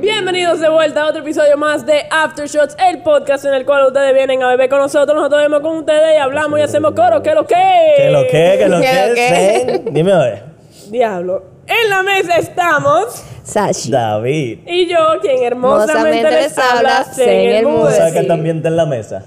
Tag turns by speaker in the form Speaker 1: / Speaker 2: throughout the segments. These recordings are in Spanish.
Speaker 1: Bienvenidos de vuelta a otro episodio más de Aftershots, el podcast en el cual ustedes vienen a beber con nosotros, nosotros vemos con ustedes y hablamos y hacemos coro, que lo que.
Speaker 2: Que lo que, que lo
Speaker 3: Que
Speaker 2: que,
Speaker 3: lo que.
Speaker 2: Zen. Dime a ver.
Speaker 1: Diablo. En la mesa estamos
Speaker 3: Sashi.
Speaker 2: David.
Speaker 1: y yo, quien hermosamente
Speaker 3: Hermosamente
Speaker 1: les
Speaker 3: les
Speaker 1: habla,
Speaker 3: habla,
Speaker 1: Zen
Speaker 3: Zen
Speaker 1: el
Speaker 3: Hermoso.
Speaker 2: ¿Tú sabes
Speaker 1: Mudes.
Speaker 2: que
Speaker 3: sí.
Speaker 2: también está en la mesa?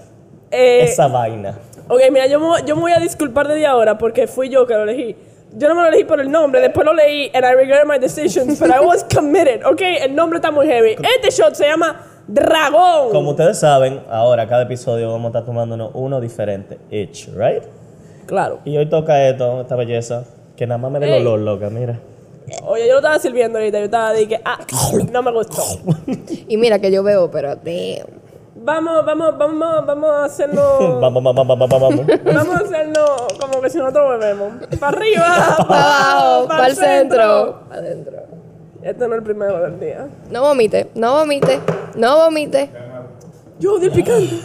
Speaker 1: Eh,
Speaker 2: Esa vaina.
Speaker 1: Ok, mira, yo me, voy- yo me voy a disculpar desde ahora porque fui yo que lo elegí. Yo no me lo elegí por el nombre, después lo leí and I regret my decisions, but I was committed. Ok, el nombre está muy heavy. Este shot se llama Dragón.
Speaker 2: Como ustedes saben, ahora cada episodio vamos a estar tomándonos uno diferente. Each, right?
Speaker 1: Claro.
Speaker 2: Y hoy toca esto, esta belleza. Que nada más me da
Speaker 1: Ey.
Speaker 2: el olor, loca, mira.
Speaker 1: Oye, yo lo estaba sirviendo ahorita, yo estaba de que, ah, no me gustó.
Speaker 3: Y mira que yo veo, pero damn.
Speaker 1: Vamos, vamos, vamos, vamos a hacerlo.
Speaker 2: Vamos, vamos, vamos, vamos, vamos.
Speaker 1: Vamos a hacerlo como que si nosotros bebemos. Para arriba,
Speaker 3: Para abajo,
Speaker 1: pa'
Speaker 3: para el centro. Para adentro.
Speaker 1: Este no es el primero del día.
Speaker 3: No vomite, no vomite, no vomite.
Speaker 1: Yo odio el picante.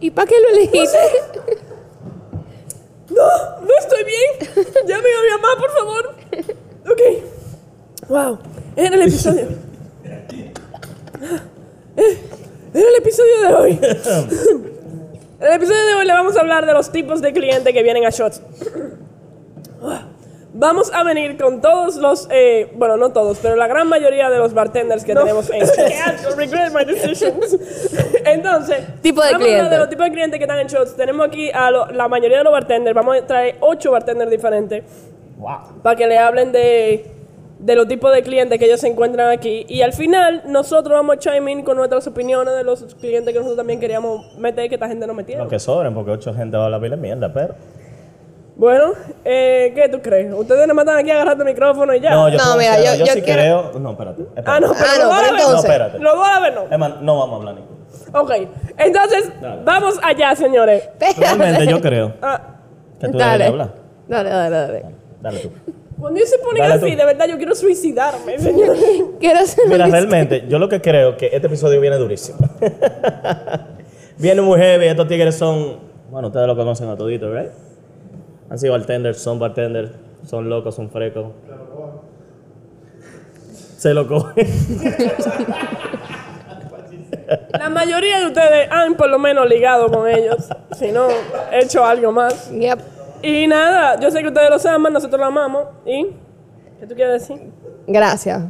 Speaker 3: ¿Y para qué lo elegiste?
Speaker 1: No, no estoy bien. Llamen a mi mamá, por favor. Ok. Wow. Era el episodio. Eh, Era el episodio de hoy. En el episodio de hoy le vamos a hablar de los tipos de cliente que vienen a Shots. Vamos a venir con todos los, eh, bueno, no todos, pero la gran mayoría de los bartenders que tenemos en Shots. Regret my decisions. Entonces,
Speaker 3: Tipo de
Speaker 1: vamos a hablar
Speaker 3: cliente.
Speaker 1: los tipos de clientes que están en Shots. Tenemos aquí a lo- la mayoría de los bartenders. Vamos a traer ocho bartenders diferentes
Speaker 2: wow.
Speaker 1: para que le hablen de, de los tipos de clientes que ellos se encuentran aquí. Y al final, nosotros vamos a chime in con nuestras opiniones de los clientes que nosotros también queríamos meter que esta gente no metiera.
Speaker 2: Lo que sobren, porque ocho gente va a hablar pila de mierda, pero.
Speaker 1: Bueno, eh, ¿qué tú crees? Ustedes no matan aquí agarrando el micrófono y ya.
Speaker 3: No,
Speaker 2: soy
Speaker 3: mira,
Speaker 2: sincero,
Speaker 3: yo- yo
Speaker 2: sí
Speaker 3: quiero-
Speaker 2: creo. No, espérate. espérate.
Speaker 1: ah, no, pero,
Speaker 3: Ah,
Speaker 1: los
Speaker 3: no,
Speaker 1: dos
Speaker 3: pero
Speaker 1: a la vez
Speaker 2: No,
Speaker 3: entonces-
Speaker 2: espérate.
Speaker 1: Los dos a la vez no.
Speaker 2: Es más, no vamos a hablar, Nico.
Speaker 1: Ok, entonces,
Speaker 2: Dale.
Speaker 1: vamos allá, señores.
Speaker 3: Espérate.
Speaker 2: Realmente yo creo
Speaker 1: Ah,
Speaker 2: que tú
Speaker 3: Dale.
Speaker 2: deberías hablar.
Speaker 3: Dale, dale, dale.
Speaker 2: Dale tú.
Speaker 1: cuando ellos se ponen
Speaker 2: Dale
Speaker 1: así,
Speaker 2: tú.
Speaker 1: de verdad, yo quiero suicidarme, señores.
Speaker 3: Quiero hacer
Speaker 2: Mira,
Speaker 3: un-
Speaker 2: realmente, yo lo que creo que este episodio viene durísimo. viene muy heavy, estos tigres son, bueno, ustedes lo conocen a todito, ¿right? Han sido bartenders, son bartenders, son locos, son frecos. Se lo cogen.
Speaker 1: La mayoría de ustedes han por lo menos ligado con ellos, si no, hecho algo más.
Speaker 3: Yep.
Speaker 1: Y nada, yo sé que ustedes los aman, nosotros los amamos. ¿Y qué tú quieres decir?
Speaker 3: Gracias.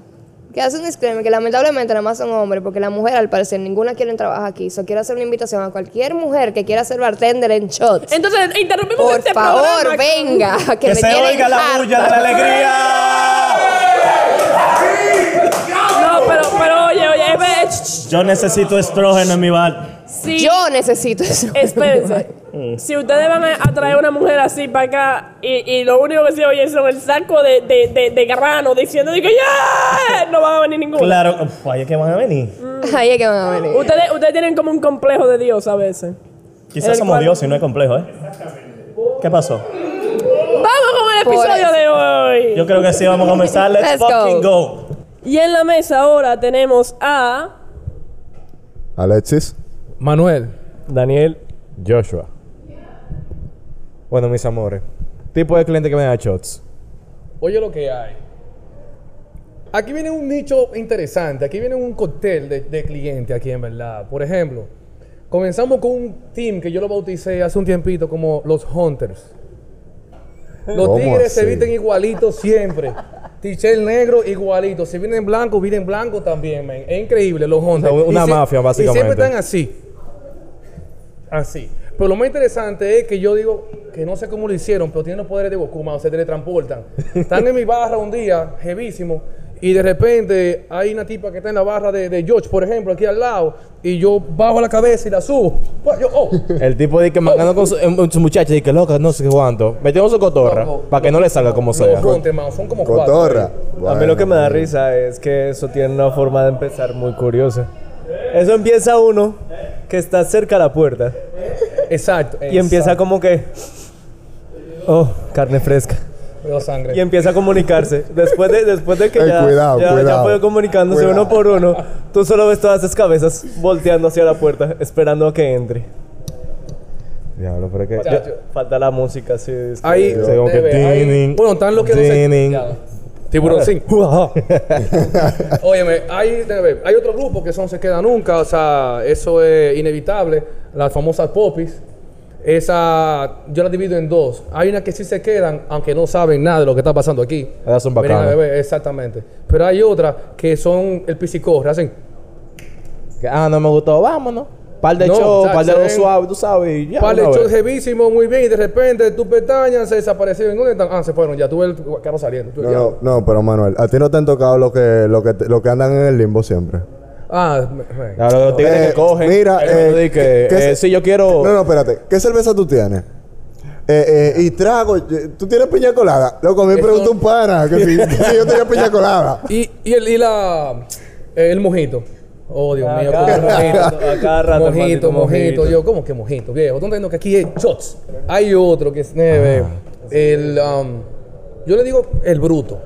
Speaker 3: Que hace un disclaimer que lamentablemente nada más son hombres, porque las mujeres al parecer ninguna quieren trabajar aquí. So quiero hacer una invitación a cualquier mujer que quiera ser bartender en shots.
Speaker 1: Entonces, interrumpimos
Speaker 3: Por
Speaker 1: este
Speaker 3: favor,
Speaker 1: programa.
Speaker 3: venga, que, me tienen harta.
Speaker 2: alegría.
Speaker 1: No, pero, pero oye, oye, ve- ch- ch-
Speaker 2: Yo necesito estrógeno en mi bar. Mm.
Speaker 1: si,
Speaker 3: Yo necesito eso.
Speaker 1: espérense, si ustedes van a a traer una mujer así para acá y, y lo único que se oye son el saco de, de, de, de grano diciendo de que ya no van a venir ninguno.
Speaker 2: Claro, uf, ahí es que van a venir.
Speaker 3: Mm. Ahí es que van a venir.
Speaker 1: Ustedes, ustedes tienen como un complejo de Dios a veces. En el
Speaker 2: Quizás somos
Speaker 1: cual-
Speaker 2: dioses y no es complejo, ¿eh? ¿Qué pasó?
Speaker 1: Vamos con el
Speaker 3: Por
Speaker 1: episodio
Speaker 3: eso.
Speaker 1: de hoy.
Speaker 2: Yo creo que sí, vamos a comenzar. Let's,
Speaker 3: Let's
Speaker 2: fucking go.
Speaker 1: Y en la mesa ahora tenemos a
Speaker 4: Alexis.
Speaker 5: Manuel,
Speaker 6: Daniel Joshua. Bueno, mis amores. Tipo de cliente que me da shots.
Speaker 5: oye lo que hay. Aquí viene un nicho interesante, aquí viene un cóctel de, de clientes aquí en verdad. Por ejemplo, comenzamos con un team que yo lo bauticé hace un tiempito como los Hunters. Los
Speaker 4: ¿Cómo
Speaker 5: tigres se
Speaker 4: así?
Speaker 5: visten igualitos siempre. Tichel negro igualito. Si vienen blancos, vienen blancos también, man. Es increíble los Hunters.
Speaker 6: O sea, una
Speaker 5: Y sie-
Speaker 6: mafia,
Speaker 5: Y siempre
Speaker 6: básicamente.
Speaker 5: están así. Así. Pero lo más interesante es que yo digo que no sé cómo lo hicieron, pero tienen los poderes de Goku, mano, se teletransportan. Están en mi barra un día, jevísimo, y de repente hay una tipa que está en la barra de, de George, por ejemplo, aquí al lado, y yo bajo la cabeza y la subo. Pues yo, oh,
Speaker 6: El tipo de que mangando con su, em, su muchacha y que loca, no sé cuánto. Metiendo su cotorra
Speaker 5: Loco,
Speaker 6: para que no le salga como sea.
Speaker 5: los Hunter, mano, son como cuatro.
Speaker 4: Cotorra.
Speaker 7: A mí lo que me da
Speaker 4: Bueno,
Speaker 7: risa es que eso tiene una forma de empezar muy curiosa. Eso empieza uno que está cerca a la puerta
Speaker 5: Exacto.
Speaker 7: y empieza como que... Oh, carne fresca.
Speaker 5: Veo sangre.
Speaker 7: Y empieza a comunicarse. Después de, después de que
Speaker 4: Ey,
Speaker 7: ya,
Speaker 4: cuidado,
Speaker 7: ya, ya
Speaker 4: cuidado.
Speaker 7: fue comunicándose
Speaker 4: Cuidado.
Speaker 7: uno por uno, tú solo ves todas esas cabezas volteando hacia la puerta, esperando a que entre.
Speaker 6: Diablo, pero que.
Speaker 5: Muchacho.
Speaker 7: Falta la música, sí. es que-
Speaker 5: Ahí,
Speaker 6: como que
Speaker 5: debe, ahí-
Speaker 6: tinin,
Speaker 5: bueno, están los que no se-
Speaker 6: tinin.
Speaker 5: Ya. Tiburón sí.
Speaker 6: Ujaja.
Speaker 5: Óyeme, hay, déjame ver, hay otro grupo que son Se Queda Nunca, o sea, eso es inevitable. Las famosas popis. Esa, yo las divido en dos. Hay unas que sí se quedan, aunque no saben nada de lo que está pasando aquí.
Speaker 6: Esas son
Speaker 5: Vienen a
Speaker 6: bacanas.
Speaker 5: beber, exactamente. Pero hay otras que son el piscicorre, hacen.
Speaker 6: ah, no me gustó, vámonos. Par de
Speaker 5: No,
Speaker 6: show, par de
Speaker 5: chacho,
Speaker 6: lo
Speaker 5: eh.
Speaker 6: suave, tú sabes. y ya,
Speaker 5: Vale,
Speaker 6: una
Speaker 5: show
Speaker 6: vez.
Speaker 5: jevísimo, muy bien, y de repente tus pestañas se desaparecieron. ¿Dónde están? Ah, se fueron, ya tuve el carro saliendo. Tú,
Speaker 4: No,
Speaker 5: ya.
Speaker 4: no, no, pero Manuel, a ti no te han tocado lo que, lo que, te- lo que andan en el limbo siempre.
Speaker 5: Ah, me- me-
Speaker 6: Claro, los tigres
Speaker 4: Eh,
Speaker 6: que cogen.
Speaker 4: mira,
Speaker 6: el otro
Speaker 4: eh,
Speaker 6: día que,
Speaker 4: ¿qué- qué
Speaker 6: eh,
Speaker 4: se-
Speaker 6: si yo quiero.
Speaker 4: No, no, espérate. ¿Qué cerveza tú tienes? Eh, eh, y trago, eh, tú tienes piña colada. Loco, me
Speaker 5: Eso-
Speaker 4: preguntó un pana que si, que si yo tenía piña colada.
Speaker 5: Y, y el, y la, eh, el mojito. Oh, Dios mío, ¿cómo
Speaker 8: cada
Speaker 5: el mojito.
Speaker 8: rato, a cada rato,
Speaker 5: mojito,
Speaker 8: maldito
Speaker 5: mojito.
Speaker 8: mojito.
Speaker 5: Yo, ¿cómo que mojito, viejo? ¿Tú entiendes que aquí hay shots? Hay otro que es neve. el, um, yo le digo el bruto.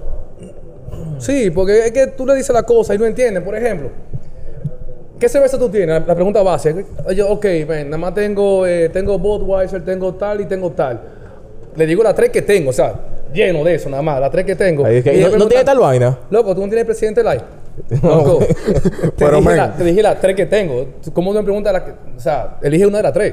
Speaker 5: Sí, porque es que tú le dices la cosa y no entiendes. Por ejemplo, ¿qué cerveza tú tienes? La- La pregunta base. Yo, ok, ven, nada más tengo, eh, tengo Budweiser, tengo tal y tengo tal. Le digo las tres que tengo, o sea, lleno de eso nada más, las tres que tengo.
Speaker 6: Ahí es que-
Speaker 5: Y le
Speaker 6: no, no tiene
Speaker 5: preguntan-
Speaker 6: tal vaina.
Speaker 5: Loco, tú no tienes presidente live. Loco. te,
Speaker 4: Pero,
Speaker 5: dije
Speaker 4: men.
Speaker 5: la, te dije las tres que tengo. Tú, ¿Cómo me preguntas la que- O sea, elige una de las tres.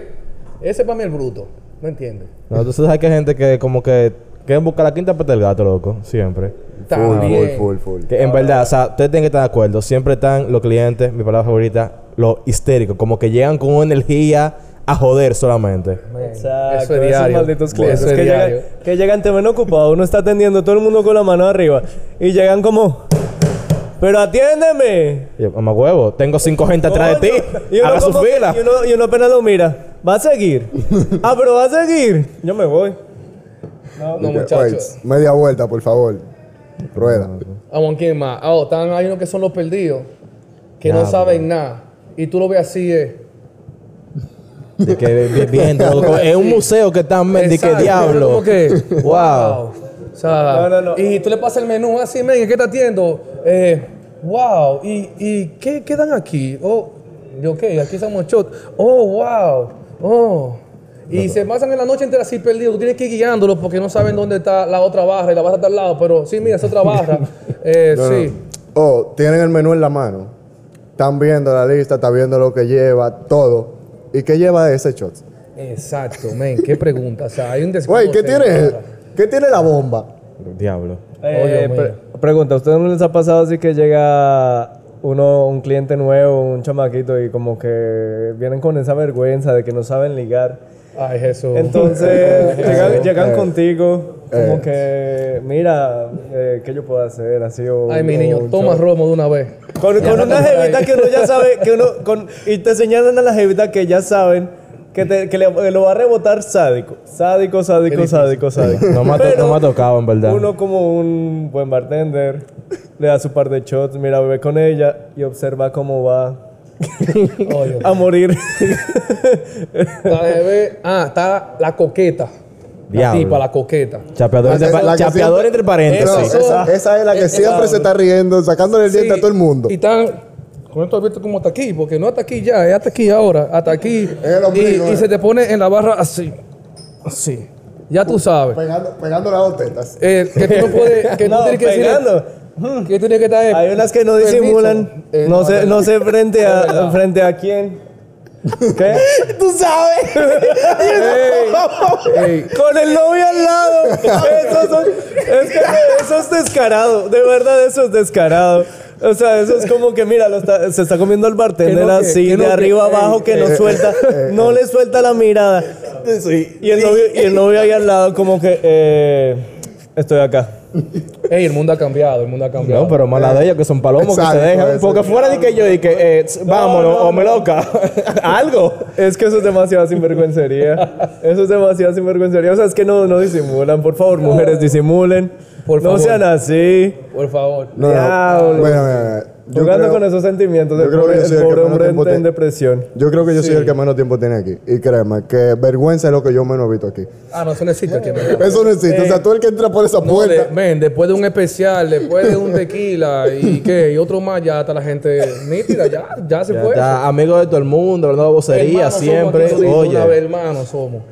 Speaker 5: Ese para mí es bruto. No entiende.
Speaker 6: No, tú sabes que hay gente que como que quieren buscar la quinta pata del gato, loco. Siempre.
Speaker 5: Está
Speaker 4: full,
Speaker 5: bien.
Speaker 4: full, full, full.
Speaker 6: Que en verdad, o sea, ustedes tienen que estar de acuerdo. Siempre están los clientes, mi palabra favorita, los histéricos. Como que llegan con una energía a joder solamente.
Speaker 8: Exacto,
Speaker 5: Eso es diario.
Speaker 8: esos malditos
Speaker 5: Bueno,
Speaker 8: clientes
Speaker 5: eso es
Speaker 8: que, llegan,
Speaker 5: diario.
Speaker 8: que llegan temprano ocupado, uno está atendiendo todo el mundo con la mano arriba y llegan como, pero atiéndeme.
Speaker 6: Y yo, Mamá huevo, tengo cinco gente atrás de
Speaker 8: Coño.
Speaker 6: ti.
Speaker 8: Y uno,
Speaker 6: Haga su
Speaker 8: como que-
Speaker 6: fila.
Speaker 8: y, uno, y uno apenas lo mira, va a seguir. ah, pero va a seguir. Yo me voy.
Speaker 5: No,
Speaker 4: Oye,
Speaker 5: muchachos.
Speaker 4: media vuelta, por favor. Rueda.
Speaker 5: Vamos, ¿quién más? Ah, oh, están, hay unos que son los perdidos. Que no saben nada. Y tú lo ves así, eh, es.
Speaker 6: De que vi- viendo, loco. Es un museo que están men, de que
Speaker 5: Exacto.
Speaker 6: diablo.
Speaker 5: ¿Cómo que?
Speaker 6: Wow.
Speaker 5: O sea,
Speaker 8: No, no, no.
Speaker 5: y tú le pasas el menú así, men, ¿qué te atiendo? Eh, wow, ¿y, y qué quedan aquí? Oh, yo, ok, aquí estamos shot. Oh, wow, oh. Y se pasan en la noche entera así perdidos. Tú tienes que ir guiándolos porque no saben dónde está la otra barra y la barra está al lado. Pero sí, mira, esa otra barra. Eh,
Speaker 4: No, no.
Speaker 5: sí.
Speaker 4: O tienen el menú en la mano. Están viendo la lista, están viendo lo que lleva, todo. ¿Y qué lleva de ese shot?
Speaker 5: Exacto, men, qué pregunta. O sea, hay un descuento.
Speaker 4: Güey, ¿qué tiene? ¿Qué tiene la bomba?
Speaker 6: Diablo.
Speaker 8: Eh,
Speaker 5: Oye,
Speaker 8: pre- pregunta, ¿a ustedes no les ha pasado así que llega uno, un cliente nuevo, un chamaquito y como que vienen con esa vergüenza de que no saben ligar?
Speaker 5: Ay, Jesús.
Speaker 8: Entonces llegan, llegan
Speaker 4: eh,
Speaker 8: contigo como
Speaker 4: eh.
Speaker 8: que, mira, eh, ¿qué yo puedo hacer? Así o...
Speaker 5: Ay, mi
Speaker 8: o
Speaker 5: niño,
Speaker 8: un
Speaker 5: toma
Speaker 8: chavo.
Speaker 5: romo de una vez.
Speaker 8: Con, con una jevita que uno ya sabe, que uno, con, y te señalan a la jevita que ya saben que, te- que le- que lo va a rebotar sádico, sádico, sádico, sádico, sádico.
Speaker 6: No me, ha to-
Speaker 8: Pero-
Speaker 6: no me ha tocado, en verdad.
Speaker 8: uno como un buen bartender le da su par de shots, mira, bebe con ella y observa cómo va
Speaker 5: Oye.
Speaker 8: a morir.
Speaker 5: La bebé- ah, está la coqueta. La
Speaker 6: Diablo.
Speaker 5: tipa, la coqueta.
Speaker 6: Chapeador, entre,
Speaker 4: La que- la
Speaker 6: pa-
Speaker 4: que
Speaker 6: chapeador
Speaker 4: siempre-
Speaker 6: entre paréntesis.
Speaker 5: Eso.
Speaker 4: Esa, esa es la que
Speaker 5: Esa-
Speaker 4: siempre se está riendo, sacándole el diente
Speaker 5: Sí,
Speaker 4: a todo el mundo.
Speaker 5: Y están con esto abierto como hasta aquí, porque no hasta aquí ya, es hasta aquí ahora, hasta aquí.
Speaker 4: Es el ombligo,
Speaker 5: y, y
Speaker 4: eh.
Speaker 5: se te pone en la barra así. Así. Ya tú sabes.
Speaker 4: Pegando, pegando las dos tetas.
Speaker 5: Eh, que tú no puedes. Que
Speaker 8: no,
Speaker 5: tú tienes que decir.
Speaker 8: pegando.
Speaker 5: Que tú tienes que estar. eh,
Speaker 8: Hay unas que no
Speaker 5: permiso.
Speaker 8: disimulan.
Speaker 5: Eh,
Speaker 8: no, sé, no sé frente a frente a quién. ¿Qué?
Speaker 6: Tú sabes.
Speaker 5: ey,
Speaker 8: Con el novio al lado. Esos son- es que eso es descarado. De verdad, eso es descarado. O sea, eso es como que, mira, lo está- se está comiendo al
Speaker 5: Que
Speaker 8: bartender
Speaker 5: no, que-
Speaker 8: así,
Speaker 5: que eh,
Speaker 8: de
Speaker 5: no, que-
Speaker 8: arriba abajo,
Speaker 5: ey,
Speaker 8: que no
Speaker 4: ey,
Speaker 8: suelta, no le suelta la mirada. Y el novio, y el novio ahí al lado, como que, eh, estoy acá. Eh.
Speaker 5: ey, el mundo ha cambiado, el mundo ha cambiado.
Speaker 6: No, pero mala de ellos que son palomos que
Speaker 4: Exacto,
Speaker 6: se dejan.
Speaker 4: eso.
Speaker 6: Porque fuera de que yo y que eh, tss, vámonos
Speaker 8: no,
Speaker 6: o me
Speaker 8: no.
Speaker 6: loca. Algo.
Speaker 8: Es que eso es demasiada sinvergüencería. Eso es demasiada sinvergüencería. O sea, es que no, no disimulan. Por favor, mujeres, disimulen.
Speaker 5: Por
Speaker 8: No
Speaker 5: favor.
Speaker 8: sean así.
Speaker 5: Por favor.
Speaker 4: No, no.
Speaker 8: Diablo.
Speaker 4: Mira, mira, mira. Yo
Speaker 8: Jugando
Speaker 4: creo-
Speaker 8: con esos sentimientos.
Speaker 4: yo
Speaker 8: El
Speaker 4: creo que
Speaker 8: pobre,
Speaker 4: yo soy
Speaker 8: el
Speaker 4: el que
Speaker 8: pobre
Speaker 4: menos
Speaker 8: hombre
Speaker 4: tiempo
Speaker 8: en,
Speaker 4: te-
Speaker 8: en depresión.
Speaker 4: Yo creo que yo soy el que menos tiempo tiene aquí. Y créeme, que vergüenza es lo que yo menos he visto aquí.
Speaker 5: Ah, no, eso no existe aquí, ¿verdad?
Speaker 4: Eso no existe. o
Speaker 8: Eh.
Speaker 4: sea, tú el que entra por esa
Speaker 5: No, de-
Speaker 4: puerta.
Speaker 5: men, después de un especial, después de un tequila y qué, y otro más, ya hasta la gente nítida, ya, ya se fue.
Speaker 6: Ya, amigo de todo el mundo, hablando vocería
Speaker 5: Hermanos somos
Speaker 6: siempre.
Speaker 5: aquí toditos, Una vez
Speaker 6: Oye.
Speaker 5: hermanos somos.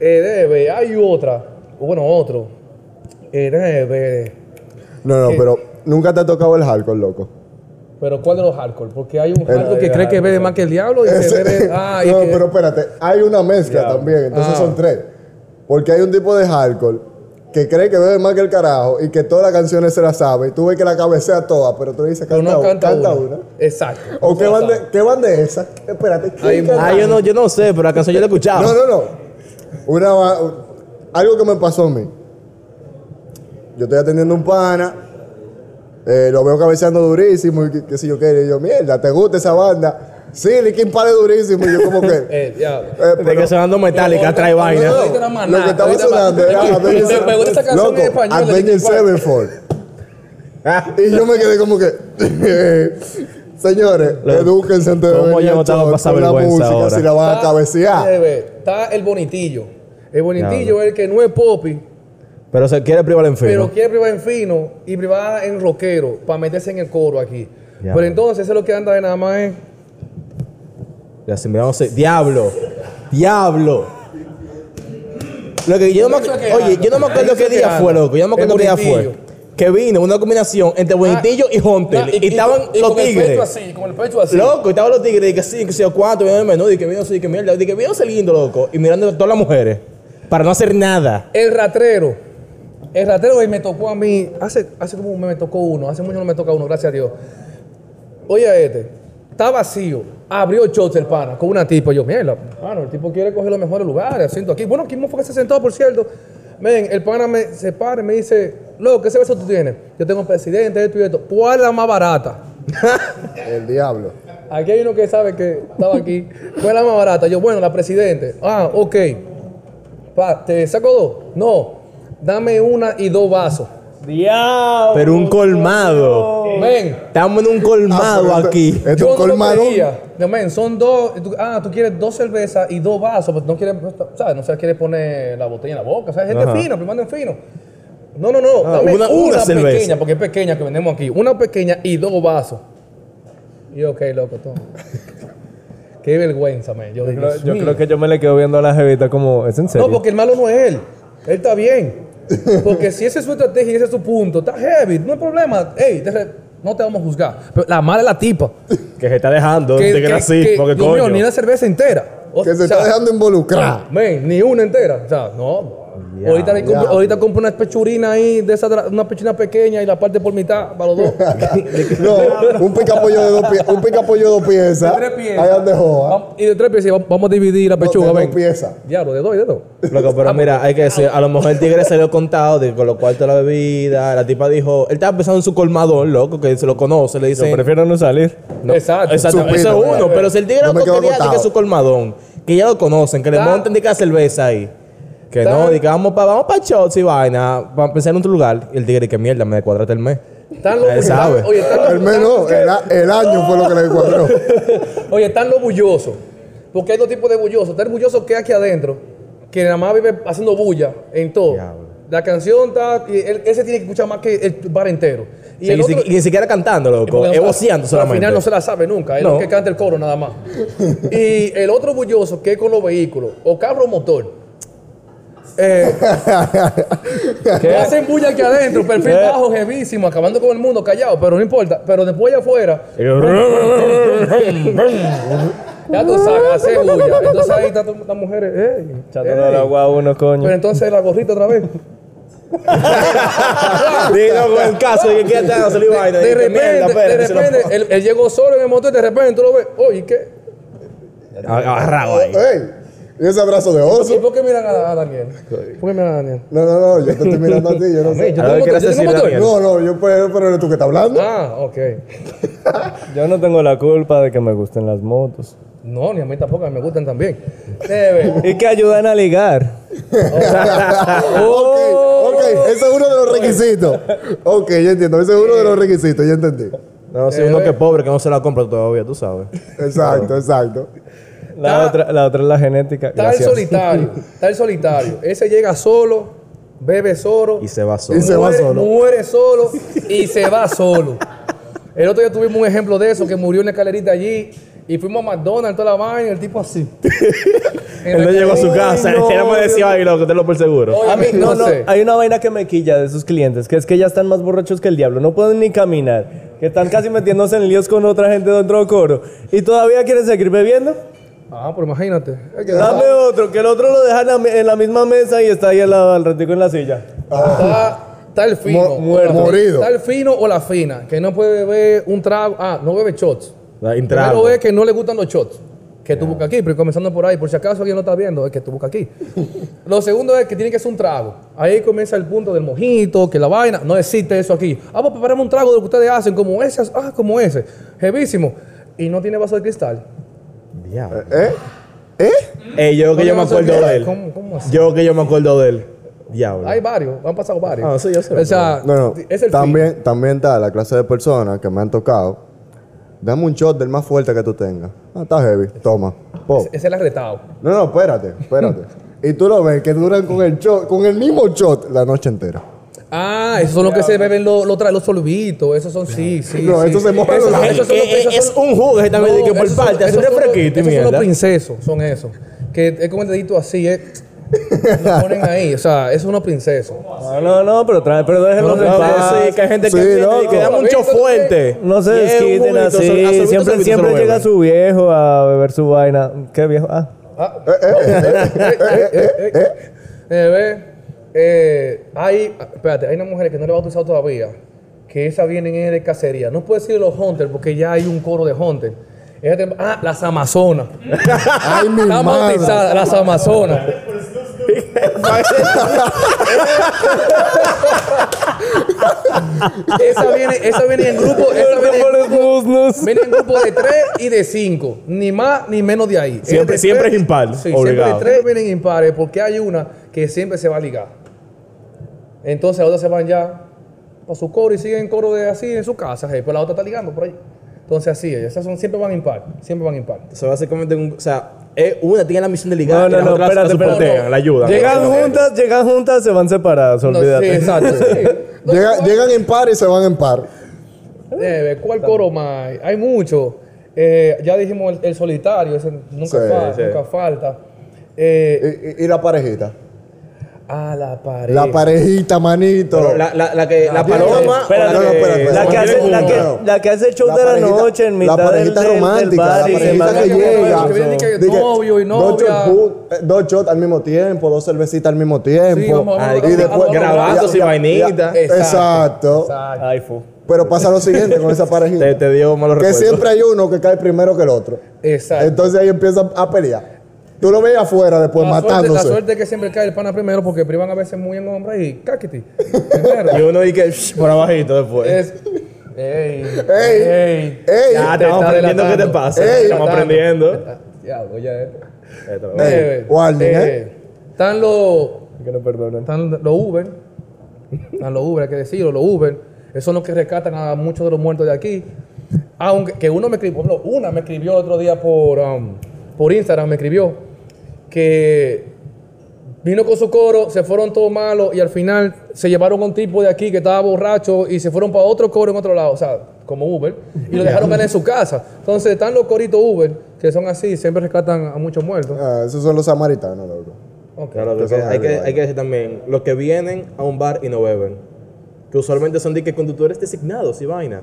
Speaker 5: Eh, debe, hay otra, o bueno, otro. Eh, debe,
Speaker 4: No, no, pero nunca te ha tocado el hardcore, loco.
Speaker 5: Pero ¿cuál de los hardcore? Porque hay un hardcore que
Speaker 7: hay
Speaker 5: cree que
Speaker 7: hardcore,
Speaker 5: bebe más que el diablo y se bebe. Ah, y
Speaker 4: no,
Speaker 5: que-
Speaker 4: pero espérate, hay una mezcla también, entonces
Speaker 5: Ah.
Speaker 4: son tres. Porque hay un tipo de hardcore que cree que bebe más que el carajo y que todas las canciones se las sabe. Y tú ves que la cabecea toda, pero tú le dices,
Speaker 5: pero
Speaker 4: canta,
Speaker 5: no
Speaker 4: una,
Speaker 5: canta,
Speaker 4: canta
Speaker 5: una.
Speaker 4: una.
Speaker 5: Exacto.
Speaker 4: ¿O qué van, de, qué van de esas? Espérate, ¿quién
Speaker 5: Hay-
Speaker 4: canta?
Speaker 6: Ah, yo no, yo no sé, pero la canción yo la he escuchado.
Speaker 4: No, no, no. Una, va- algo que me pasó a mí. Yo estoy atendiendo un pana, eh, lo veo cabeceando durísimo y qué, qué sé yo qué. Y yo, mierda, ¿te gusta esa banda? Sí, Linkin Park es durísimo. Y yo como que... eh,
Speaker 5: El diablo.
Speaker 6: De que
Speaker 4: pero- Eh,
Speaker 6: sonando metálica, trae vaina.
Speaker 5: No, ahorita nada más,
Speaker 4: lo
Speaker 5: nada,
Speaker 4: que estaba
Speaker 5: ahorita
Speaker 4: sonando
Speaker 5: más.
Speaker 4: era
Speaker 5: Me-
Speaker 4: Avenged
Speaker 5: me- me gusta esa canción
Speaker 4: Loco,
Speaker 5: en español de
Speaker 4: Avenged
Speaker 5: Linkin Park.
Speaker 4: Sevenfold. y yo me quedé como que... Señores, edúquense antes de
Speaker 6: ¿cómo
Speaker 4: venir
Speaker 6: yo no
Speaker 4: al
Speaker 6: tengo
Speaker 4: show
Speaker 6: que pasar
Speaker 4: con la
Speaker 6: vergüenza
Speaker 4: música
Speaker 6: ahora?
Speaker 4: si la van a
Speaker 5: Está-
Speaker 4: cabecear.
Speaker 5: debe, Está el bonitillo. El bonitillo
Speaker 6: Diablo.
Speaker 5: es el que no es popi,
Speaker 6: Pero se quiere privar en
Speaker 5: pero
Speaker 6: fino.
Speaker 5: quiere privar en fino y privar en rockero para meterse en el coro aquí.
Speaker 6: Diablo.
Speaker 5: Pero entonces eso es lo que anda de nada más es.
Speaker 6: Ya, si miramos, eh, diablo. Diablo. Lo que yo no me,
Speaker 5: Eso es que
Speaker 6: oye,
Speaker 5: ando.
Speaker 6: yo no me acuerdo
Speaker 5: Eso
Speaker 6: qué
Speaker 5: es que
Speaker 6: día
Speaker 5: ando.
Speaker 6: fue, loco. Yo no me acuerdo
Speaker 5: El
Speaker 6: qué día fue.
Speaker 5: Bonitillo.
Speaker 6: Que vino una combinación entre Buenitillo y Hunter.
Speaker 5: Ah,
Speaker 6: y, estaban
Speaker 5: y
Speaker 6: los
Speaker 5: con el pecho
Speaker 6: tigres.
Speaker 5: así, con el pecho así.
Speaker 6: Loco, y estaban los tigres. Y que sí, que sí, cuatro, viendo el menú. Y que vino así, que mierda. Y que vino ese lindo, loco. Y mirando a todas las mujeres. Para no hacer nada.
Speaker 5: El ratrero. El ratrero y me tocó a mí. Hace, hace como un mes me tocó uno. Hace mucho no me toca uno, gracias a Dios. Oye, este. Está vacío. Abrió shots el pana con una tipa. Yo, mierda, mano, el tipo quiere coger los mejores lugares, asiento aquí. Bueno, ¿quién más fue que se sentó, por cierto? Ven, el pana me se para y me dice, loco, ¿qué cerveza tú tienes? Yo tengo un presidente, esto y esto. ¿Cuál es la más barata?
Speaker 4: El diablo.
Speaker 5: Aquí hay uno que sabe que estaba aquí. ¿Cuál es la más barata? Yo, bueno, la presidente. Ah, ok. Pa, ¿Te saco dos? No. Dame una y dos vasos.
Speaker 7: Diablo.
Speaker 6: Pero un colmado.
Speaker 5: Men,
Speaker 6: Estamos en un colmado
Speaker 4: Ah, pero
Speaker 6: aquí.
Speaker 4: esto- esto
Speaker 5: yo
Speaker 4: es
Speaker 5: no
Speaker 4: un
Speaker 5: lo
Speaker 4: colmadón.
Speaker 5: creía. No, men, son dos. tú- ah, tú quieres dos cervezas y dos vasos. Pues no quieres, no está- ¿sabes? No se quiere poner la botella en la boca. O sea, gente
Speaker 6: Ajá.
Speaker 5: fina, primando en fino. No, no, no.
Speaker 6: Ah,
Speaker 5: dame
Speaker 6: una-
Speaker 5: una,
Speaker 6: una cerveza.
Speaker 5: pequeña, porque es pequeña que vendemos aquí. Una pequeña y dos vasos. Y yo, ok, loco, toma. Qué vergüenza, men. Yo,
Speaker 7: Yo creo-
Speaker 5: Dios
Speaker 7: Yo
Speaker 5: mío.
Speaker 7: creo que yo me le quedo viendo a la jevita como, ¿es en serio?
Speaker 5: No, porque el malo no es él. Él está bien. Porque si esa es su estrategia y ese es su punto, está heavy, no hay problema. Ey, te re- no te vamos a juzgar. Pero la mala es la tipa.
Speaker 6: Que se está dejando.
Speaker 5: Que,
Speaker 6: de que era así.
Speaker 5: que-
Speaker 6: porque
Speaker 5: Dios
Speaker 6: coño.
Speaker 5: mío, ni una cerveza entera. O
Speaker 4: Que se
Speaker 5: sea, ah,
Speaker 4: está dejando involucrar.
Speaker 5: men, ni una entera. O sea, no. ahorita, le compro,
Speaker 4: Ya.
Speaker 5: ahorita compro una pechurina ahí, de esa, tra- una pechurina pequeña y la parte por mitad para los dos.
Speaker 4: No, un picapollo de dos piezas. Un picapollo de dos piezas.
Speaker 5: Tres piezas.
Speaker 4: Ahí donde joda.
Speaker 5: Vamos- y de tres piezas, vamos- vamos a dividir la
Speaker 4: No,
Speaker 5: pechuga.
Speaker 4: de
Speaker 5: ven.
Speaker 4: dos piezas.
Speaker 5: Diablo, de dos y de dos.
Speaker 6: Loco, pero mira, hay que decir, a lo mejor el tigre salió contado de con lo cual toda la bebida. La tipa dijo, él estaba pensando en su colmador, loco, que se lo conoce, le
Speaker 7: Yo
Speaker 6: dice.
Speaker 7: prefiero no salir.
Speaker 5: Exacto.
Speaker 6: Exacto,
Speaker 4: Supino,
Speaker 6: eso es uno,
Speaker 4: mira.
Speaker 6: pero si el tigre
Speaker 4: Yo
Speaker 6: no
Speaker 4: me quedo
Speaker 6: quería de que
Speaker 4: acotado.
Speaker 6: su colmadón, que ya lo conocen, que le
Speaker 5: Ta-
Speaker 6: monten de que la cerveza ahí. Que
Speaker 5: Ta-
Speaker 6: no, de que vamos para vamos pa shots y vaina, para empezar en otro lugar. Y el tigre, que mierda, me descuadrate el mes.
Speaker 5: Están los-
Speaker 6: Él sabe.
Speaker 5: Oye, están los-
Speaker 4: El menos, el, a- el año fue lo que le encuadró.
Speaker 5: Oye, están los bullosos. Porque hay dos tipos de bullosos. Está el bulloso que es aquí adentro, que nada más vive haciendo bulla en todo.
Speaker 6: Diablo.
Speaker 5: La canción está. y él- ese tiene que escuchar más que el bar entero.
Speaker 6: Y, ni si- y ni siquiera cantando, loco,
Speaker 5: porque no
Speaker 6: es
Speaker 5: se la-
Speaker 6: voceando
Speaker 5: pero
Speaker 6: solamente.
Speaker 5: Al final no se la sabe nunca, es
Speaker 6: No.
Speaker 5: lo que canta el coro nada más. y el otro bulloso que es con los vehículos, o carro o motor. Eh, que hacen bulla aquí adentro, perfil bajo, jevísimo, acabando con el mundo callado, pero no importa. Pero después allá afuera, ya tú sabes, hace bulla. Entonces ahí están todas las mujeres, eh,
Speaker 7: Echándole el agua a uno, coño.
Speaker 5: pero entonces la gorrita otra vez.
Speaker 6: Digo, con el caso de que quiera estar haciendo vaina. y
Speaker 5: de
Speaker 6: que mierda,
Speaker 5: repente,
Speaker 6: espérate,
Speaker 5: de
Speaker 6: se lo-
Speaker 5: repente, él, él llegó solo en el motor y de repente tú lo ves, oye, ¿qué?
Speaker 6: Agarrado ahí.
Speaker 4: Ey, y ese abrazo de
Speaker 5: ¿Y
Speaker 4: oso.
Speaker 5: por qué miran a, a Daniel? ¿Por qué miran a Daniel?
Speaker 4: No, no, no, yo te estoy mirando a ti, yo no sé.
Speaker 5: Yo
Speaker 6: A
Speaker 5: tengo motor,
Speaker 6: ver, ¿qué le
Speaker 5: yo
Speaker 6: haces
Speaker 5: tengo
Speaker 6: decir,
Speaker 5: motor.
Speaker 6: Daniel?
Speaker 4: No, no, yo pero, pero eres tú que estás hablando.
Speaker 5: Ah, ok.
Speaker 7: Yo no tengo la culpa de que me gusten las motos.
Speaker 5: No, ni a mí tampoco, a mí me gustan también. Debe.
Speaker 7: Y que ayudan a ligar.
Speaker 4: Ok,
Speaker 5: Oh,
Speaker 4: ok,
Speaker 7: Oh.
Speaker 4: ese es uno de los requisitos. Ok, yo entiendo, ese es uno de los requisitos, yo entendí.
Speaker 6: No, si
Speaker 7: Eh.
Speaker 6: uno que es pobre, que no se la compra todavía, tú sabes.
Speaker 4: Exacto, exacto.
Speaker 7: La,
Speaker 5: Ta-
Speaker 7: otra, la otra es la genética.
Speaker 5: Está el
Speaker 7: Gracias.
Speaker 5: solitario, está el solitario. Ese llega solo, bebe solo,
Speaker 6: Y se va solo.
Speaker 4: Y se va
Speaker 5: muere,
Speaker 4: solo.
Speaker 5: muere solo y se va solo. El otro día tuvimos un ejemplo de eso, que murió en la escalerita allí Y fuimos a McDonald's, toda la vaina, y el tipo así.
Speaker 6: Él no llegó a su
Speaker 7: Ay,
Speaker 6: casa.
Speaker 7: no,
Speaker 6: Él no me decía, ay, loco, tenlo por seguro.
Speaker 5: Oye,
Speaker 7: A mí, no, no,
Speaker 5: sé.
Speaker 7: hay una vaina que me quilla de sus clientes, que es que ya están más borrachos que el diablo, no pueden ni caminar, que están casi metiéndose en líos con otra gente dentro del coro y todavía quieren seguir bebiendo.
Speaker 5: Ah, pero imagínate. Hay que
Speaker 7: Dame otro, que el otro lo dejan a mi- en la misma mesa y está ahí al, lado, al ratico en la silla.
Speaker 5: Está, está el fino.
Speaker 4: Mo- muerto.
Speaker 5: o la-
Speaker 4: Morido.
Speaker 5: Está el fino o la fina, que no puede beber un trago. Ah, no bebe shots.
Speaker 6: La entrada.
Speaker 5: Primero es que no le gustan los shots. Que tú buscas aquí, pero comenzando por ahí, por si acaso alguien no está viendo, es que tú buscas aquí. Lo segundo es que tiene que ser un trago. Ahí comienza el punto del mojito, que la vaina, no existe eso aquí. Ah, pues preparamos un trago de lo que ustedes hacen, como ese, ah, como ese, jevísimo. Y no tiene vaso de cristal.
Speaker 6: Diablo.
Speaker 4: ¿Eh? ¿Eh?
Speaker 6: Ey, yo que yo me
Speaker 5: ¿Cómo
Speaker 6: acuerdo
Speaker 5: así?
Speaker 6: de él.
Speaker 5: ¿Cómo- cómo así?
Speaker 6: Yo que yo me acuerdo de él. Diablo.
Speaker 5: Hay varios, han pasado varios.
Speaker 6: Ah, sí, yo sé.
Speaker 5: O sea,
Speaker 4: No, no.
Speaker 5: es el fin.
Speaker 4: también, también está la clase de personas que me han tocado. Dame un shot del más fuerte que tú tengas. Ah, está heavy. Toma. Po.
Speaker 5: Es el arretado.
Speaker 4: No, no, espérate, espérate. y tú lo ves que duran con el shot, con el mismo shot la noche entera.
Speaker 5: Ah, esos son los que se beben los los, tra- los sorbitos. Esos son, sí, sí.
Speaker 4: No,
Speaker 5: sí,
Speaker 4: estos se
Speaker 5: sí.
Speaker 4: mojan
Speaker 5: Esos-
Speaker 4: los-
Speaker 5: esos son los-
Speaker 6: Eh, eh,
Speaker 5: esos
Speaker 6: es
Speaker 5: son-
Speaker 6: un jugo que también de que por
Speaker 5: esos son-
Speaker 6: parte, es un
Speaker 5: esos son los-
Speaker 6: refresquito y
Speaker 5: esos son los
Speaker 6: mierda.
Speaker 5: princesos, son esos. Que es como el dedito así, es. Lo ponen ahí, o sea, esos son los princesos.
Speaker 7: No, no, no, pero, trae, pero
Speaker 6: No,
Speaker 7: déjenlo
Speaker 6: sí, que hay gente que
Speaker 4: Sí,
Speaker 6: entiende y
Speaker 4: loco.
Speaker 6: que da mucho
Speaker 5: Ahorita,
Speaker 6: fuerte.
Speaker 7: No se
Speaker 6: Y es un
Speaker 7: desquiten
Speaker 6: juguito,
Speaker 7: así,
Speaker 6: son- a sorbito,
Speaker 7: siempre,
Speaker 6: sorbito,
Speaker 7: siempre
Speaker 6: se lo
Speaker 7: llega
Speaker 6: beben.
Speaker 7: su viejo a beber su vaina. ¿Qué viejo? Ah,
Speaker 5: Ah. Eh, eh, eh, eh, ve, eh, hay, espérate, hay una mujer que no le he bautizado todavía, que esa vienen es de cacería. No puedo decir los hunters porque ya hay un coro de hunters. Ella te- Ah, las Amazonas.
Speaker 4: Ay, mi
Speaker 5: Están
Speaker 4: madre.
Speaker 5: bautizadas, las Amazonas. esa, viene, esa viene en grupo, esa viene en grupo Viene en grupo de 3 y de 5. Ni más ni menos de ahí.
Speaker 6: Siempre-
Speaker 5: Es de
Speaker 6: siempre
Speaker 5: tres-
Speaker 6: es impar,
Speaker 5: Sí,
Speaker 6: obligado.
Speaker 5: siempre de 3 vienen impares porque hay una que siempre se va a ligar. Entonces las otras se van ya para su coro y siguen coro de así en su casa, hey, pero la otra está ligando por ahí. Entonces así, es, esas son, siempre van impar, siempre van impar.
Speaker 6: O sea, básicamente, un- o sea, es Eh, una tiene la misión de ligar, y
Speaker 7: No, no,
Speaker 6: las
Speaker 7: no,
Speaker 6: otras
Speaker 7: espérate,
Speaker 6: la
Speaker 7: espérate.
Speaker 6: soportean, la ayudan.
Speaker 7: Llegan juntas, llegan juntas, se van separadas,
Speaker 5: No, sí,
Speaker 7: olvídate.
Speaker 5: exacto. sí. No,
Speaker 4: Llega-
Speaker 5: no,
Speaker 4: llegan en par y se van en par.
Speaker 5: eh, ¿Cuál coro más? hay? Hay muchos. Eh, ya dijimos el, el solitario, ese nunca,
Speaker 4: Sí,
Speaker 5: falta,
Speaker 6: sí.
Speaker 5: nunca falta. Eh,
Speaker 4: Y, y- y la parejita.
Speaker 5: ah, la pared.
Speaker 4: La parejita, manito.
Speaker 6: Pero la, la, la que, la
Speaker 5: Dios,
Speaker 6: paloma.
Speaker 7: espérate,
Speaker 6: o la que-
Speaker 4: espérate, espérate.
Speaker 7: La que, hace,
Speaker 6: tiene
Speaker 7: la,
Speaker 6: como-
Speaker 7: que,
Speaker 4: Claro.
Speaker 7: la que hace el show
Speaker 4: La
Speaker 7: de la
Speaker 4: parejita-
Speaker 7: noche en
Speaker 4: la
Speaker 7: mitad del,
Speaker 4: parejita
Speaker 7: del- del
Speaker 4: romántica,
Speaker 7: bar
Speaker 4: la
Speaker 7: y se
Speaker 4: parejita
Speaker 7: manda
Speaker 4: que
Speaker 7: con el
Speaker 4: llega.
Speaker 7: beso.
Speaker 5: Que viene que
Speaker 4: Dije,
Speaker 5: novio y
Speaker 4: Dos
Speaker 5: novia.
Speaker 4: shots, ju- eh, dos shots al mismo tiempo, dos cervecitas al mismo
Speaker 5: Sí, vamos,
Speaker 4: tiempo.
Speaker 5: vamos,
Speaker 6: Ah,
Speaker 5: vamos, vamos, vamos,
Speaker 6: grabando
Speaker 5: vamos.
Speaker 6: sin vainita.
Speaker 5: Exacto.
Speaker 4: Exacto.
Speaker 5: Exacto.
Speaker 7: Ay, fu.
Speaker 4: Pero pasa lo siguiente con esa parejita.
Speaker 6: Te, te dio malos
Speaker 4: que
Speaker 6: recuerdos.
Speaker 4: siempre hay uno que cae primero que el otro.
Speaker 5: Exacto.
Speaker 4: Entonces ahí empiezan a pelear. Tú lo ves afuera después
Speaker 5: la, Ah, suerte, la
Speaker 4: matándose.
Speaker 5: suerte es que siempre cae el pana primero porque privan a veces muy en hombra y caquiti.
Speaker 6: Y uno dice que shh, por abajito después.
Speaker 5: es. ¡Ey!
Speaker 4: Ey,
Speaker 5: ¡Ey!
Speaker 4: ¡Ey!
Speaker 6: Ya,
Speaker 5: te
Speaker 6: estamos
Speaker 5: está
Speaker 6: aprendiendo qué te
Speaker 5: delatando.
Speaker 6: pasa.
Speaker 4: Ey.
Speaker 6: estamos aprendiendo.
Speaker 5: Ya, voy ya. eh.
Speaker 6: Esto,
Speaker 4: Ey,
Speaker 5: Eh,
Speaker 4: warning,
Speaker 5: Están los.
Speaker 7: Que no perdonen.
Speaker 5: Están los Uber. Están los Uber, hay que decirlo, los Uber. Esos son los que rescatan a muchos de los muertos de aquí. Aunque que uno me escribió, por ejemplo, una me escribió el otro día por, um, por Instagram, me escribió que vino con su coro, se fueron todos malos y al final se llevaron a un tipo de aquí que estaba borracho y se fueron para otro coro en otro lado, o sea, como Uber, y lo dejaron ganar en su casa. Entonces están los coritos Uber, que son así, siempre rescatan a muchos muertos.
Speaker 4: Ah, esos son los samaritanos, loco.
Speaker 5: Ok.
Speaker 6: Claro,
Speaker 4: Que
Speaker 6: que
Speaker 4: son
Speaker 6: hay, que,
Speaker 4: heavy,
Speaker 6: hay que decir también, los que vienen a un bar y no beben, que usualmente son de que conductores designados y vaina.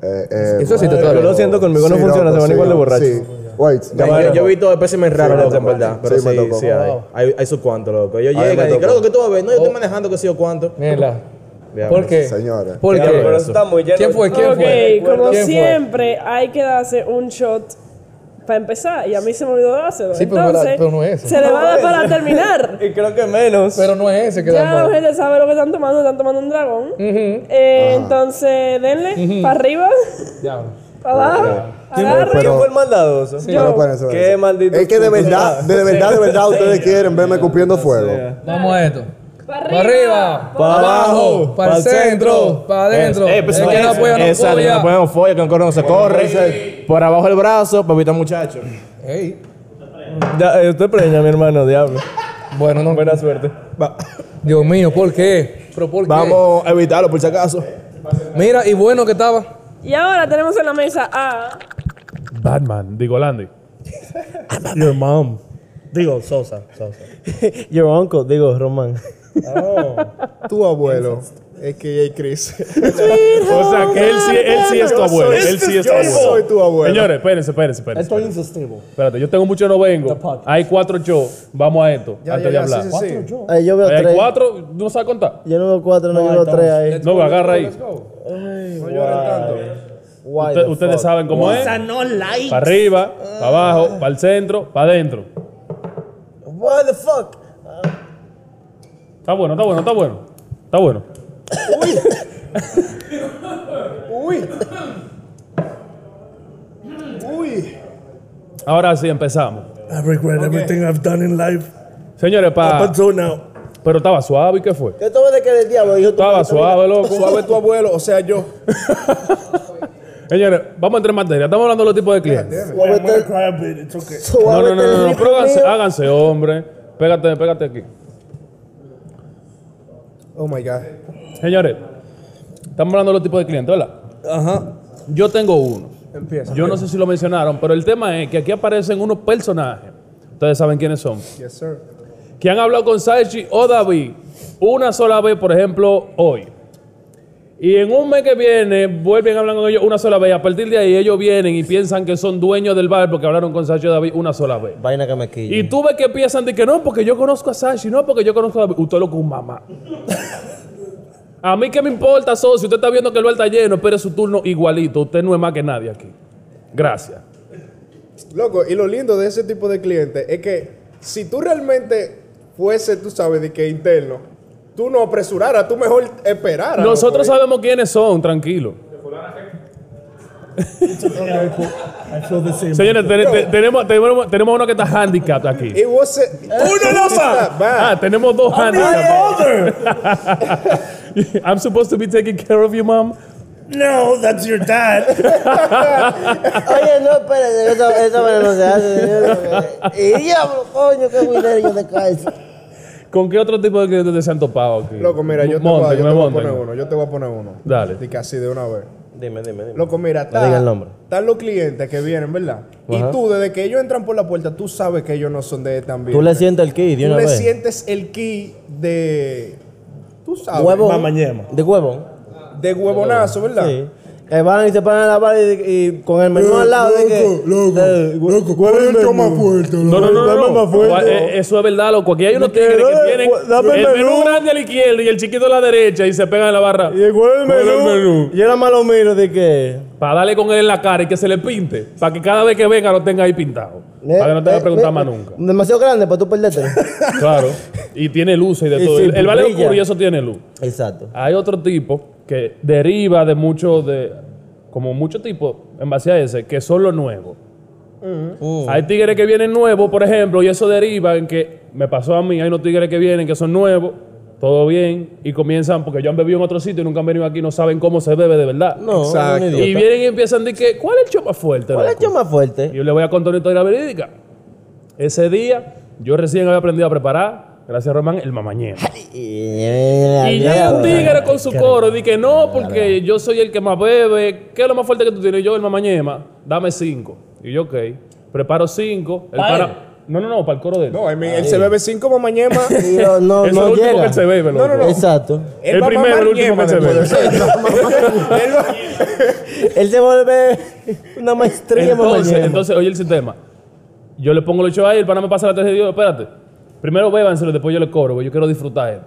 Speaker 4: Eh, eh,
Speaker 5: Eso sí te
Speaker 7: Yo lo siento, conmigo no
Speaker 4: sí,
Speaker 7: funciona,
Speaker 5: pues
Speaker 7: se
Speaker 4: loco,
Speaker 7: van
Speaker 4: sí,
Speaker 7: igual de
Speaker 4: loco,
Speaker 7: borrachos.
Speaker 4: sí. Wait,
Speaker 6: Yo-
Speaker 4: ya
Speaker 6: yo,
Speaker 4: va.
Speaker 6: yo he visto espécimes raros,
Speaker 4: me
Speaker 6: loco, en
Speaker 4: tocó.
Speaker 6: verdad.
Speaker 4: Sí,
Speaker 6: Pero sí,
Speaker 4: me tocó.
Speaker 6: sí, hay,
Speaker 5: Wow.
Speaker 6: hay, hay su cuánto, loco. Ellos
Speaker 4: Ay, me
Speaker 6: llegan y
Speaker 4: tocó.
Speaker 6: creo que tú vas a ver. No, yo
Speaker 7: Oh.
Speaker 6: estoy manejando que sé yo cuánto.
Speaker 5: Mira.
Speaker 6: Veamos,
Speaker 5: ¿Por qué?
Speaker 4: señores.
Speaker 5: ¿Por
Speaker 6: Claro,
Speaker 5: qué?
Speaker 6: pero eso está
Speaker 7: muy
Speaker 5: ¿Quién fue? ¿Quién
Speaker 1: Ok,
Speaker 5: fue?
Speaker 1: como
Speaker 5: ¿Quién fue?
Speaker 1: siempre, hay que darse un shot para empezar. Y a mí se me olvidó dárselo.
Speaker 5: Sí, pero
Speaker 1: Entonces,
Speaker 5: no era- pero no es eso.
Speaker 1: se le va a dar para terminar.
Speaker 7: Y creo que menos.
Speaker 5: Pero no es ese que da
Speaker 1: Ya la
Speaker 5: mal.
Speaker 1: gente sabe lo que están tomando, están tomando un dragón.
Speaker 5: Ah.
Speaker 1: Eh, entonces, denle para arriba,
Speaker 5: Diablo.
Speaker 1: para abajo,
Speaker 7: ¿Quién fue?
Speaker 1: agarre.
Speaker 7: ¿Quién fue el maldadoso?
Speaker 1: Yo-
Speaker 4: Pero espérense,
Speaker 7: Qué
Speaker 4: espérense.
Speaker 7: maldito
Speaker 4: Es que de
Speaker 7: estúpido.
Speaker 4: verdad, de, de verdad, de verdad, ustedes quieren verme cupiendo fuego.
Speaker 5: Vamos a esto.
Speaker 1: Pa'
Speaker 5: Para arriba,
Speaker 7: pa'
Speaker 5: para abajo,
Speaker 7: abajo,
Speaker 5: para
Speaker 7: pa'l
Speaker 5: el centro,
Speaker 7: centro.
Speaker 5: para adentro.
Speaker 6: Eh, pues,
Speaker 5: El que no apoya, no
Speaker 6: exacto,
Speaker 5: apoya.
Speaker 6: no podemos follar, que no corre, no se corre. Por abajo el brazo, para evitar muchachos.
Speaker 5: Ey.
Speaker 7: Ya, eh, usted preña, mi hermano, diablo.
Speaker 5: Bueno, no.
Speaker 7: Buena suerte.
Speaker 6: Va-
Speaker 5: Dios mío, ¿por qué? Pero ¿por qué?
Speaker 6: Vamos a evitarlo por si acaso.
Speaker 5: Mira, y bueno que estaba.
Speaker 1: Y ahora tenemos en la mesa a
Speaker 9: Batman. Digo, Landy.
Speaker 6: Ah,
Speaker 9: Your mom.
Speaker 10: Digo, Sosa, Sosa.
Speaker 7: Your uncle, digo, Román.
Speaker 6: Oh.
Speaker 11: Tu abuelo, a.k.a. Chris.
Speaker 9: O sea, que él sí, él sí es tu abuelo. Él sí es tu
Speaker 11: Yo
Speaker 9: abuelo.
Speaker 11: soy tu abuelo.
Speaker 9: Señores, espérense, espérense, espérense.
Speaker 7: Estoy insostenible.
Speaker 9: Espérate, yo tengo mucho no vengo.
Speaker 7: podcast.
Speaker 9: Hay cuatro yo. Vamos a esto, antes de hablar.
Speaker 11: sí, sí, sí.
Speaker 7: Ay, yo veo
Speaker 9: Ahí Hay
Speaker 7: tres.
Speaker 9: cuatro, ¿tú no sabes contar?
Speaker 7: Yo no veo cuatro, no, yo veo tres ahí.
Speaker 9: No, agarra ahí.
Speaker 12: No lloren tanto.
Speaker 7: Why
Speaker 9: Usted-
Speaker 7: the
Speaker 9: ustedes
Speaker 7: fuck?
Speaker 9: saben cómo es.
Speaker 13: no like.
Speaker 9: Para arriba, para abajo,
Speaker 5: Ah.
Speaker 9: para el centro, para adentro.
Speaker 7: Why the fuck?
Speaker 9: Está bueno, está bueno, está bueno. Está bueno. Uy. Uy. Uy. Ahora sí empezamos.
Speaker 13: I regret everything I've done in life
Speaker 9: Señores,
Speaker 13: up
Speaker 9: para.
Speaker 13: until now.
Speaker 9: Pero estaba suave y qué fue.
Speaker 7: ¿Qué tú ves de que el diablo dijo tú?
Speaker 9: Estaba suave, loco.
Speaker 13: Suave tu abuelo, o sea, yo.
Speaker 9: Señores, vamos a entrar en materia. Estamos hablando de los tipos de clientes.
Speaker 13: Wait, I'm gonna cry a bit. It's okay.
Speaker 9: No, no, no, no, no. Pero háganse, háganse, hombre. Pégate, pégate aquí.
Speaker 11: Oh my God.
Speaker 9: Señores, estamos hablando de los tipos de clientes, ¿verdad?
Speaker 13: Ajá.
Speaker 9: Yo tengo uno.
Speaker 13: Empieza.
Speaker 9: Yo no sé si lo mencionaron, pero el tema es que aquí aparecen unos personajes. Ustedes saben quiénes son.
Speaker 13: Yes, sir.
Speaker 9: Que han hablado con Saichi o David una sola vez, por ejemplo, hoy. Y en un mes que viene, vuelven a hablar con ellos una sola vez. A partir de ahí, ellos vienen y piensan que son dueños del bar porque hablaron con Saichi o David una sola vez.
Speaker 7: Vaina que me quilla.
Speaker 9: Y tú ves que empiezan de que no, porque yo conozco a Sashi, no, porque yo conozco a David. Usted es loco, un mamá. a mí qué me importa, socio. Usted está viendo que el bar está lleno, espere su turno igualito. Usted no es más que nadie aquí. Gracias.
Speaker 11: Loco, y lo lindo de ese tipo de clientes es que si tú realmente fuese, tú sabes, de que interno, tú no apresuraras, tú mejor esperaras.
Speaker 9: Nosotros
Speaker 11: loco,
Speaker 9: sabemos quiénes son, tranquilo.
Speaker 13: I feel the same.
Speaker 9: Señores, ten- ten- tenemos, tenemos, tenemos uno que está handicapped aquí.
Speaker 11: It was ¡Uno no
Speaker 9: Ah, tenemos dos handicaps.
Speaker 13: Mother!
Speaker 9: I'm supposed to be taking care of you, mom.
Speaker 13: No, that's your dad.
Speaker 7: Oye, Eh, no, espérate, esa, esa vaina no se hace, señor. Y diablo, coño, qué buinerillo de calcio.
Speaker 9: ¿Con qué otro tipo de clientes te se han topado aquí?
Speaker 11: Loco, mira, yo te, voy, a-
Speaker 9: Monten,
Speaker 11: yo
Speaker 9: me
Speaker 11: te voy a
Speaker 9: monten.
Speaker 11: poner uno, yo te voy a poner uno.
Speaker 9: Dale.
Speaker 11: De que así de una vez.
Speaker 7: Dime, dime, dime.
Speaker 11: Loco, mira, está-
Speaker 7: diga el nombre.
Speaker 11: están los clientes que vienen, ¿verdad? Y tú, desde que ellos entran por la puerta, tú sabes que ellos no son de este ambiente.
Speaker 7: Tú le sientes el key de
Speaker 11: Tú
Speaker 7: una
Speaker 11: le
Speaker 7: vez.
Speaker 11: sientes el ki de... Tú sabes.
Speaker 7: Huevo.
Speaker 13: Mamañema.
Speaker 7: De huevo.
Speaker 11: De huevonazo, ¿verdad?
Speaker 7: Sí. Que van y se paran a la barra y, y con el menú al lado. de que, eh, gu-
Speaker 13: fuerte,
Speaker 9: No, no, no, no,
Speaker 7: Dame
Speaker 9: no.
Speaker 7: más fuerte.
Speaker 9: Gua- eh, Eso es verdad, loco. Aquí hay unos tigres
Speaker 7: quedo
Speaker 9: que
Speaker 7: de-
Speaker 9: tienen
Speaker 7: gua- dame
Speaker 9: el
Speaker 7: el
Speaker 9: menú
Speaker 7: menú.
Speaker 9: grande a la izquierda y el chiquito a la derecha y se pegan en la barra.
Speaker 7: Y el huevo
Speaker 9: ¿Cuál es el
Speaker 7: menú,
Speaker 9: menú?
Speaker 7: Y era malo miro de que.
Speaker 9: Para darle con él en la cara y que se le pinte. Para que cada vez que venga lo tenga ahí pintado. para que no tenga que
Speaker 7: eh,
Speaker 9: preguntar
Speaker 7: eh,
Speaker 9: más nunca.
Speaker 7: Demasiado grande para tú perderte.
Speaker 9: Claro. Y tiene luces y de
Speaker 7: Y
Speaker 9: todo.
Speaker 7: sí,
Speaker 9: el el vale
Speaker 7: brilla.
Speaker 9: oscuro y eso tiene luz.
Speaker 7: Exacto.
Speaker 9: Hay otro tipo que deriva de mucho de. Como muchos tipos en base a ese, que son los nuevos.
Speaker 2: Uh.
Speaker 9: Hay tigres que vienen nuevos, por ejemplo, y eso deriva en que me pasó a mí. Hay unos tigres que vienen que son nuevos, todo bien, y comienzan porque yo han bebido en otro sitio y nunca han venido aquí, no saben cómo se bebe de verdad.
Speaker 7: No,
Speaker 11: Exacto.
Speaker 7: no, no,
Speaker 9: y vienen y empiezan a decir que, ¿cuál es el show más fuerte?
Speaker 7: ¿Cuál es el
Speaker 9: loco?"
Speaker 7: show más fuerte?
Speaker 9: Y yo le voy a contar una historia verídica. Ese día, yo recién había aprendido a preparar, gracias Román, el mamañero. Y llega un tigre con su coro y dije, no, porque yo soy el que más bebe. ¿Qué es lo más fuerte que tú tienes? Y yo, el mamañema, dame cinco. Y yo, ok. Preparo cinco. El
Speaker 13: ¿Para
Speaker 9: pana- No, no, no, para el coro de él.
Speaker 11: No, I mean, él se bebe cinco mamañema.
Speaker 7: Y yo, no,
Speaker 9: Eso es
Speaker 7: no
Speaker 9: lo último
Speaker 7: llega.
Speaker 9: que él se bebe, loco.
Speaker 11: No, no, no.
Speaker 7: Exacto.
Speaker 11: Él
Speaker 9: El
Speaker 11: va a
Speaker 9: primero,
Speaker 11: mamar
Speaker 9: el último
Speaker 11: ñema
Speaker 9: que se ve.
Speaker 11: después de eso. Él va-
Speaker 7: Él se vuelve una maestría
Speaker 9: Entonces,
Speaker 7: mañana.
Speaker 9: entonces, oye el sistema. Yo le pongo los shows ahí, el pana me pasa la tarjeta y digo, espérate. Primero bébanselo, después yo le cobro, porque yo quiero disfrutar esto.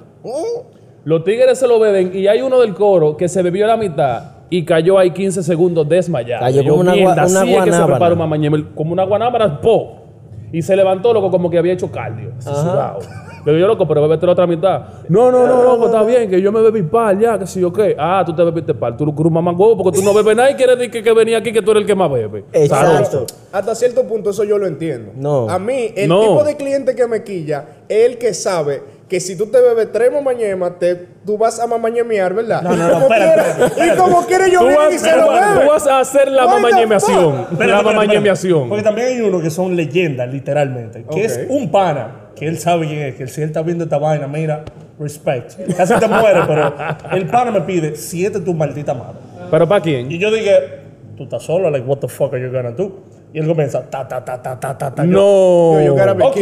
Speaker 9: Los tigres se lo beben y hay uno del coro que se bebió la mitad y cayó ahí 15 segundos desmayado.
Speaker 7: Cayó
Speaker 9: Y yo,
Speaker 7: como una gua-
Speaker 9: "Mierda,
Speaker 7: una
Speaker 9: así es que se
Speaker 7: guanábana".
Speaker 9: prepara un mamañema". El- Como una guanábana, po. Y se levantó, loco, como que había hecho cardio. así sudado. Le digo, yo, loco, pero bebete la otra mitad. No, no, no, loco, está bien, que yo me bebí par ya, que sí, yo qué. Ah, tú te bebiste par. Tú eres un mamá huevo porque tú no bebes nada y quieres decir que, que venía aquí que tú eres el que más bebe.
Speaker 7: Exacto.
Speaker 11: Hasta cierto punto eso yo lo entiendo.
Speaker 7: No.
Speaker 11: A mí, el
Speaker 9: No.
Speaker 11: tipo de cliente que me quilla es el que sabe que si tú te bebes tres mamañemas, te, tú vas a mamañemear, ¿verdad? No, no, no, Y como quiere yo
Speaker 9: Tú
Speaker 11: vengo
Speaker 9: vas,
Speaker 11: y se lo
Speaker 9: tú vas-
Speaker 11: bebo.
Speaker 9: tú vas a hacer la
Speaker 11: What the
Speaker 9: mamañemeación.
Speaker 13: Espérate,
Speaker 9: La
Speaker 13: espérate, espérate.
Speaker 9: mamañemeación.
Speaker 13: Porque también hay uno que son leyendas, literalmente. Que es un pana, que él sabe quién es, que si él está viendo esta vaina, mira, respect. Casi te muere, pero el pana me pide, siete tu maldita madre.
Speaker 9: ¿Pero para quién?
Speaker 13: Y yo dije, tú estás solo, like, what the fuck are you gonna do? Y él comienza, ta, ta, ta, ta, ta, ta, ta.
Speaker 9: No.
Speaker 13: Yo,
Speaker 9: You gotta
Speaker 13: ok.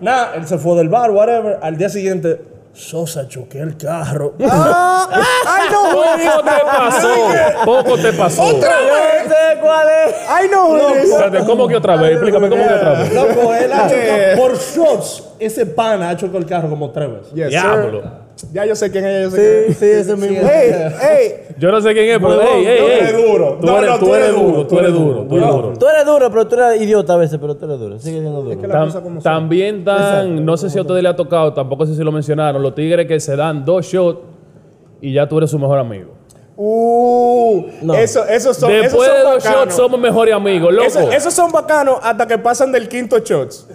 Speaker 13: Nah, él se fue del bar, whatever. Al día siguiente, Sosa choqué el carro. Ah,
Speaker 4: I know who it is.
Speaker 9: Poco te pasó. Poco te pasó.
Speaker 4: ¡Otra vez!
Speaker 7: sé cuál es.
Speaker 4: I know who it is.
Speaker 9: Espérate, ¿cómo que otra vez? Explícame cómo que otra vez.
Speaker 7: Loco,
Speaker 13: pues,
Speaker 7: es la que.
Speaker 13: Por shots, ese pana ha chocado el carro como tres veces.
Speaker 4: Yes,
Speaker 9: Diablo.
Speaker 4: sir. Ya yo sé quién es, ya yo sé quién es.
Speaker 7: Sí, sí, ese mismo.
Speaker 4: Ey,
Speaker 9: Yo no sé quién es, pero ey, ey,
Speaker 13: tú
Speaker 9: ey.
Speaker 13: eres duro.
Speaker 9: Tú
Speaker 13: No,
Speaker 9: eres,
Speaker 13: no,
Speaker 9: tú eres duro, tú eres duro, tú eres duro.
Speaker 7: Tú eres duro, pero tú eres idiota a veces, pero tú eres duro. Sigue siendo duro.
Speaker 4: ey.
Speaker 9: Tam- también dan, no sé si a ustedes le ha tocado, tampoco sé si lo mencionaron, los tigres que se dan dos shots y ya tú eres su mejor amigo.
Speaker 4: Uh, eso, esos son, esos
Speaker 9: Después de
Speaker 4: son
Speaker 9: dos shots
Speaker 4: bacanos.
Speaker 9: somos mejores amigos, loco.
Speaker 4: Eso- esos son bacanos hasta que pasan del quinto shots.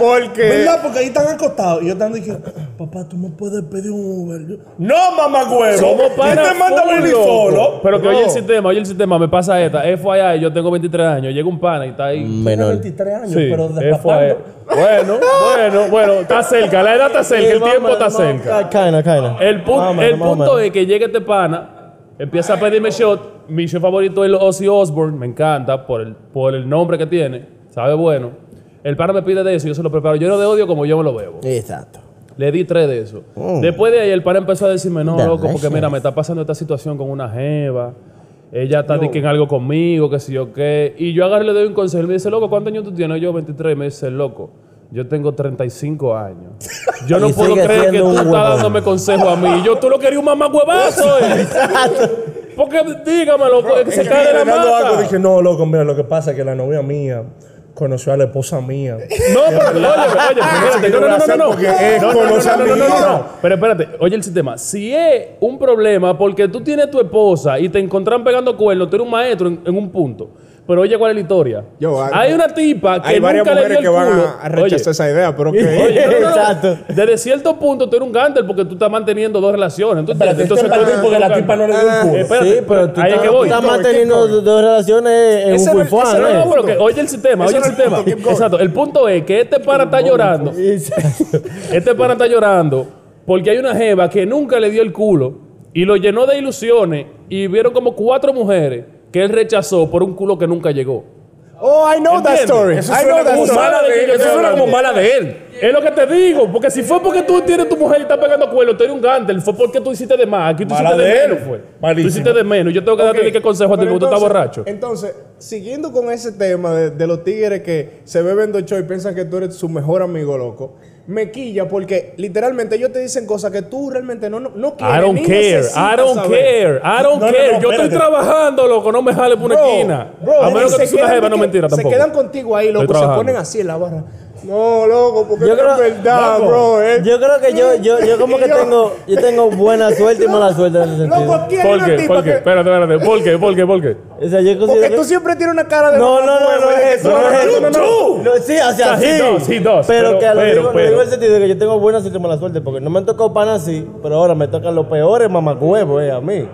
Speaker 4: Porque.
Speaker 13: ¿Verdad? Porque ahí están acostados. Y yo están diciendo, papá, tú me puedes pedir un Uber. Yo,
Speaker 4: ¡No, mamá huevo!
Speaker 9: Somos panas
Speaker 13: te manda
Speaker 9: full,
Speaker 13: venir
Speaker 9: loco.
Speaker 13: solo?
Speaker 9: Pero que
Speaker 4: No.
Speaker 9: oye el sistema, oye el sistema, me pasa esta, FYI, yo tengo 23 años, llega un pana y está ahí.
Speaker 13: Tiene
Speaker 6: Menor.
Speaker 13: 23 años,
Speaker 9: Sí,
Speaker 13: pero
Speaker 9: FYI.
Speaker 13: destapando.
Speaker 9: Bueno, bueno, bueno, está cerca, la edad está cerca, el tiempo está cerca.
Speaker 7: Caina, caina.
Speaker 9: El, pu- el punto es que llega este pana, empieza a pedirme shot. Mi show favorito es el Ozzy Osbourne, me encanta por el, por el nombre que tiene, sabe bueno. El pana me pide de eso, yo se lo preparo. Yo no de odio como yo me lo bebo.
Speaker 7: Exacto.
Speaker 9: Le di tres de eso.
Speaker 7: Oh.
Speaker 9: Después de ahí, el pana empezó a decirme, no, loco, porque
Speaker 7: Delicious.
Speaker 9: mira, me está pasando esta situación con una jeva. Ella está de que en algo conmigo, que si yo qué. Y yo agarré y le doy un consejo. Y me dice, loco, ¿cuántos años tú tienes? Yo, 23. Y me dice, loco, yo tengo 35 años. Yo no
Speaker 7: Y
Speaker 9: puedo
Speaker 7: sigue
Speaker 9: creer que
Speaker 7: siendo
Speaker 9: tú
Speaker 7: un
Speaker 9: estás
Speaker 7: huevón.
Speaker 9: dándome consejo a mí. Y yo, tú lo querías un mamá huevazo. eh. Porque dígame, loco, pues, que se cae de la
Speaker 13: Fernando
Speaker 9: mata.
Speaker 13: algo, dije, no, loco, mira, lo que pasa es que la novia mía conoció a la esposa mía.
Speaker 9: No, pero oye, oye, espérate, no, no, no, no, no,
Speaker 4: Ah, porque es
Speaker 9: no, no, no,
Speaker 4: conocer
Speaker 9: no, no,
Speaker 4: mi
Speaker 9: no, no,
Speaker 4: vida.
Speaker 9: no. Pero espérate, oye el sistema. Si es un problema porque tú tienes tu esposa y te encontraron pegando cuernos, tú eres un maestro en, en un punto. Pero oye, ¿cuál es la historia?
Speaker 4: Yo,
Speaker 9: hay,
Speaker 4: hay-
Speaker 9: una tipa que
Speaker 4: Hay varias
Speaker 9: nunca le dio
Speaker 4: mujeres
Speaker 9: el
Speaker 4: que van
Speaker 9: culo.
Speaker 4: a, a rechazar
Speaker 9: Oye,
Speaker 4: esa idea, pero
Speaker 9: Oye,
Speaker 4: que.
Speaker 9: no, no, no.
Speaker 7: Exacto.
Speaker 9: Desde cierto punto tú eres un gantel porque tú estás manteniendo dos relaciones. ¿tú entiendes?
Speaker 13: Espérate, entonces
Speaker 9: tú
Speaker 13: este
Speaker 9: eres
Speaker 13: tipo que
Speaker 9: un
Speaker 13: la
Speaker 9: gantel.
Speaker 13: tipa no le dio el culo.
Speaker 9: Eh, espérate,
Speaker 7: sí, pero tú
Speaker 9: ahí es
Speaker 7: estás,
Speaker 9: que
Speaker 7: tú
Speaker 9: voy.
Speaker 7: estás
Speaker 4: Keep going,
Speaker 7: manteniendo
Speaker 4: keep going.
Speaker 7: dos relaciones en
Speaker 4: Ese
Speaker 7: un
Speaker 4: era el- ese
Speaker 7: fuifuán,
Speaker 4: era el
Speaker 7: ¿eh?
Speaker 9: No, pero que oye el sistema, oye el
Speaker 4: Ese era el
Speaker 9: sistema.
Speaker 4: punto, keep going.
Speaker 9: Exacto, el punto es que este pana está llorando. Este pana está llorando porque hay una jeva que nunca le dio el culo y lo llenó de ilusiones y vieron como cuatro mujeres que él rechazó por un culo que nunca llegó.
Speaker 4: Oh, I know that
Speaker 9: ¿Entiendes?
Speaker 4: story.
Speaker 9: Eso
Speaker 4: I know
Speaker 9: suena
Speaker 4: that
Speaker 9: como
Speaker 4: story.
Speaker 9: mala de él. Eso suena como mala de él. Es lo que te digo, porque si fue porque tú tienes tu mujer y estás pegando cuello, tú eres un gantel, fue porque tú hiciste de más. Aquí tú
Speaker 13: Mala
Speaker 9: hiciste de,
Speaker 13: de él.
Speaker 9: menos, fue.
Speaker 13: Malísimo.
Speaker 9: Tú hiciste de menos. Yo tengo que darte
Speaker 4: Ok,
Speaker 9: ni qué consejo a ti
Speaker 4: pero
Speaker 9: porque tú estás
Speaker 4: entonces-
Speaker 9: borracho.
Speaker 4: Entonces, siguiendo con ese tema de, de los tigres que se beben dos shots y piensan que tú eres su mejor amigo loco, me quilla porque literalmente ellos te dicen cosas que tú realmente no, no, no quieres.
Speaker 9: I don't
Speaker 4: ni
Speaker 9: care,
Speaker 4: necesitas
Speaker 9: I don't
Speaker 4: saber.
Speaker 9: care, I don't
Speaker 13: No, no,
Speaker 9: care.
Speaker 13: no,
Speaker 9: Yo estoy
Speaker 13: espérate.
Speaker 9: trabajando, loco, no me jale por una
Speaker 4: Bro,
Speaker 9: esquina.
Speaker 4: bro,
Speaker 9: a
Speaker 4: y
Speaker 9: menos que tú
Speaker 4: se
Speaker 9: seas una
Speaker 4: quedan
Speaker 9: jeva,
Speaker 4: de
Speaker 9: no
Speaker 4: que-
Speaker 9: mentira tampoco.
Speaker 4: Se quedan contigo ahí, loco, se
Speaker 9: trabajando.
Speaker 4: ponen así en la barra. No, loco, porque no
Speaker 7: Yo
Speaker 4: es
Speaker 7: creo-
Speaker 4: verdad,
Speaker 7: loco,
Speaker 4: bro. eh.
Speaker 7: Yo creo que yo, yo, yo como que
Speaker 4: Yo-
Speaker 7: tengo, yo tengo buena suerte y mala suerte en ese
Speaker 4: Loco,
Speaker 7: sentido.
Speaker 4: aquí hay
Speaker 9: ¿Por
Speaker 4: una
Speaker 9: qué?
Speaker 4: tipa
Speaker 9: ¿Por qué?
Speaker 4: que-
Speaker 9: Espérate, espérate. ¿Por qué? ¿Por qué? ¿Por qué?
Speaker 7: O sea,
Speaker 4: Porque
Speaker 7: yo considero
Speaker 4: tú
Speaker 7: que...
Speaker 4: siempre tienes una cara de...
Speaker 7: No, no, no, no es eso, no es eso.
Speaker 4: No, no, no.
Speaker 7: No, sí, o sea,
Speaker 9: O sea,
Speaker 7: sí.
Speaker 9: he does, he does, pero-
Speaker 7: pero que a lo
Speaker 9: pero-
Speaker 7: digo, lo
Speaker 9: pero.
Speaker 7: digo en el sentido de que yo tengo buena suerte y mala suerte, porque no me han tocado panas así, pero ahora me tocan los peores mamacuevos, eh, a mí.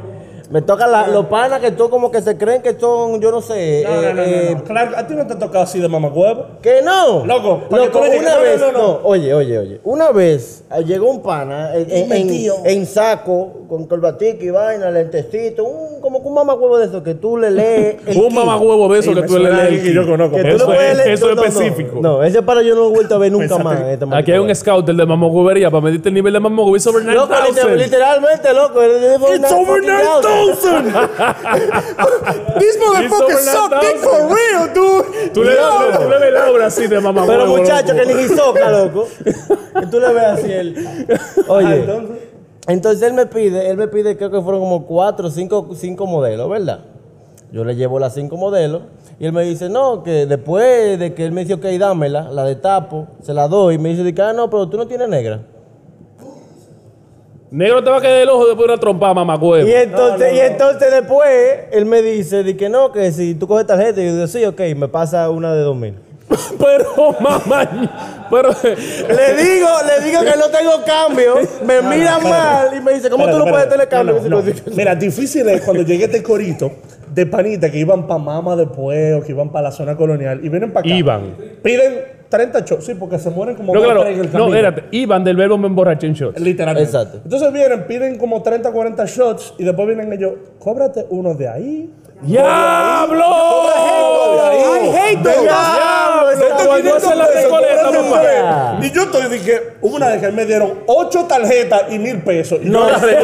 Speaker 7: Me tocan la- los panas que tú como que se creen que son, yo no sé,
Speaker 13: No, no,
Speaker 7: eh,
Speaker 13: no, no,
Speaker 7: eh,
Speaker 13: no. Claro, a ti no te ha tocado así de mamacuevo.
Speaker 7: Que no.
Speaker 13: Loco, para que
Speaker 7: Loco,
Speaker 13: tú le
Speaker 7: una
Speaker 13: digas, no, no,
Speaker 7: vez.
Speaker 13: no,
Speaker 7: No,
Speaker 13: no.
Speaker 7: Oye, oye, oye. Una vez eh, llegó un pana en, en-
Speaker 13: Dime,
Speaker 7: en-
Speaker 13: tío.
Speaker 7: en saco, con corbatica y vaina, lentecito, un, como que un mamagüevo de eso que tú le lees. el
Speaker 9: Un
Speaker 7: ki.
Speaker 9: mamagüevo de eso que
Speaker 13: me
Speaker 9: tú le
Speaker 13: suena a
Speaker 9: lees.
Speaker 13: alguien que yo conozco,
Speaker 7: Que tú le
Speaker 9: Eso
Speaker 7: puedes
Speaker 9: es
Speaker 7: leer-
Speaker 9: eso
Speaker 7: no,
Speaker 9: es
Speaker 7: no, no.
Speaker 9: específico.
Speaker 7: No, ese pana yo no lo he vuelto a ver nunca más. en este
Speaker 9: Aquí hay un
Speaker 7: maldito
Speaker 9: scout, el de mamagüevería, para medirte el nivel de mamagüevo. sobre
Speaker 7: Loco, liter-
Speaker 9: 9000.
Speaker 7: literalmente, loco. It's over 9000.
Speaker 4: These motherfuckers
Speaker 9: It's
Speaker 4: suck dick for real, dude.
Speaker 9: Tú le das tú le ves la obra así de mamagüevo.
Speaker 7: Pero
Speaker 9: loco.
Speaker 7: muchacho, que ni hisoca, loco. Que tú le ves así él. Oye. Entonces él me pide, él me pide, creo que fueron como cuatro o cinco, cinco modelos, ¿verdad? Yo le llevo las cinco modelos y él me dice, no, que después de que él me dice, ok, dámela, la destapo, se la doy. Y me dice, de que, ah, no, pero tú no tienes negra.
Speaker 9: Negro te va a quedar el ojo después de una trompa,
Speaker 7: Y
Speaker 9: mamagüevo.
Speaker 7: entonces, y entonces después él me dice, de que no, que si tú coges tarjeta, y yo digo, sí, ok, me pasa una de dos mil.
Speaker 9: Pero, mamá. Pero.
Speaker 7: Le digo, le digo que no tengo cambio, me mira mal y me dice, ¿cómo tú no puedes tener cambio?
Speaker 13: No, no, no. Mira, difícil es cuando llegue este corito de panitas que iban para Mama después o que iban para la zona colonial y vienen para acá.
Speaker 9: Iban.
Speaker 13: Piden 30 shows, sí, porque se mueren como
Speaker 9: No,
Speaker 13: dos o
Speaker 9: claro.
Speaker 13: tres en
Speaker 9: No,
Speaker 13: el camino.
Speaker 9: espérate. Iban del verbo me emborraché en shots.
Speaker 13: Literalmente.
Speaker 7: Exacto.
Speaker 13: Entonces vienen, piden como 30, 40 shots y después vienen ellos, cóbrate uno de ahí.
Speaker 9: ¡Diablo!
Speaker 13: ahí.
Speaker 4: I hate those.
Speaker 13: Diablo,
Speaker 4: Son
Speaker 13: esta
Speaker 4: 500
Speaker 13: guardosa la
Speaker 4: pesos,
Speaker 13: recoleta,
Speaker 4: cómprate un
Speaker 13: papá.
Speaker 4: bebé.
Speaker 13: Y yo estoy dije, hubo una vez que me dieron ocho tarjetas y mil pesos. Y
Speaker 9: No,
Speaker 13: yo, dije,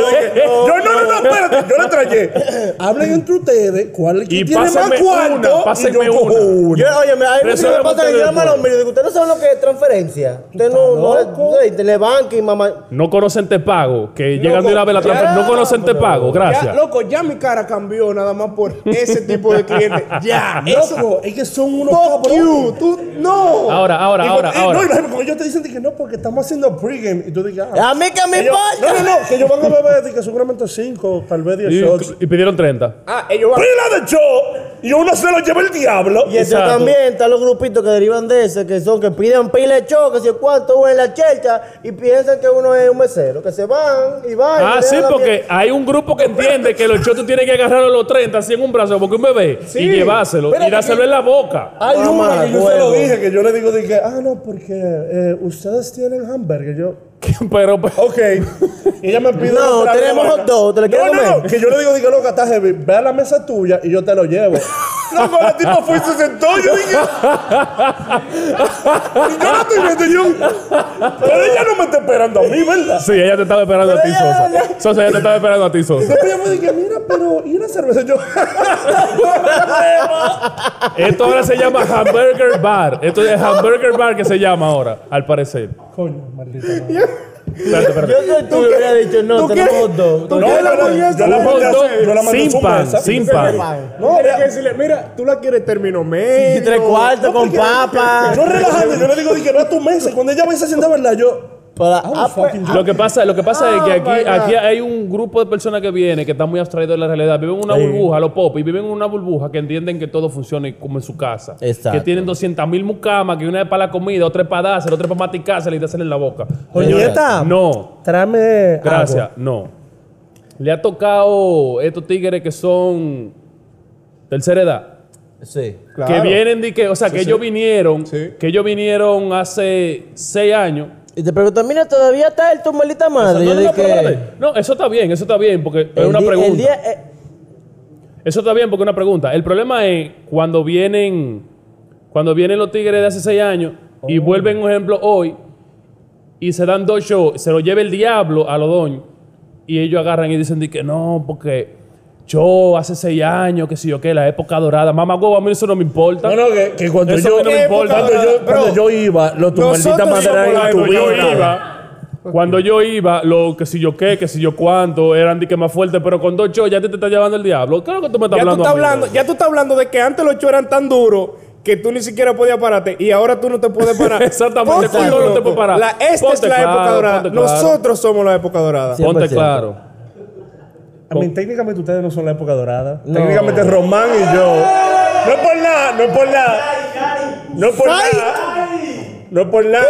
Speaker 9: no,
Speaker 13: yo, no, no, no, espérate, yo la traje. Hablen entre ustedes cuál es
Speaker 9: Y
Speaker 13: que tiene más
Speaker 9: pásenme una,
Speaker 13: cuarto.
Speaker 9: pásenme
Speaker 13: y yo cojo
Speaker 9: una.
Speaker 13: una.
Speaker 7: Yo, oye, me- hay veces que me
Speaker 9: Resolvemos
Speaker 7: pasa que
Speaker 9: ustedes
Speaker 7: yo me
Speaker 9: el
Speaker 7: lo miro y digo, ¿ustedes no saben lo que es transferencia? Ustedes no, no, es- de- de le banca y mamá.
Speaker 9: No conocen te pago, que llegan de una vez la
Speaker 7: ya,
Speaker 9: trampa. No conocen te pago,
Speaker 11: Ya,
Speaker 9: gracias.
Speaker 11: loco, ya mi cara cambió nada más por ese tipo de cliente. Ya,
Speaker 13: Loco, es que son unos
Speaker 11: fuck you, tú no.
Speaker 9: Ahora, ahora,
Speaker 13: Y
Speaker 9: ahora,
Speaker 13: cuando- eh,
Speaker 9: ahora.
Speaker 13: No, y la gente, cuando ellos te dicen que no, porque estamos haciendo pregame. Y tú dices, ah,
Speaker 7: A mí que me
Speaker 13: ellos-
Speaker 7: importa.
Speaker 13: no, no, no, que ellos van a beber de que seguramente cinco, tal vez diez shots.
Speaker 9: Y, y pidieron 30.
Speaker 11: Ah, ellos van.
Speaker 13: ¡Pila de show! Y uno se lo lleva el diablo.
Speaker 7: Y eso
Speaker 9: Exacto.
Speaker 7: también están los grupitos que derivan de ese, que son que piden pila de choque, si cuánto uno en la chelcha, y piensan que uno es un mesero, que se van y van. y
Speaker 9: Ah,
Speaker 7: le
Speaker 9: sí,
Speaker 7: dan la
Speaker 9: porque
Speaker 7: mierda.
Speaker 9: hay un grupo que entiende que los chotos tienen que agarrar a los 30 así en un brazo, porque un bebé, y llevárselo, y dárselo en la boca.
Speaker 13: Hay
Speaker 7: Ah,
Speaker 13: una que yo se lo
Speaker 7: huevo.
Speaker 13: dije, que yo le digo, dije, ah, no, porque eh, ustedes tienen hamburger. Yo,
Speaker 9: Pero, pero-
Speaker 13: ok. Y ella me pide.
Speaker 7: No,
Speaker 13: otra
Speaker 7: tenemos
Speaker 13: vaina.
Speaker 7: hot dog, ¿te lo quieres
Speaker 13: no, no,
Speaker 7: comer?
Speaker 13: que yo le digo, dije, loca, está heavy, ve a la mesa tuya y yo te lo llevo. Loco, la tipa fue y se sentó. Yo dije. y yo la estoy viendo, y yo. Pero ella no me está esperando a mí, ¿verdad?
Speaker 9: sí, ella te estaba esperando a ti, Sosa. Sosa, ella te estaba esperando a ti, Sosa.
Speaker 13: Después yo me dije, mira, pero. ¿Y una cerveza? Yo.
Speaker 9: Esto ahora se llama Hamburger Bar. Esto es Hamburger Bar que se llama ahora, al parecer.
Speaker 13: Coño, maldita madre.
Speaker 9: Espérate, espérate.
Speaker 7: Yo soy tú que hubiera dicho, no, tenemos hot dog.
Speaker 13: No, yo la- yo la mandé a hacer- yo la mandé a
Speaker 9: sin
Speaker 13: su
Speaker 9: pan,
Speaker 13: mesa.
Speaker 9: sin pan.
Speaker 11: No, hay que decirle, mira, tú la quieres término medio.
Speaker 7: Y tres cuartos con papa.
Speaker 13: Yo relajando, yo le digo, dije, ve a tu mesa. Y cuando ella me se sienta, ¿verdad? Yo.
Speaker 7: Para, ah, pues,
Speaker 9: Lo que pasa, lo que pasa es que aquí, aquí hay un grupo de personas que vienen que están muy abstraídos de la realidad. Viven en una burbuja, los pop, y viven en una burbuja que entienden que todo funciona como en su casa.
Speaker 7: Exacto.
Speaker 9: Que tienen 200 mil mucamas, que una es para la comida, otra es para dársela, otra es para maticársela y dársela en la boca. Señores,
Speaker 7: nieta.
Speaker 9: No,
Speaker 7: tráeme.
Speaker 9: gracias, no. Le ha tocado estos tigres que son tercera edad.
Speaker 7: agua. Sí.
Speaker 11: Claro.
Speaker 9: Que vienen de que, o sea, que ellos vinieron, que ellos vinieron hace seis años.
Speaker 7: Y te preguntan, mira, todavía está el tu maldita madre. Yo
Speaker 9: no, no, no, pero
Speaker 7: dije,
Speaker 9: espérate. No, eso está bien, eso está bien, porque es
Speaker 7: el
Speaker 9: una
Speaker 7: di-
Speaker 9: pregunta.
Speaker 7: El día, eh,
Speaker 9: Eso está bien porque es una pregunta. El problema es cuando vienen, cuando vienen los tigres de hace seis años
Speaker 13: Oh.
Speaker 9: y vuelven, un ejemplo, hoy y se dan dos shows, se lo lleva el diablo a los doños y ellos agarran y dicen de que no, porque yo hace seis años, que si yo qué, la época dorada. Mamá huevo, a mí eso no me importa.
Speaker 13: No, no, que, que cuando
Speaker 9: Eso
Speaker 13: yo.
Speaker 9: que no me importa.
Speaker 13: Cuando yo, cuando yo iba, lo tu maldita madre era
Speaker 9: cuando yo
Speaker 13: iba.
Speaker 9: iba. Cuando yo iba, lo que si yo qué, que si yo cuánto, eran de que más fuerte, pero con dos shows ya te, te está llevando el diablo. ¿Qué es lo que tú me estás
Speaker 11: Ya tú,
Speaker 9: hablando?
Speaker 11: estás
Speaker 9: a mí,
Speaker 11: hablando,
Speaker 9: bro?
Speaker 11: ya tú estás hablando de que antes los shows eran tan duros que tú ni siquiera podías pararte y ahora tú no te puedes parar.
Speaker 9: Exactamente,
Speaker 11: Ponte,
Speaker 9: ¿cuándo no te puedes parar?
Speaker 11: La, esta
Speaker 9: Ponte
Speaker 11: es la
Speaker 9: claro,
Speaker 11: época dorada.
Speaker 9: ponte claro.
Speaker 11: Nosotros somos la época dorada.
Speaker 9: Ponte
Speaker 7: 100%.
Speaker 9: claro.
Speaker 13: A mí, técnicamente ustedes no son la época dorada. Técnicamente Román y yo. No es por nada, no es por nada. No es por nada. No es por nada.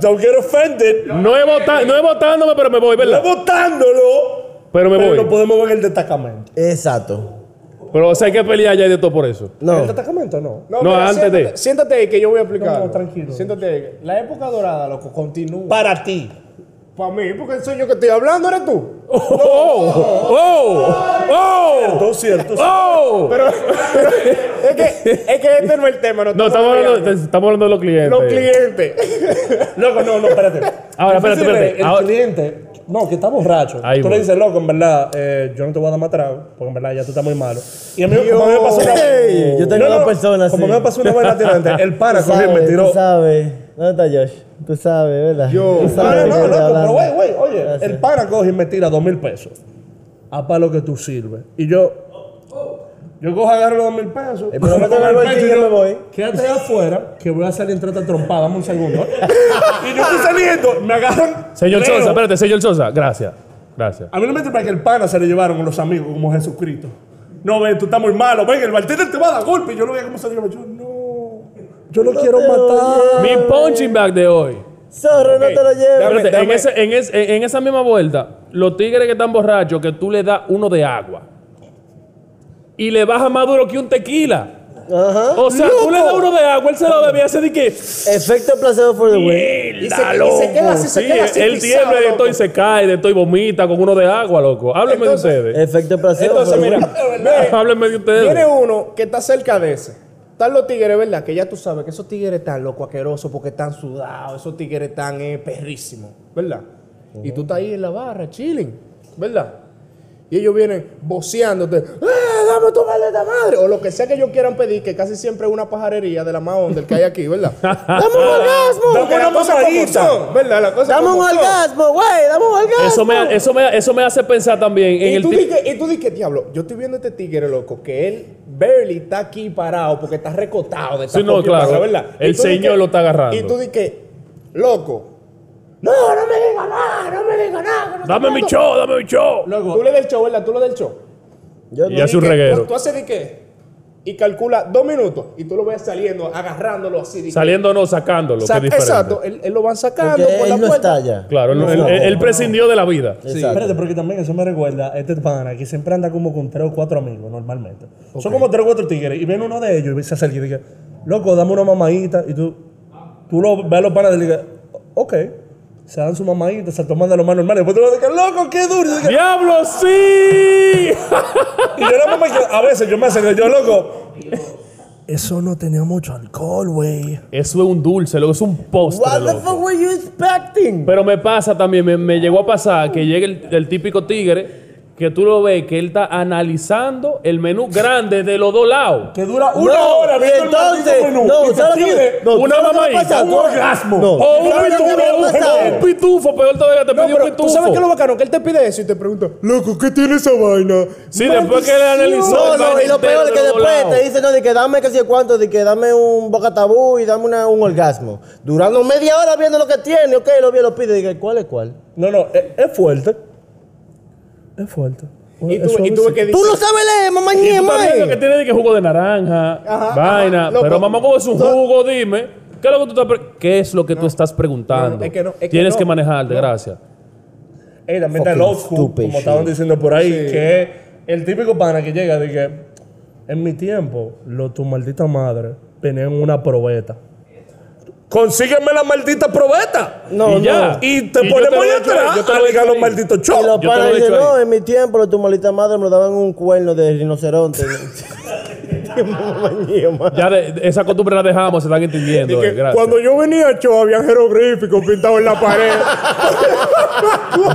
Speaker 13: Don't get offended.
Speaker 9: No es, vota- no es votándome, pero me voy,
Speaker 13: Estoy
Speaker 9: ¿verdad?
Speaker 13: votándolo.
Speaker 9: Pero me
Speaker 13: Pero no
Speaker 9: voy.
Speaker 13: podemos ver el destacamento.
Speaker 7: Exacto.
Speaker 9: Pero o sea, hay que pelear ya y de todo por eso.
Speaker 13: ¿El
Speaker 7: No.
Speaker 13: destacamento no?
Speaker 9: No, antes de-
Speaker 11: siéntate, Siéntate ahí que yo voy a explicar.
Speaker 13: No, no, tranquilo.
Speaker 11: Siéntate ahí. La época dorada, loco, continúa.
Speaker 13: Para ti.
Speaker 11: Para mí, porque soy yo que estoy hablando, eres tú.
Speaker 9: Oh,
Speaker 13: Todo cierto.
Speaker 9: ¡Oh!
Speaker 11: Es que, es que este no es el tema.
Speaker 9: No, estamos hablando, estamos hablando de los clientes.
Speaker 11: Los clientes.
Speaker 13: Loco, no, no, espérate.
Speaker 9: Ahora, espérate,
Speaker 13: Difícil
Speaker 9: espérate.
Speaker 13: es El
Speaker 9: Ahora-
Speaker 13: cliente, no, que está borracho.
Speaker 9: Ahí
Speaker 13: tú
Speaker 9: voy.
Speaker 13: le dices, loco, en verdad, eh, yo no te voy a dar más trago, porque en verdad ya tú estás muy malo. Y a mí, como a mí me pasó una
Speaker 7: Ey, yo tengo
Speaker 13: No, no,
Speaker 7: dos personas
Speaker 13: Como a
Speaker 7: así.
Speaker 13: mí me pasó una vaina tirante, el pana
Speaker 7: Tú
Speaker 13: corrió y me
Speaker 7: sabes,
Speaker 13: tiró.
Speaker 7: Tú sabes. ¿Dónde está Josh? Tú sabes, ¿verdad?
Speaker 11: Yo.
Speaker 7: Tú
Speaker 13: No, no,
Speaker 7: sabes de
Speaker 13: no,
Speaker 7: qué estoy
Speaker 13: loco, pero
Speaker 7: hablando.
Speaker 13: güey, güey, oye,
Speaker 7: Gracias.
Speaker 13: el pana coge y me tira dos mil pesos. A palo que tú sirves. Y yo, yo cojo, agarro los dos mil pesos.
Speaker 7: Eh, pero
Speaker 13: me
Speaker 7: no
Speaker 13: toco
Speaker 7: tengo el bolsillo,
Speaker 13: yo,
Speaker 7: me voy.
Speaker 13: Quédate ahí afuera, que voy a salir entre esta trompada, dame un segundo. y yo estoy saliendo, me agarran.
Speaker 9: Señor
Speaker 13: creo,
Speaker 9: Sosa, espérate, señor Sosa. Gracias. Gracias.
Speaker 13: A mí no me para que el pana se lo llevaron con los amigos como Jesucristo. No, ven, tú estás muy malo. Ven, el bartender te va a dar golpe. Y yo no veía cómo salió. Yo, no, yo lo quiero
Speaker 7: te lo
Speaker 13: matar.
Speaker 9: Mi punching bag de hoy.
Speaker 7: Zorro, no te lo lleves.
Speaker 9: Espérate, en, ese- en ese- en esa misma vuelta, los tigres que están borrachos, que tú le das uno de agua y le baja más duro que un tequila. O sea, tú le das uno de agua, él se lo bebía, hace de que.
Speaker 7: Efecto placebo for the win.
Speaker 9: Y
Speaker 11: se- y se queda así, se queda así
Speaker 9: Él
Speaker 11: pisado,
Speaker 9: tiembla de
Speaker 11: loco.
Speaker 9: esto y se cae, de esto y vomita con uno de agua, loco. Háblenme
Speaker 11: Entonces-
Speaker 9: de ustedes.
Speaker 7: Efecto placebo
Speaker 11: Entonces,
Speaker 7: for the
Speaker 11: mira,
Speaker 7: win.
Speaker 11: ve,
Speaker 9: Háblenme de ustedes.
Speaker 11: tiene uno que está cerca de ese. Están los tigres, ¿verdad? Que ya tú sabes que esos tigres están locos, asquerosos, porque están sudados, esos tigres están eh, perrísimos, ¿verdad? Y tú estás ahí en la barra, chilling, ¿verdad? Y ellos vienen boceándote, ¡eh, dame tu maldita madre! O lo que sea que ellos quieran pedir, que casi siempre es una pajarería de la más del que hay aquí, ¿verdad? ¡Dame un orgasmo!
Speaker 13: Dame
Speaker 11: Porque
Speaker 13: una
Speaker 11: la cosa como
Speaker 13: mamadita.
Speaker 11: son, ¿verdad? La cosa
Speaker 7: Dame un
Speaker 11: como son.
Speaker 7: orgasmo, güey, dame un orgasmo.
Speaker 9: Eso me, eso, me, eso me hace pensar también en
Speaker 11: Y
Speaker 9: el
Speaker 11: Eh, tú,
Speaker 9: ti-
Speaker 11: di que- y tú di que, diablo, yo estoy viendo este tigre loco, que él barely está aquí parado porque está recotado de esta
Speaker 9: Sí, no,
Speaker 11: propia
Speaker 9: claro.
Speaker 11: barra, ¿verdad?
Speaker 9: El
Speaker 11: Y tú di
Speaker 9: señor
Speaker 11: que-
Speaker 9: lo está agarrando.
Speaker 11: Y tú di que, loco, no, no me digas nada, no me digas nada.
Speaker 7: Ah,
Speaker 11: que no sé
Speaker 9: Dame mi
Speaker 11: cuánto".
Speaker 9: show, dame mi show.
Speaker 11: Loco, Tú le del show, ¿verdad? Tú le del show.
Speaker 7: Yo
Speaker 9: Y
Speaker 7: no-
Speaker 9: ya su
Speaker 11: Di que,
Speaker 9: reguero.
Speaker 11: Tú, tú haces de qué y calcula dos minutos y tú lo ves saliendo, agarrándolo así. di que-
Speaker 9: Saliendo no, sacándolo. que
Speaker 11: Sa-
Speaker 9: es diferente.
Speaker 11: exacto, él, él lo van sacando
Speaker 7: porque
Speaker 11: por la
Speaker 7: él no
Speaker 11: puerta.
Speaker 7: está ya.
Speaker 9: Claro, él,
Speaker 7: No,
Speaker 9: él-
Speaker 7: no,
Speaker 9: él- él
Speaker 7: no.
Speaker 9: prescindió de la vida.
Speaker 7: Exacto.
Speaker 13: Espérate, porque también eso me recuerda a este pana que siempre anda como con tres o cuatro amigos normalmente. Son como tres o cuatro tigres y viene uno de ellos y se acerca y dice, loco, dame una mamadita. Y tú, tú lo ves a los panas y le dices, ok. Se dan su mamadita, se toman de lo más normal. Y después tú le dices, loco, qué duro. Y, dices,
Speaker 9: ¡Diablo, sí!
Speaker 13: y yo nada más me quedo- a veces yo me acerco, yo, loco. Eso no tenía mucho alcohol, güey.
Speaker 9: Eso es un dulce, loco, es un postre.
Speaker 7: What the
Speaker 9: loco.
Speaker 7: fuck were you expecting?
Speaker 9: Pero me pasa también, me, me llegó a pasar que llega el, el típico tigre que tú lo ves que él está analizando el menú grande de los dos lados.
Speaker 13: Que dura una
Speaker 7: No,
Speaker 13: hora
Speaker 7: y
Speaker 13: viendo el
Speaker 7: entonces,
Speaker 13: maldito menú.
Speaker 7: no,
Speaker 13: Y te
Speaker 7: ¿sabes lo que-
Speaker 13: pide
Speaker 7: no,
Speaker 9: una
Speaker 7: ¿sabes lo que
Speaker 9: mamadita,
Speaker 7: pasa?
Speaker 13: un orgasmo.
Speaker 7: No.
Speaker 9: O un
Speaker 7: ¿sabes lo que
Speaker 9: pitufo,
Speaker 7: me
Speaker 9: un-
Speaker 7: pasa?
Speaker 9: o un pitufo, peor todavía, te
Speaker 11: No,
Speaker 9: pedí un
Speaker 11: pero
Speaker 9: pitufo.
Speaker 11: tú sabes que es lo bacano, que él te pide eso y te pregunta, loco, ¿qué tiene esa vaina?
Speaker 9: Sí, después que le analizó.
Speaker 7: No,
Speaker 9: el
Speaker 7: no, y
Speaker 9: vaina entero
Speaker 7: lo peor es que
Speaker 9: de los
Speaker 7: después
Speaker 9: lados.
Speaker 7: te dicen, no, de que dame que sé yo cuánto, de que dame un bocatabú y dame una- un orgasmo. Durando media hora viendo lo que tiene, ok, lo vi, lo pide, dije, ¿cuál es cuál?
Speaker 13: No, no, es, es fuerte. Es fuerte.
Speaker 11: Y
Speaker 13: Es
Speaker 11: tú, y tú ves que dice,
Speaker 7: Tú no sabes leer, mamá
Speaker 9: Y tú
Speaker 7: ñema.
Speaker 9: estás viendo que
Speaker 7: eh.
Speaker 9: tiene de que jugo de naranja,
Speaker 11: Ajá,
Speaker 9: vaina.
Speaker 11: ajá, Ah, loco.
Speaker 9: pero mamá, ¿cómo es un jugo? Dime. ¿Qué es lo que tú, estás pre- qué es lo que tú estás preguntando?
Speaker 11: no, no, es que no, es que
Speaker 9: Tienes
Speaker 11: no.
Speaker 9: que manejarte, gracias.
Speaker 13: Ey, también está el
Speaker 7: Fucking
Speaker 13: old school,
Speaker 7: stupid
Speaker 13: como estaban
Speaker 7: shit.
Speaker 13: diciendo por ahí, que es el típico pana que llega de que en mi tiempo, lo, tu maldita madre tenían una probeta. Consígueme la maldita probeta.
Speaker 7: No,
Speaker 9: y ya.
Speaker 13: Y te
Speaker 9: yo
Speaker 13: ponemos
Speaker 9: lo
Speaker 13: ahí
Speaker 9: he hecho,
Speaker 13: atrás
Speaker 9: yo te lo he
Speaker 13: a ligar
Speaker 9: hecho
Speaker 13: los
Speaker 9: ahí.
Speaker 13: malditos
Speaker 7: Y
Speaker 13: chocos.
Speaker 7: los
Speaker 9: Yo te lo
Speaker 7: padres
Speaker 9: he
Speaker 7: dicen,
Speaker 9: dicho ahí.
Speaker 7: no, en mi tiempo lo- tu maldita madre me lo daban un cuerno de rinoceronte. Mamá ñema.
Speaker 9: Ya de- de- esa costumbre la dejamos, se están entendiendo. eh,
Speaker 11: que
Speaker 9: gracias.
Speaker 11: cuando yo venía, yo había jeroglíficos pintados en la pared.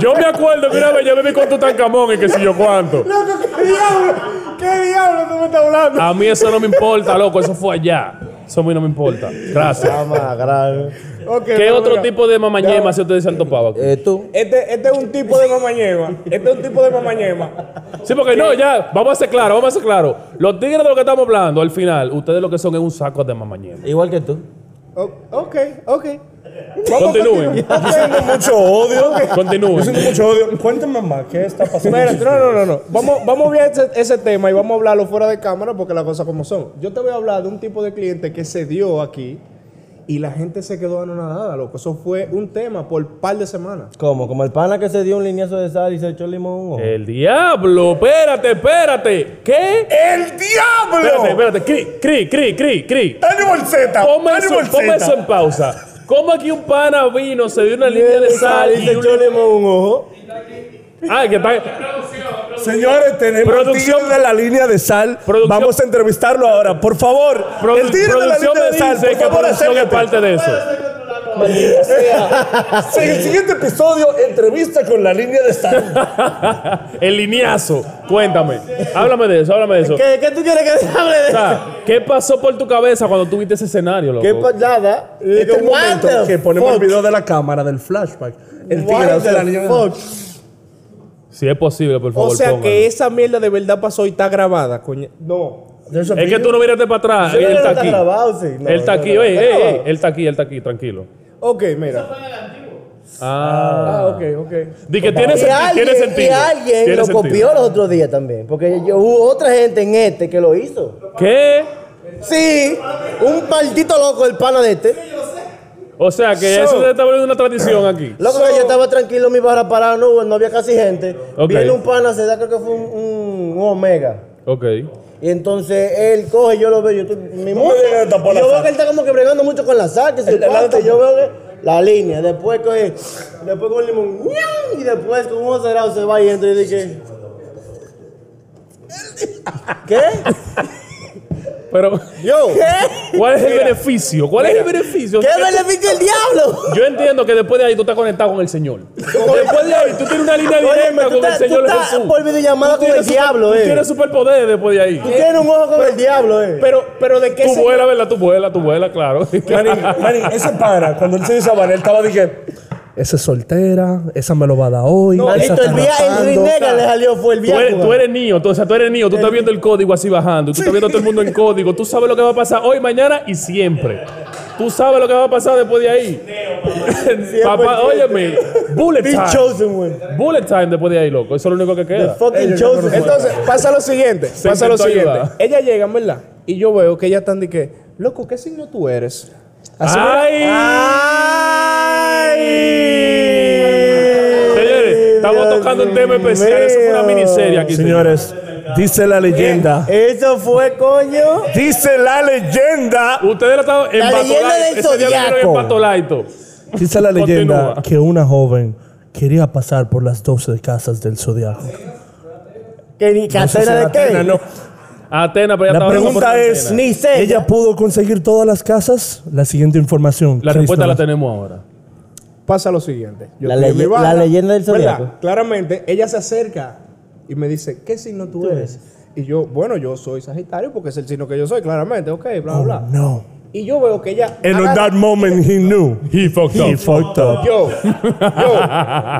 Speaker 9: Yo me acuerdo que una vez yo bebí con Tutankamón y que si yo cuánto.
Speaker 11: Loco, ¿qué diablo? ¿Qué diablo tú me estás hablando?
Speaker 9: A mí eso no me importa, loco, eso fue allá. Eso a mí no me importa. Gracias.
Speaker 7: Mamá, grave.
Speaker 9: ¿Qué
Speaker 11: Okay, pero
Speaker 9: otro
Speaker 11: mira,
Speaker 9: tipo de mamañema se ustedes han topado? aquí?
Speaker 7: Eh, tú.
Speaker 11: Este, este es un tipo de mamañema. Este es un tipo de mamañema.
Speaker 9: Sí, porque no, ya, vamos a ser claros, vamos a ser claros. Los tigres de los que estamos hablando, al final, ustedes lo que son es un saco de mamañema.
Speaker 7: Igual que tú.
Speaker 11: O- ok, ok.
Speaker 9: Continúen,
Speaker 13: Tengo mucho odio. Yo
Speaker 9: continúen.
Speaker 13: siento mucho odio. Cuéntame más, ¿qué está pasando?
Speaker 11: Espérate, no, no, no, no. Vamos, vamos a ver ese, ese tema y vamos a hablarlo fuera de cámara porque las cosas como son. Yo te voy a hablar de un tipo de cliente que se dio aquí y la gente se quedó anonadada, loco. Eso fue un tema por un par de semanas.
Speaker 7: ¿Cómo? Como el pana que se dio un lineazo de sal y se echó limón. en un ojo.
Speaker 9: El diablo, espérate, espérate. ¿Qué?
Speaker 13: ¡El diablo!
Speaker 9: Espérate, espérate. Cri, cri, cri, cri, cri.
Speaker 13: ¡Animal Z!
Speaker 9: Ponme eso,
Speaker 13: ¡Animal
Speaker 9: ponme
Speaker 13: Z!
Speaker 9: eso en pausa. ¿Cómo aquí un pana vino, se dio una línea de sal y un...
Speaker 7: limón en un ojo.
Speaker 9: Ah, que está...
Speaker 13: Señores, tenemos
Speaker 9: Producción-
Speaker 13: producción de la línea de sal.
Speaker 9: Producción-
Speaker 13: Vamos a entrevistarlo ahora, por favor.
Speaker 9: Produ-
Speaker 13: el tigre de la
Speaker 9: producción
Speaker 13: línea
Speaker 9: me
Speaker 13: de sal,
Speaker 9: dice
Speaker 13: por
Speaker 9: que
Speaker 13: favor,
Speaker 9: producción es
Speaker 13: acércate.
Speaker 9: parte de eso.
Speaker 13: Sí, En el siguiente episodio, entrevista con la línea de sal.
Speaker 9: El lineazo. Cuéntame. Háblame de eso, háblame de eso.
Speaker 7: ¿Qué, qué tú quieres que te hable
Speaker 9: O
Speaker 7: de
Speaker 9: sea, ¿qué pasó por tu cabeza cuando tuviste ese escenario, loco?
Speaker 7: ¿Qué pa- nada?
Speaker 13: Llega un
Speaker 7: What
Speaker 13: momento
Speaker 7: the
Speaker 13: que ponemos el
Speaker 7: fuck?
Speaker 13: video de la cámara, del flashback. El
Speaker 7: What
Speaker 13: tigre de la
Speaker 7: the
Speaker 13: línea de
Speaker 7: fuck?
Speaker 13: sal.
Speaker 9: Si es posible, por favor,
Speaker 11: o sea
Speaker 9: póngalo.
Speaker 11: que esa mierda de verdad pasó y está grabada, coño. No.
Speaker 13: Eso
Speaker 9: Es que tú no miraste para atrás. eh,
Speaker 7: Yo creo
Speaker 9: él
Speaker 7: que
Speaker 9: está
Speaker 7: no está
Speaker 9: aquí.
Speaker 7: grabado, sí. No,
Speaker 9: él está
Speaker 7: no,
Speaker 9: aquí,
Speaker 7: no.
Speaker 9: oye, eh,
Speaker 7: Está
Speaker 9: ey, ey,
Speaker 11: eh.
Speaker 7: grabado.
Speaker 9: él está aquí, él está aquí, tranquilo.
Speaker 11: Ok, mira.
Speaker 9: Ah.
Speaker 11: Ah, ok, ok.
Speaker 9: Di que tiene, sentido,
Speaker 7: Y
Speaker 9: tiene
Speaker 7: alguien,
Speaker 9: sentido.
Speaker 7: y alguien
Speaker 9: Tiene
Speaker 7: lo
Speaker 9: sentido.
Speaker 7: copió los otros días también. Porque yo- hubo otra gente en este que lo hizo.
Speaker 9: ¿Qué?
Speaker 7: Sí, un maldito loco el pana de este.
Speaker 9: O sea que
Speaker 11: So-
Speaker 9: eso se está volviendo una tradición aquí.
Speaker 7: Loco que yo estaba tranquilo en mi barra parada, no, hubo- no había casi gente.
Speaker 9: Ok.
Speaker 7: Viene un pana, se da, creo que fue un, un- un omega.
Speaker 9: Ok.
Speaker 7: Y entonces él coge, yo lo veo, yo, tú- mi
Speaker 13: No me
Speaker 7: moza,
Speaker 13: digas que tapó la
Speaker 7: yo veo
Speaker 13: sal.
Speaker 7: que él está como que bregando mucho con la sal, que se
Speaker 13: El- el
Speaker 7: cuánto,
Speaker 13: alto-
Speaker 7: yo veo que la línea, después coge, después con limón, ¡miau! y después con un ojo cerrado se va y entra y dije, ¿qué?
Speaker 9: Pero,
Speaker 7: Yo.
Speaker 9: ¿cuál es el beneficio? ¿Cuál es el beneficio?
Speaker 7: ¿Qué beneficio el diablo?
Speaker 9: Yo entiendo que después de ahí tú estás conectado con el Señor. Después de ahí tú tienes una línea
Speaker 7: Óyeme,
Speaker 9: directa
Speaker 7: tú
Speaker 9: con el
Speaker 7: estás, tú
Speaker 9: Señor
Speaker 7: estás
Speaker 9: Jesús.
Speaker 7: por videollamada
Speaker 9: Tú
Speaker 7: con el
Speaker 9: tienes super-
Speaker 7: diablo,
Speaker 9: tú
Speaker 7: eh.
Speaker 9: Tienes superpoderes después de ahí.
Speaker 7: Tú tienes un ojo con el diablo, eh.
Speaker 11: Pero, pero de qué
Speaker 9: Tú
Speaker 11: se-
Speaker 9: vuelas, ¿verdad? Tú vuelas, tú vuelas, claro.
Speaker 13: Manín, manín, ese pana, cuando él se hizo pana, él estaba de que.
Speaker 11: Esa es soltera, esa me lo va a dar hoy. esa
Speaker 7: Manito, el
Speaker 11: está
Speaker 7: día el
Speaker 11: arrasando.
Speaker 7: Rinega le salió fue el
Speaker 9: Tú
Speaker 7: viaje.
Speaker 9: eres, tú eres niño, tú, o sea, tú eres niño, tú estás viendo el código así bajando, tú estás viendo a todo el mundo en código, tú sabes lo que va a pasar hoy, mañana y siempre. Tú sabes lo que va a pasar después de ahí. Papá, óyeme, bullet
Speaker 7: The
Speaker 9: time.
Speaker 7: chosen one.
Speaker 9: Bullet time después de ahí, loco. Eso es lo único que
Speaker 7: The
Speaker 9: queda.
Speaker 7: fucking chosen one.
Speaker 11: Entonces, pasa lo siguiente. pasa lo
Speaker 9: intentó
Speaker 11: siguiente.
Speaker 9: ayudar.
Speaker 11: Ella llega, ¿verdad? Y yo veo que ella están de que, loco, ¿qué signo tú eres? Así, "Ah, mira,
Speaker 9: ¡Ay! Señores, estamos tocando un tema especial. Eso fue una miniserie aquí.
Speaker 13: Señores, dice la leyenda.
Speaker 7: Eso fue, coño.
Speaker 13: Dice la leyenda.
Speaker 9: Ustedes lo estaban en
Speaker 7: La leyenda
Speaker 9: Patolai-
Speaker 7: del
Speaker 9: ese día lo vieron en
Speaker 7: Zodiaco.
Speaker 9: Patolaito.
Speaker 13: Dice la leyenda
Speaker 9: Continúa.
Speaker 13: que una joven quería pasar por las 12 casas del zodiaco.
Speaker 7: Que ni
Speaker 13: Eso
Speaker 7: catena
Speaker 13: será
Speaker 7: de
Speaker 13: Atena,
Speaker 7: qué.
Speaker 13: no.
Speaker 9: Atena, pero ya
Speaker 13: La
Speaker 9: estaba
Speaker 13: pregunta
Speaker 9: por
Speaker 13: es:
Speaker 9: Atena.
Speaker 7: Ni sé.
Speaker 13: ¿ella pudo conseguir todas las casas? La siguiente información.
Speaker 9: La respuesta la
Speaker 13: Cristo.
Speaker 9: tenemos ahora.
Speaker 11: pasa lo siguiente. Yo
Speaker 7: La
Speaker 11: estoy en
Speaker 7: leye-
Speaker 11: mi barra,
Speaker 7: la leyenda del
Speaker 11: ¿verdad?
Speaker 7: zodiaco.
Speaker 11: Claramente, ella se acerca y me dice, ¿qué signo tú, eres? Y yo, bueno, yo soy Sagitario porque es el signo que yo soy, claramente, ok, bla,
Speaker 7: Oh,
Speaker 11: bla, bla.
Speaker 13: No.
Speaker 11: Y yo veo que ella...
Speaker 13: And on
Speaker 11: agarra-
Speaker 13: that moment he knew.
Speaker 9: He fucked
Speaker 13: He
Speaker 9: up.
Speaker 13: fucked up.
Speaker 11: Yo, yo,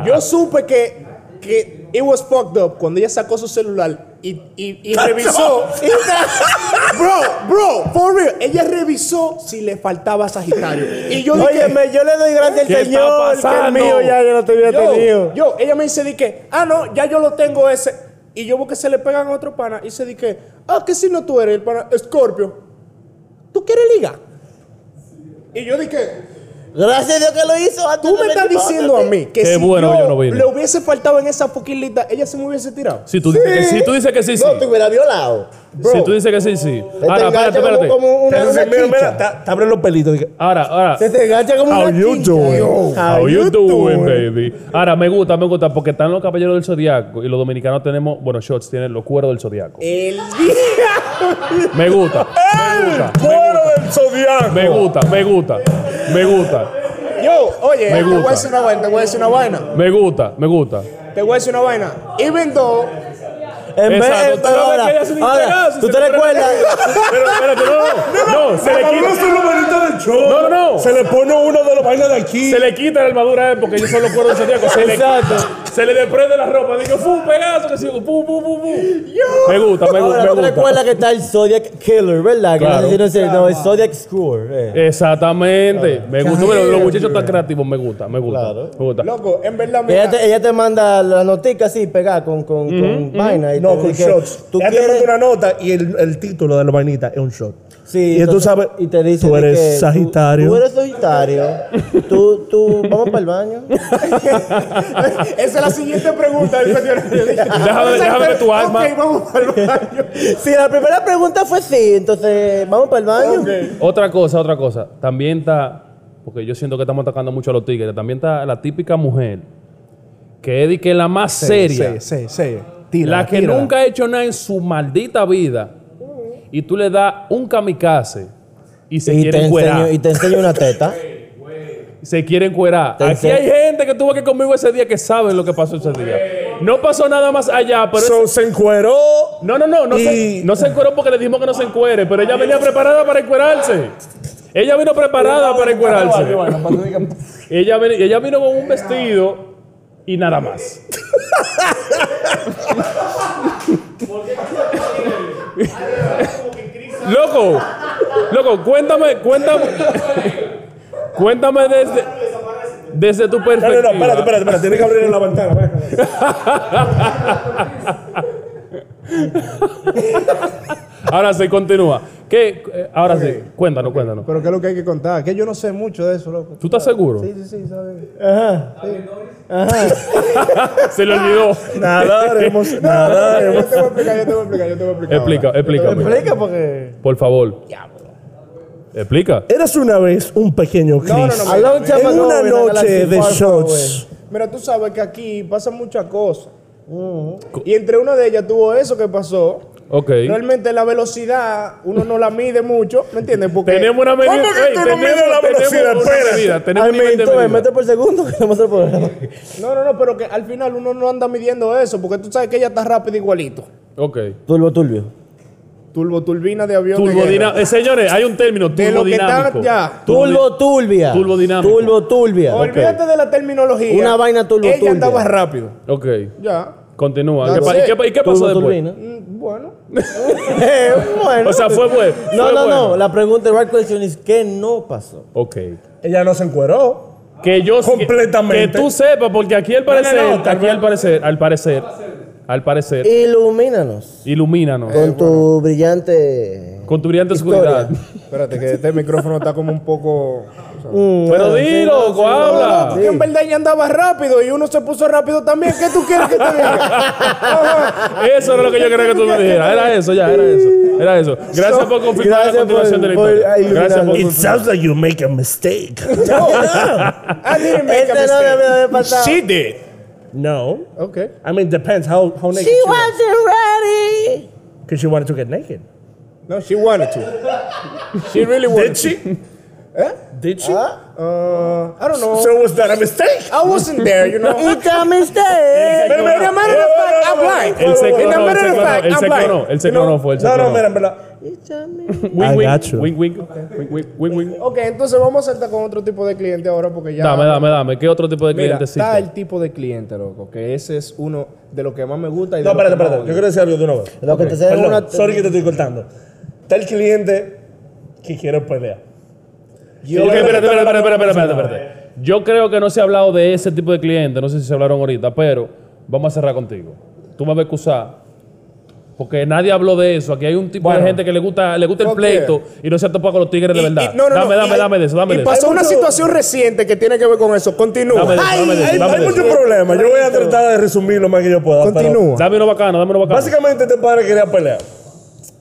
Speaker 11: yo supe que, que it was fucked up cuando ella sacó su celular y, y, y revisó. bro, bro, for real. Ella revisó si le faltaba Sagitario. Y yo dije,
Speaker 7: Óyeme, yo le doy gracias
Speaker 9: ¿Qué
Speaker 7: al
Speaker 9: está
Speaker 7: Señor que el
Speaker 9: pasando?
Speaker 7: mío ya yo no te hubiera
Speaker 11: yo,
Speaker 7: tenido.
Speaker 11: yo, ella me dice, di que, ah, no, ya yo lo tengo ese. Y yo veo que se le pegan a otro pana y se di que, ah, ¿qué signo tú eres? El pana, Scorpio. ¿Tú quieres liga? Y yo dije,
Speaker 7: Gracias a Dios que lo hizo. antes
Speaker 11: Tú
Speaker 7: de
Speaker 11: me estás
Speaker 7: venir.
Speaker 11: diciendo a mí que
Speaker 9: Qué
Speaker 11: si
Speaker 9: bueno que
Speaker 11: yo,
Speaker 9: yo no vine.
Speaker 11: le hubiese faltado en esa fucking lista, ella se me hubiese tirado.
Speaker 9: Si tú dices que sí, tú dices que sí, sí.
Speaker 7: No, te hubiera violado.
Speaker 11: Bro,
Speaker 9: Si tú dices que sí, sí. Ahora,
Speaker 7: engancha
Speaker 9: espérate, espérate.
Speaker 7: como- como una-
Speaker 13: Entonces,
Speaker 7: una
Speaker 13: mira,
Speaker 7: chicha.
Speaker 13: mira, te- te abren los pelitos. dije,
Speaker 9: Ahora, ahora.
Speaker 7: Se te engancha como
Speaker 13: How
Speaker 7: una
Speaker 13: you
Speaker 7: chincha.
Speaker 13: doing?
Speaker 7: Yo.
Speaker 9: How you doing, baby? Ahora, me gusta, me gusta, porque están los caballeros del zodiaco y los dominicanos tenemos, bueno, shots tienen los cueros del zodiaco.
Speaker 11: el día.
Speaker 9: Me gusta,
Speaker 13: ¡Cuero del zodiaco!
Speaker 9: me gusta, me gusta, me gusta,
Speaker 11: Yo, oye,
Speaker 9: Me
Speaker 11: te voy
Speaker 9: gusta.
Speaker 11: a decir una vaina, te voy a decir una vaina.
Speaker 9: me gusta, me gusta.
Speaker 11: Te voy a decir una vaina. Even though,
Speaker 7: En vez
Speaker 9: Exacto, tú
Speaker 7: de.
Speaker 9: no ves que ella
Speaker 7: Ahora,
Speaker 9: se le
Speaker 7: ahora,
Speaker 9: interesa,
Speaker 7: tú
Speaker 9: se
Speaker 7: te
Speaker 9: le-
Speaker 7: recuerdas.
Speaker 9: Pero, espérate, no, no, no, se le
Speaker 13: Algunos
Speaker 9: quita,
Speaker 13: son los manitos del show.
Speaker 9: No, no, no.
Speaker 13: Se le pone uno de los vainas de aquí.
Speaker 9: se le quita la armadura a él porque ellos son los cueros del zodiaco. Se le,
Speaker 7: Exacto.
Speaker 9: se le desprende la ropa, digo, fu, pegazo, que sigo, fu, fu, fu, fu. Me gusta, me, gusta, me
Speaker 7: Ahora, tú te
Speaker 9: gusta.
Speaker 7: recuerdas que está el Zodiac Killer, ¿verdad? Que
Speaker 9: Claro.
Speaker 7: no sé si no sé, no, es Zodiac Score. eh.
Speaker 9: Exactamente, me gusta, pero los muchachos están creativos, me gusta, me gusta, me gusta.
Speaker 11: loco, en verdad, mira.
Speaker 7: Ella te, ella te manda la notica así, pegada con, con, con vaina. y
Speaker 13: No,
Speaker 7: te
Speaker 13: con
Speaker 7: dice,
Speaker 13: shots.
Speaker 7: ¿Tú
Speaker 13: Ella te
Speaker 7: quieres?
Speaker 13: manda una nota y el, el título de la vainita es un shot.
Speaker 7: Sí,
Speaker 13: y tú
Speaker 7: entonces-
Speaker 13: sabes,
Speaker 7: y te dice
Speaker 13: tú
Speaker 7: de
Speaker 13: eres
Speaker 7: que tú-
Speaker 13: sagitario.
Speaker 7: Tú, eres sagitario. tú, tú, vamos para el baño.
Speaker 11: Esa es la siguiente pregunta del cuestionario.
Speaker 9: Déjame- déjame ver tu alma.
Speaker 11: Ok, vamos al baño.
Speaker 7: si la primera pregunta fue sí, entonces, vamos para el baño.
Speaker 9: Otra cosa, otra cosa. También está, porque yo siento que estamos atacando mucho a los tigres, también está la típica mujer que es de que la más seria,
Speaker 11: Sí, sí, sí. Tírala,
Speaker 9: la que
Speaker 11: tírala.
Speaker 9: nunca ha hecho nada en su maldita vida, y tú le das un kamikaze y se
Speaker 7: Y te,
Speaker 9: quiere encuerar.
Speaker 7: enseño, y te enseño una teta.
Speaker 9: Se quiere encuerar.
Speaker 7: Te
Speaker 9: Aquí
Speaker 7: enseño-
Speaker 9: hay gente que tuvo que conmigo ese día que sabe lo que pasó ese día. No pasó nada más allá, pero
Speaker 13: So, se encueró.
Speaker 9: No, no, no, no, se,
Speaker 13: Y-
Speaker 9: no se encueró porque le dijimos que no se encuere, pero ella venía preparada para encuerarse. Ella vino preparada para encuerarse. ella, ven- ella vino con un vestido y nada más. loco, loco, cuéntame, cuéntame. cuéntame desde, desde tu
Speaker 13: No, no,
Speaker 9: perspectiva.
Speaker 13: no, espérate, espérate, espérate. Tienes que abrir la ventana. espérate.
Speaker 9: Ahora sí, continúa. ¿Qué? Eh, Ahora sí, cuéntanos, cuéntanos.
Speaker 11: Pero qué es lo que hay que contar, que yo no sé mucho de eso, loco.
Speaker 9: ¿Tú estás seguro?
Speaker 11: Sí, sí, sí, ¿sabes?
Speaker 7: Ah.
Speaker 9: Se le olvidó.
Speaker 13: Nadaremos, nadaremos.
Speaker 11: Yo te voy a explicar, yo te voy a explicar, yo te voy a explicar.
Speaker 9: Explica, explícame.
Speaker 7: Explica porque.
Speaker 9: Por favor. Explica.
Speaker 13: Eras una vez un pequeño Chris.
Speaker 11: no, no,
Speaker 7: Al lado de un
Speaker 13: En
Speaker 7: chamaco,
Speaker 13: una
Speaker 7: en la
Speaker 13: noche
Speaker 7: Galaxy
Speaker 13: de
Speaker 7: Far,
Speaker 13: shots.
Speaker 11: Mira, tú sabes que aquí pasan muchas cosas. Y entre una de ellas tuvo eso que pasó.
Speaker 9: Ok.
Speaker 11: Realmente la velocidad uno no la mide mucho, ¿me entiendes? Porque
Speaker 9: Tenemos una medida.
Speaker 13: ¿Cómo que
Speaker 9: Ey,
Speaker 13: tú no
Speaker 9: tenemos-
Speaker 13: mides la
Speaker 9: tenemos
Speaker 13: velocidad?
Speaker 9: una
Speaker 13: Espera.
Speaker 9: medida, Tenemos
Speaker 7: Ay,
Speaker 9: un nivel de
Speaker 7: me
Speaker 9: medida.
Speaker 7: metro por segundo que no me hace el programa.
Speaker 11: No, no, no, pero que al final uno no anda midiendo eso, porque tú sabes que ella está rápida igualito.
Speaker 9: Ok.
Speaker 7: Turbo turbio.
Speaker 11: Turbo turbina de avión. de guerra.
Speaker 9: Turbodina- eh, señores, hay un término,
Speaker 11: De lo que
Speaker 9: turbodinámico.
Speaker 11: están ya.
Speaker 7: Turbo turbia.
Speaker 9: Turbo dinámico.
Speaker 7: Turbo turbia.
Speaker 11: Olvídate de la terminología.
Speaker 7: Una vaina turbo
Speaker 11: Ella
Speaker 7: turbia.
Speaker 11: andaba rápido.
Speaker 9: Ok,
Speaker 11: Ya.
Speaker 9: continúa.
Speaker 11: Ya
Speaker 9: ¿Qué pa-
Speaker 11: sé.
Speaker 9: ¿Y qué, pa- y qué pasó
Speaker 7: Turbo
Speaker 9: después?
Speaker 7: turbina.
Speaker 11: Mm, Bueno.
Speaker 7: Eh, bueno.
Speaker 9: O sea, fue bueno.
Speaker 7: No,
Speaker 9: fue
Speaker 7: no,
Speaker 9: bueno.
Speaker 7: no. La pregunta, the right question is, ¿qué no pasó?
Speaker 9: Ok.
Speaker 13: Ella no se encueró.
Speaker 9: Que yo
Speaker 13: Completamente.
Speaker 9: Que tú sepas, porque aquí al parecer,
Speaker 13: no, tal
Speaker 9: aquí
Speaker 13: vez-
Speaker 9: al parecer, al parecer, al parecer,
Speaker 7: Ilumínanos.
Speaker 9: ilumínanos
Speaker 7: Con tu brillante.
Speaker 9: con tu brillante
Speaker 7: Historia.
Speaker 9: seguridad.
Speaker 11: Espérate, que este micrófono está como un poco.
Speaker 9: Pero dilo, habla.
Speaker 11: Que en verdad ella andaba rápido y uno se puso rápido también. ¿Qué tú quieres que te diga?
Speaker 9: Eso era lo que yo quería que tú me dijeras. Era eso, ya, era eso. Era eso. Gracias por confirmar la
Speaker 7: Gracias
Speaker 9: continuación
Speaker 7: por-
Speaker 9: de la
Speaker 7: por
Speaker 9: historia. Gracias por
Speaker 7: iluminarnos.
Speaker 13: It sounds like you make a mistake.
Speaker 11: I didn't make
Speaker 7: Este
Speaker 11: a
Speaker 7: no
Speaker 11: mistake.
Speaker 7: debió de haber pasado.
Speaker 13: She did. No.
Speaker 11: Okay.
Speaker 13: I mean, depends how, how naked she,
Speaker 7: She
Speaker 13: was.
Speaker 7: wasn't ready.
Speaker 13: Because she wanted to get naked.
Speaker 11: No, she wanted to. She really wanted
Speaker 13: Did she?
Speaker 11: Eh?
Speaker 13: Did she?
Speaker 9: Ah.
Speaker 11: Uh, I don't know.
Speaker 13: So was that a mistake?
Speaker 11: I wasn't there, you know.
Speaker 7: It's a mistake.
Speaker 13: Mira, mira,
Speaker 11: In a matter of fact, I'm blind.
Speaker 9: Él se
Speaker 11: In a
Speaker 9: clonó, él
Speaker 11: matter
Speaker 9: se
Speaker 11: of
Speaker 9: clonó,
Speaker 11: fact,
Speaker 9: él
Speaker 11: I'm
Speaker 9: se
Speaker 11: blind.
Speaker 9: clonó, él se clonó, fue él se
Speaker 13: No, no,
Speaker 9: clonó.
Speaker 13: mira, en verdad.
Speaker 7: It's a mistake.
Speaker 9: Wing,
Speaker 13: I
Speaker 9: wing,
Speaker 13: got you.
Speaker 9: wing, wing, wing, wing, wing, wing.
Speaker 11: Ok, entonces vamos a saltar con otro tipo de cliente ahora porque ya.
Speaker 9: Dame, dame, dame. ¿Qué otro tipo de
Speaker 11: Mira,
Speaker 9: cliente
Speaker 11: está
Speaker 9: existe?
Speaker 11: el tipo de cliente, loco, que ese es uno de los que más me gusta. Y
Speaker 13: No,
Speaker 11: de lo que
Speaker 13: espérate,
Speaker 11: más
Speaker 13: espérate. Yo
Speaker 11: odio.
Speaker 13: quiero decir algo de una vez.
Speaker 7: Lo que te sea
Speaker 13: Perdón,
Speaker 7: una.
Speaker 13: sorry que te estoy cortando. Está el cliente que quiere pelear.
Speaker 9: Ok, espérate, espérate, espérate, espérate, espérate, espérate. Yo creo que no se ha hablado de ese tipo de cliente, no sé si se hablaron ahorita, pero vamos a cerrar contigo. Tú me vas a excusar. Porque nadie habló de eso. Aquí hay un tipo de gente que le gusta, le gusta el
Speaker 11: Ok.
Speaker 9: pleito y no se ha topado con los tigres de
Speaker 11: Y- y-
Speaker 9: verdad.
Speaker 11: no, no, no,
Speaker 9: dame,
Speaker 11: y
Speaker 9: dame,
Speaker 11: hay-
Speaker 9: dame de eso, dame
Speaker 11: Y
Speaker 9: de eso.
Speaker 11: pasó una situación reciente que tiene que ver con eso. Continúa.
Speaker 9: Dame de eso,
Speaker 11: Ay,
Speaker 9: dame de eso,
Speaker 13: Hay,
Speaker 9: dame
Speaker 13: hay
Speaker 9: de eso.
Speaker 13: muchos problemas. Yo voy a tratar de resumir lo más que yo pueda. pero-
Speaker 11: Continúa.
Speaker 9: Dame uno bacano, dame uno bacano.
Speaker 13: Básicamente este padre quería pelear.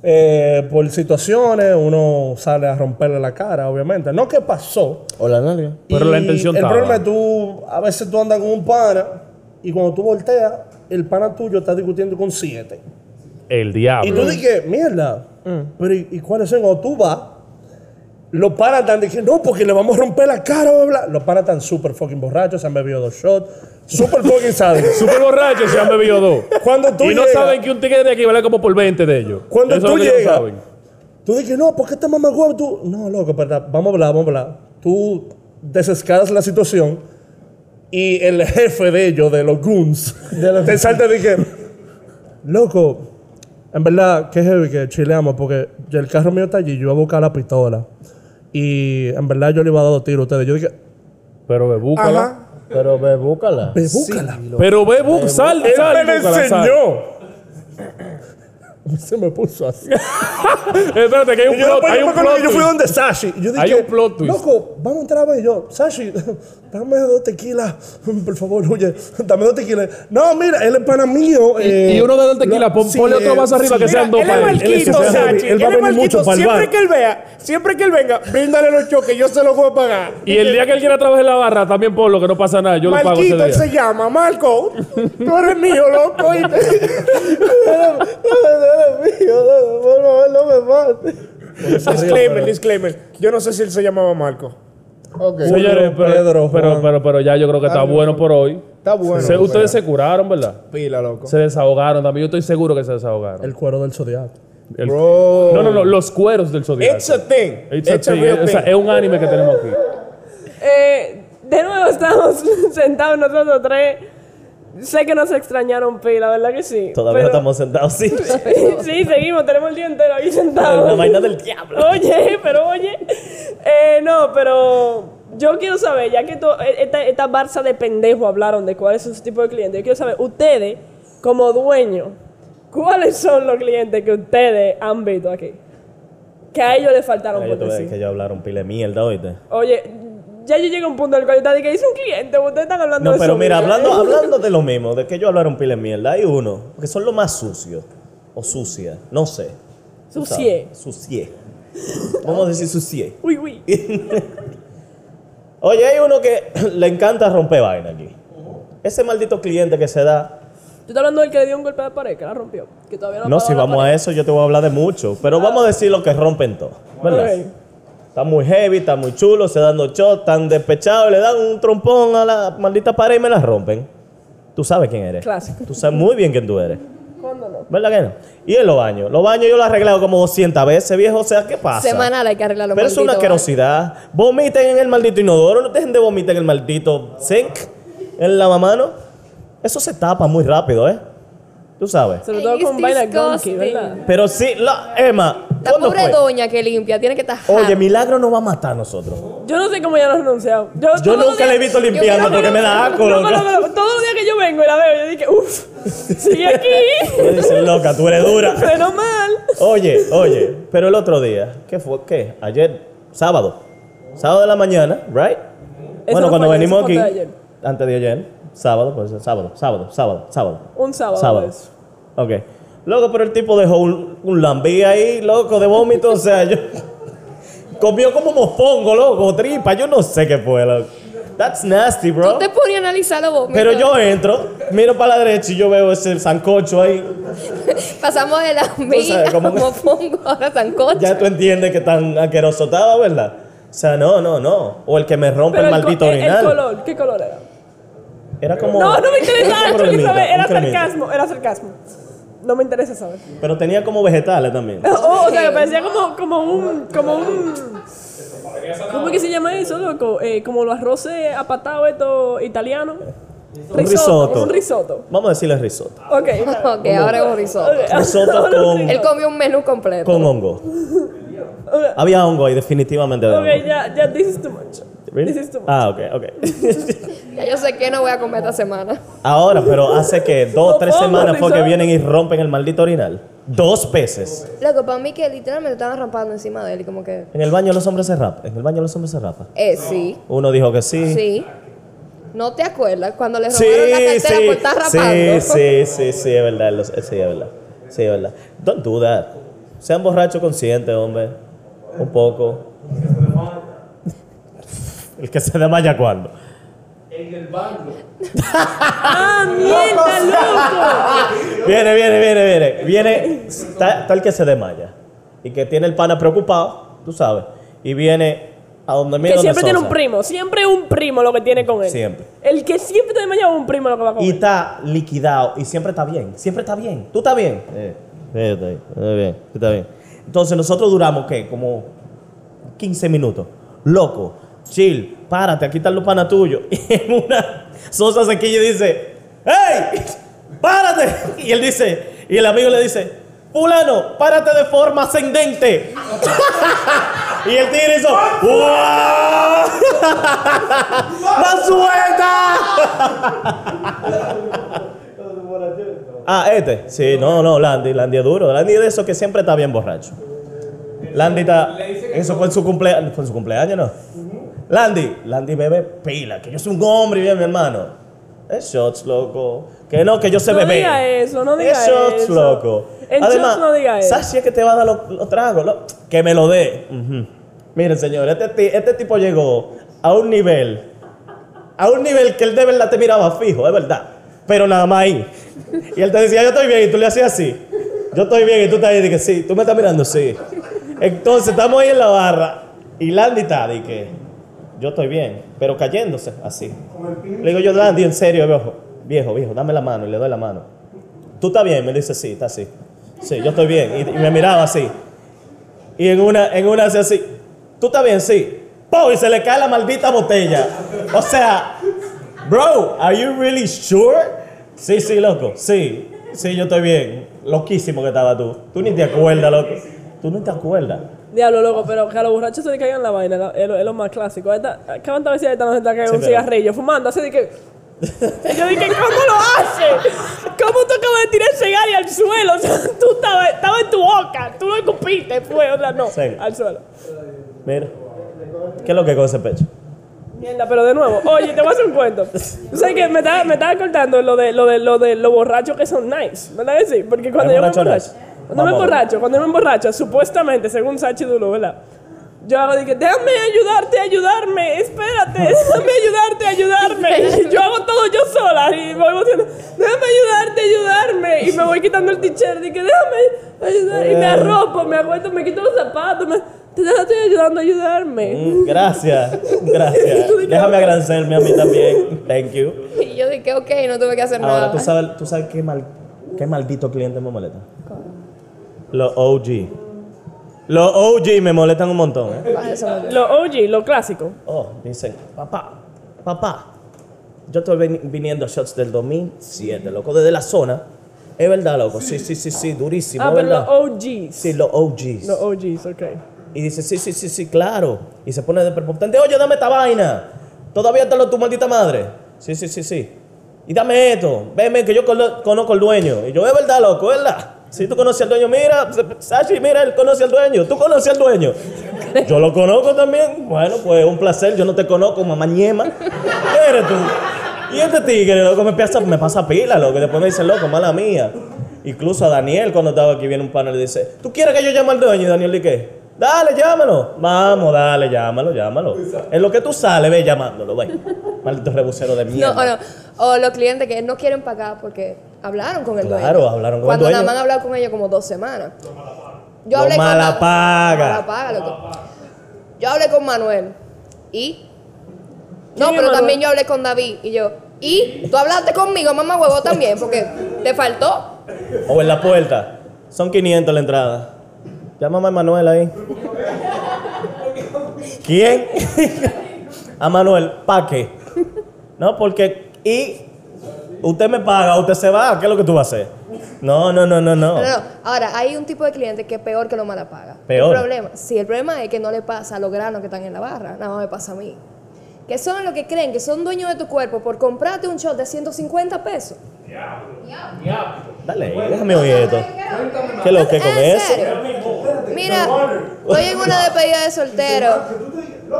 Speaker 13: Eh, por situaciones, uno sale a romperle la cara, obviamente. No que pasó.
Speaker 7: O la nalga.
Speaker 9: Pero
Speaker 13: Y
Speaker 9: la intención
Speaker 13: El
Speaker 9: estaba.
Speaker 13: problema es tú, a veces tú andas con un pana y cuando tú volteas, el pana tuyo está discutiendo con siete.
Speaker 9: El
Speaker 13: Y tú
Speaker 9: diablo.
Speaker 13: dices, mierda, pero ¿y, y cuáles son? Cuando tú vas, los panas están diciendo, no, porque le vamos a romper la cara, bla, bla. Los panas están súper fucking borrachos, se han bebido dos shots, súper fucking sádicos.
Speaker 9: Super borracho se han bebido dos.
Speaker 13: Cuando tú
Speaker 9: y no
Speaker 13: llegas-
Speaker 9: saben que un tigre de aquí vale como por 20 de ellos.
Speaker 13: Cuando
Speaker 9: Eso es
Speaker 13: tú
Speaker 9: lo que ellos no
Speaker 13: llegas-
Speaker 9: saben.
Speaker 13: Tú dices, no, ¿por qué te mamá huevo? Tú, no, loco, verdad, vamos a hablar, vamos a hablar. Tú desescalas la situación y el jefe de ellos, de los goons, te salta y dice, loco, en verdad, qué heavy que chileamos porque ya el carro mío está allí, yo iba a buscar la pistola. Y en verdad yo le iba a dar dos tiros a ustedes. Yo dije,
Speaker 9: Pero ve, búscala.
Speaker 11: Ajá.
Speaker 7: Pero ve, búscala.
Speaker 13: ve, búscala.
Speaker 9: Pero ve, bú- sal,
Speaker 13: Él
Speaker 9: sal,
Speaker 13: me
Speaker 9: búscala, sal.
Speaker 13: enseñó. Se me puso así.
Speaker 9: Espérate, que hay un
Speaker 13: Y yo,
Speaker 9: plot,
Speaker 13: después
Speaker 9: hay
Speaker 13: yo
Speaker 9: un
Speaker 13: me acuerdo
Speaker 9: plot.
Speaker 13: que yo fui
Speaker 9: twist.
Speaker 13: donde Sashi. Y yo dije,
Speaker 9: Hay un plot twist.
Speaker 13: Loco, vamos a entrar a ver. Y yo, Sashi, dame dos tequilas. Por favor, oye, dame dos tequilas. No, mira, él es pana mío. eh,
Speaker 9: y uno de dos tequilas, pon- ponle otro vaso arriba que sean dos
Speaker 11: Él es
Speaker 9: para él.
Speaker 11: malquito,
Speaker 13: Él es
Speaker 11: Sachi.
Speaker 13: heavy.
Speaker 11: Él
Speaker 13: Él va a
Speaker 11: es
Speaker 13: venir
Speaker 11: malquito.
Speaker 13: mucho pa'l
Speaker 11: Siempre
Speaker 13: bar.
Speaker 11: que él vea, siempre que él venga, bríndale los choques, yo se los voy a pagar.
Speaker 9: Y el día que él quiera trabajar en la barra, también por lo que no pasa nada. Yo lo pago ese
Speaker 11: Malquito, él
Speaker 9: día.
Speaker 11: se llama Marco. Tú eres mío, loco. y
Speaker 7: No me mates.
Speaker 11: disclaimer, disclaimer. Yo no sé si él se llamaba Marco. Ok.
Speaker 9: Señores, pero,
Speaker 13: Pedro,
Speaker 9: pero,
Speaker 13: Juan.
Speaker 9: pero, pero ya yo creo que está bueno por hoy.
Speaker 11: Está bueno.
Speaker 9: Se- ustedes se curaron, ¿verdad?
Speaker 11: Pila, loco.
Speaker 9: Se desahogaron también. Yo estoy seguro que se desahogaron.
Speaker 13: El cuero del zodiaco.
Speaker 9: El-
Speaker 11: Bro.
Speaker 9: No, no, no. Los cueros del zodiaco.
Speaker 11: It's a thing.
Speaker 9: It's a thing.
Speaker 11: real
Speaker 9: O sea,
Speaker 11: thing.
Speaker 9: es un anime que tenemos aquí.
Speaker 1: Eh, de nuevo estamos sentados nosotros tres. Sé que nos extrañaron, la ¿verdad que sí?
Speaker 2: Todavía no
Speaker 1: Pero-
Speaker 2: estamos sentados, sí.
Speaker 1: sí, seguimos, tenemos el día entero aquí
Speaker 2: La
Speaker 1: sentados.
Speaker 2: vaina del diablo.
Speaker 1: Oye, pero oye. Eh, no, pero yo quiero saber, ya que to- e- esta, esta barza de pendejo hablaron de cuáles son su tipo de clientes, yo quiero saber, ustedes, como dueños, ¿cuáles son los clientes que ustedes han visto aquí? Que a ellos les faltaron
Speaker 2: Yo
Speaker 1: por
Speaker 2: te voy a
Speaker 1: decir.
Speaker 2: decir que ya hablaron pile mierda, oíste.
Speaker 1: Oye, ya yo llegué a un punto del cual yo te dije, hice un cliente, ustedes están hablando
Speaker 2: No,
Speaker 1: de
Speaker 2: pero
Speaker 1: su
Speaker 2: mira,
Speaker 1: vida".
Speaker 2: hablando,
Speaker 7: eh.
Speaker 2: hablando de lo mismo, de que yo hablaron pile mierda, hay uno, que son los más sucios, o sucia, no sé. tú sabes,
Speaker 1: Sucié.
Speaker 2: Sucié. Vamos a decir sucié.
Speaker 1: Uy, uy.
Speaker 2: Oye, hay uno que le encanta romper vaina aquí. Ese maldito cliente que se da
Speaker 1: estoy hablando del que le dio un golpe de pared, que la rompió. Que todavía no
Speaker 2: No, si vamos a eso, yo te voy a hablar de mucho. Pero vamos a decir lo que rompen todo. ¿Verdad?
Speaker 1: Ok.
Speaker 2: Está muy heavy, está muy chulo, se dan dos shots, están despechados, le dan un trompón a la maldita pared y me la rompen. Tú sabes quién eres.
Speaker 1: Clásico.
Speaker 2: Tú sabes muy bien quién tú eres.
Speaker 1: ¿Cuándo no?
Speaker 2: ¿Verdad que no? Y en los baños. Los baños yo lo he arreglado como 200 veces, viejo. O sea, ¿qué pasa?
Speaker 3: Semanal hay que arreglarlo.
Speaker 2: Pero es una
Speaker 3: maldito, ¿vale?
Speaker 2: asquerosidad. Vomiten en el maldito inodoro, no dejen de vomitar en el maldito sink, en la mamano. Eso se tapa muy rápido, ¿eh? Tú sabes.
Speaker 1: Sobre todo
Speaker 3: Ay,
Speaker 1: con
Speaker 3: it's
Speaker 1: vaina gunky,
Speaker 3: disgusting.
Speaker 1: ¿verdad?
Speaker 2: Pero sí, la, Emma,
Speaker 3: La
Speaker 2: ¿cuándo
Speaker 3: pobre
Speaker 2: fue?
Speaker 3: doña que limpia, tiene que estar.
Speaker 2: Oye, Milagro nos va a matar a nosotros.
Speaker 1: Yo no sé cómo ya lo has renunciado. Yo,
Speaker 2: Yo
Speaker 1: todos los
Speaker 2: nunca la he
Speaker 1: días-
Speaker 2: visto limpiando
Speaker 3: yo-
Speaker 2: porque me da asco.
Speaker 1: No, no,
Speaker 2: loca.
Speaker 1: no, no, todos los días que yo vengo y la veo, yo dije, uff, sigue aquí.
Speaker 2: Me dicen, loca, tú eres dura.
Speaker 1: Pero mal.
Speaker 2: Oye, oye, pero el otro día, ¿qué fue? ¿Qué? Ayer, sábado. Sábado de la mañana, ¿right? bueno,
Speaker 1: no
Speaker 2: cuando
Speaker 1: fue ayer,
Speaker 2: venimos
Speaker 1: eso fue
Speaker 2: aquí,
Speaker 1: antes de ayer.
Speaker 2: antes de ayer, sábado, pues sábado, sábado, sábado, sábado.
Speaker 1: Un sábado,
Speaker 2: Sábado.
Speaker 1: pues.
Speaker 2: Ok. Loco, pero el tipo dejó un, un lambí ahí, loco, de vómito, o sea, yo. Comió como mofongo, loco, tripa, yo no sé qué fue, loco. That's nasty, bro.
Speaker 3: Tú te pones a analizar los vómitos.
Speaker 2: Pero yo eh, entro, miro para la derecha y yo veo ese sancocho ahí.
Speaker 3: Pasamos de la
Speaker 2: sabes,
Speaker 3: mía
Speaker 2: como-
Speaker 3: como pongo ahora sancocho.
Speaker 2: Ya tú entiendes que tan asqueroso estaba, ¿verdad? O sea, no, no, no. O el que me rompe
Speaker 1: Pero
Speaker 2: el
Speaker 1: el, co-
Speaker 2: maldito
Speaker 1: el- el
Speaker 2: orinal.
Speaker 1: color, ¿qué color era?
Speaker 2: Era como.
Speaker 1: No, no me interesa,
Speaker 2: un
Speaker 1: yo quiero
Speaker 2: cremita,
Speaker 1: saber.
Speaker 2: un
Speaker 1: Era
Speaker 2: cremita.
Speaker 1: sarcasmo, era sarcasmo. No me interesa saber.
Speaker 2: Pero tenía como vegetales también.
Speaker 1: Oh, o sea, que parecía como, como un. Como un ¿Cómo es que se llama eso, loco? Eh, como los arroces apatados estos italianos.
Speaker 2: Un risotto.
Speaker 1: Un risotto.
Speaker 2: Vamos a decirle risotto.
Speaker 1: Ok. está
Speaker 3: Ok, ahora es un risotto.
Speaker 1: bien.
Speaker 2: Risotto
Speaker 1: Ahora
Speaker 2: con-
Speaker 1: sí.
Speaker 3: Él comió un menú completo.
Speaker 2: Con hongo. Había hongo ahí, definitivamente. había
Speaker 1: Ok,
Speaker 2: hongo.
Speaker 1: ya, ya, this is too much.
Speaker 2: Really?
Speaker 1: This is too much.
Speaker 2: Ah, ok, ok.
Speaker 3: Ya yo sé que no voy a comer esta semana.
Speaker 2: Ahora, pero hace que dos o tres
Speaker 1: Mofongo,
Speaker 2: semanas fue que
Speaker 1: risotto.
Speaker 2: vienen y rompen el maldito orinal. Dos veces.
Speaker 3: Loco, para mí que literalmente estaban rampando encima de él y como que...
Speaker 2: En el baño los hombres se rapan. En el baño los hombres se rapan.
Speaker 3: Eh, sí,
Speaker 2: Uno dijo que sí.
Speaker 3: sí. ¿No te acuerdas cuando le
Speaker 2: Sí,
Speaker 3: robaron la cartera
Speaker 2: sí,
Speaker 3: por estar rapando?
Speaker 2: sí, sí, sí, sí, es verdad, lo- sí, es verdad, sí, es verdad. Don't do that. Sean borrachos conscientes, hombre, un poco. El que se desmaya cuando.
Speaker 1: ¡Ah, mierda, loco!
Speaker 2: Viene, viene, viene, viene, viene, está, está el que se desmaya y que tiene el pana preocupado, tú sabes, y viene a donde mira
Speaker 1: Que
Speaker 2: donde
Speaker 1: siempre tiene
Speaker 2: Sosa.
Speaker 1: un primo, siempre un primo lo que tiene con él.
Speaker 2: Siempre.
Speaker 1: El que siempre te desmaya es un primo lo que va con
Speaker 2: Y
Speaker 1: él.
Speaker 2: está liquidado y siempre está bien, siempre está bien. ¿Tú estás bien? Eh, eh, está bien, está bien, está bien. Entonces nosotros duramos, ¿qué? Como 15 minutos. Loco, chill, párate, aquí están los panas tuyos. Y en una, Sosa se quilla y dice, ¡Hey! ¡Párate! Y él dice, y el amigo le dice, fulano, párate de forma ascendente. y el tigre hizo, ¡Wow! ¡La suelta! Ah, este. Sí, no, no, Landy. Landy es duro. Landy es de esos que siempre está bien borracho. Landy está. Eso fue en su cumpleaños. ¿Fue en su cumpleaños, no? Landy. Landy bebe pila. Que yo soy un hombre, bien, mi hermano. Es shots, loco. Que no, que yo sé
Speaker 1: No
Speaker 2: beber.
Speaker 1: diga eso, no diga
Speaker 2: Es shots,
Speaker 1: eso.
Speaker 2: loco.
Speaker 1: En
Speaker 2: Además,
Speaker 1: shots no diga eso.
Speaker 2: ¿sabes si es que te va a dar los los tragos? lo- que me lo dé. Ujú. Miren, señores, este, ti- este tipo llegó a un nivel a un nivel que él de verdad te miraba fijo, es verdad. Pero nada más ahí. Y él te decía, yo estoy bien, y tú le hacías así. Yo estoy bien, y tú estás ahí, dije, sí, tú me estás mirando, sí. Entonces estamos ahí en la barra, y Landy está, dije, yo estoy bien, pero cayéndose, así. Le digo yo, Landy, en serio, viejo, viejo, viejo, dame la mano, y le doy la mano. ¿Tú estás bien? Me dice, sí, está así. Sí, yo estoy bien. Y, y me miraba así. Y en una, en una hace así. ¿Tú estás bien? Sí. ¡Pum! Y se le cae la maldita botella. O sea, bro, ¿are you really sure? Sí, sí, loco. Sí, sí, yo estoy bien. Loquísimo que estaba tú. Tú ni te acuerdas, loco. Tú no te acuerdas.
Speaker 1: Diablo, loco, pero que a los borrachos se le caigan la vaina, la- es lo, es lo más clásico. Esta, ¿Cuántas veces esta nos está cayendo
Speaker 2: Sí,
Speaker 1: un
Speaker 2: pero-
Speaker 1: cigarrillo fumando? Así de que. Y yo dije, ¿cómo lo hace? ¿Cómo tú acabas de tirar ese cigarro al suelo? O sea, tú estabas estaba en tu boca, tú lo escupiste, fue, o sea, no,
Speaker 2: Sí.
Speaker 1: al suelo.
Speaker 2: Mira. ¿Qué es lo que con ese pecho?
Speaker 1: Mierda, pero de nuevo, oye, te voy a hacer un cuento. Tú sabes que me estaba, me estaba contando lo de, lo de, lo de los borrachos que son nice, ¿verdad que sí? Porque cuando
Speaker 2: ¿Es
Speaker 1: yo me
Speaker 2: borracho
Speaker 1: emborracho,
Speaker 2: nice?
Speaker 1: cuando me
Speaker 2: Vamos a ver.
Speaker 1: emborracho, cuando me emborracho, supuestamente, según Sachi Dulu, ¿verdad? Yo hago de que, déjame ayudarte, ayudarme, espérate, déjame ayudarte, ayudarme. Y yo hago todo yo sola y voy diciendo, déjame ayudarte, ayudarme me voy quitando el t-shirt y que déjame ayudar.
Speaker 2: Eh.
Speaker 1: Y me arropo, me aguanto, me quito los zapatos. Me, te te estoy ayudando a ayudarme.
Speaker 2: Mm, Gracias, gracias. Déjame agradecerme a mí también. Thank you.
Speaker 3: Y yo dije, ok, no tuve que hacer
Speaker 2: Ahora,
Speaker 3: nada.
Speaker 2: ¿tú sabes, tú sabes qué, mal, qué maldito cliente me molesta? Los OG. Los OG me molestan un montón, ¿eh?
Speaker 3: Ah, eso me-
Speaker 1: Lo OG, lo clásico.
Speaker 2: Oh, dicen, papá, papá, yo estoy vin- viniendo a shots del 2007, loco, desde la zona. Es verdad, loco, sí, sí, sí, sí, durísimo,
Speaker 1: Ah,
Speaker 2: es
Speaker 1: pero
Speaker 2: ¿verdad?
Speaker 1: los OGs.
Speaker 2: Sí, los OGs.
Speaker 1: Los OGs, ok.
Speaker 2: Y dice, sí, sí, sí, sí, claro. Y se pone de prepotente, oye, dame esta vaina. Todavía te lo tu maldita madre. Sí, sí, sí, sí. Y dame esto. Veme que yo cono- conozco al dueño. Y yo, es verdad, loco, es verdad. Si tú conoces al dueño, mira, Sashi, mira, él conoce al dueño. Tú conoces al dueño. Yo lo conozco también. Bueno, pues un placer. Yo no te conozco, mamá ñema. ¿Qué eres tú? Y este tigre, loco, me pasa, me pasa pila, loco. Y después me dice, loco, mala mía. Incluso a Daniel, cuando estaba aquí, viene un panel y dice, ¿tú quieres que yo llame al dueño? Y Daniel, ¿y qué? Dale, llámalo. Vamos, dale, llámalo, llámalo. En lo que tú sales, ve llamándolo, ve. Maldito rebucero de
Speaker 3: No,
Speaker 2: mierda.
Speaker 3: o no. O los clientes que no quieren pagar porque hablaron con el dueño.
Speaker 2: Claro, hablaron con el
Speaker 3: Cuando
Speaker 2: dueño.
Speaker 3: nada más han hablado con ellos como dos semanas. Yo
Speaker 2: Lo
Speaker 3: hablé con
Speaker 2: mala
Speaker 3: Ma-
Speaker 2: paga.
Speaker 3: Mala paga, loco. Yo hablé con Manuel y. No,
Speaker 1: ¿Quién es
Speaker 3: pero
Speaker 1: Manuel?
Speaker 3: también yo hablé con David y yo. Y tú hablaste conmigo, mamá huevo, también, porque te faltó.
Speaker 2: O en la puerta. Son 500 la entrada. Llámame a Manuel ahí. ¿Quién? a Manuel, ¿pa' qué? No, porque. Y. Usted me paga, usted se va, ¿qué es lo que tú vas a hacer? No, no, no, no, no.
Speaker 3: No, no, no. Ahora, hay un tipo de cliente que es peor que lo mala paga.
Speaker 2: Peor.
Speaker 3: El problema, sí, el problema es que no le pasa a los granos que están en la barra, nada más me pasa a mí. Que son los que creen que son dueños de tu cuerpo por comprarte un shot de 150 pesos.
Speaker 2: Dale, déjame oír esto. ¿Qué es lo que con
Speaker 3: ¿En
Speaker 2: eso?
Speaker 3: serio? Mira, estoy en una despedida de soltero.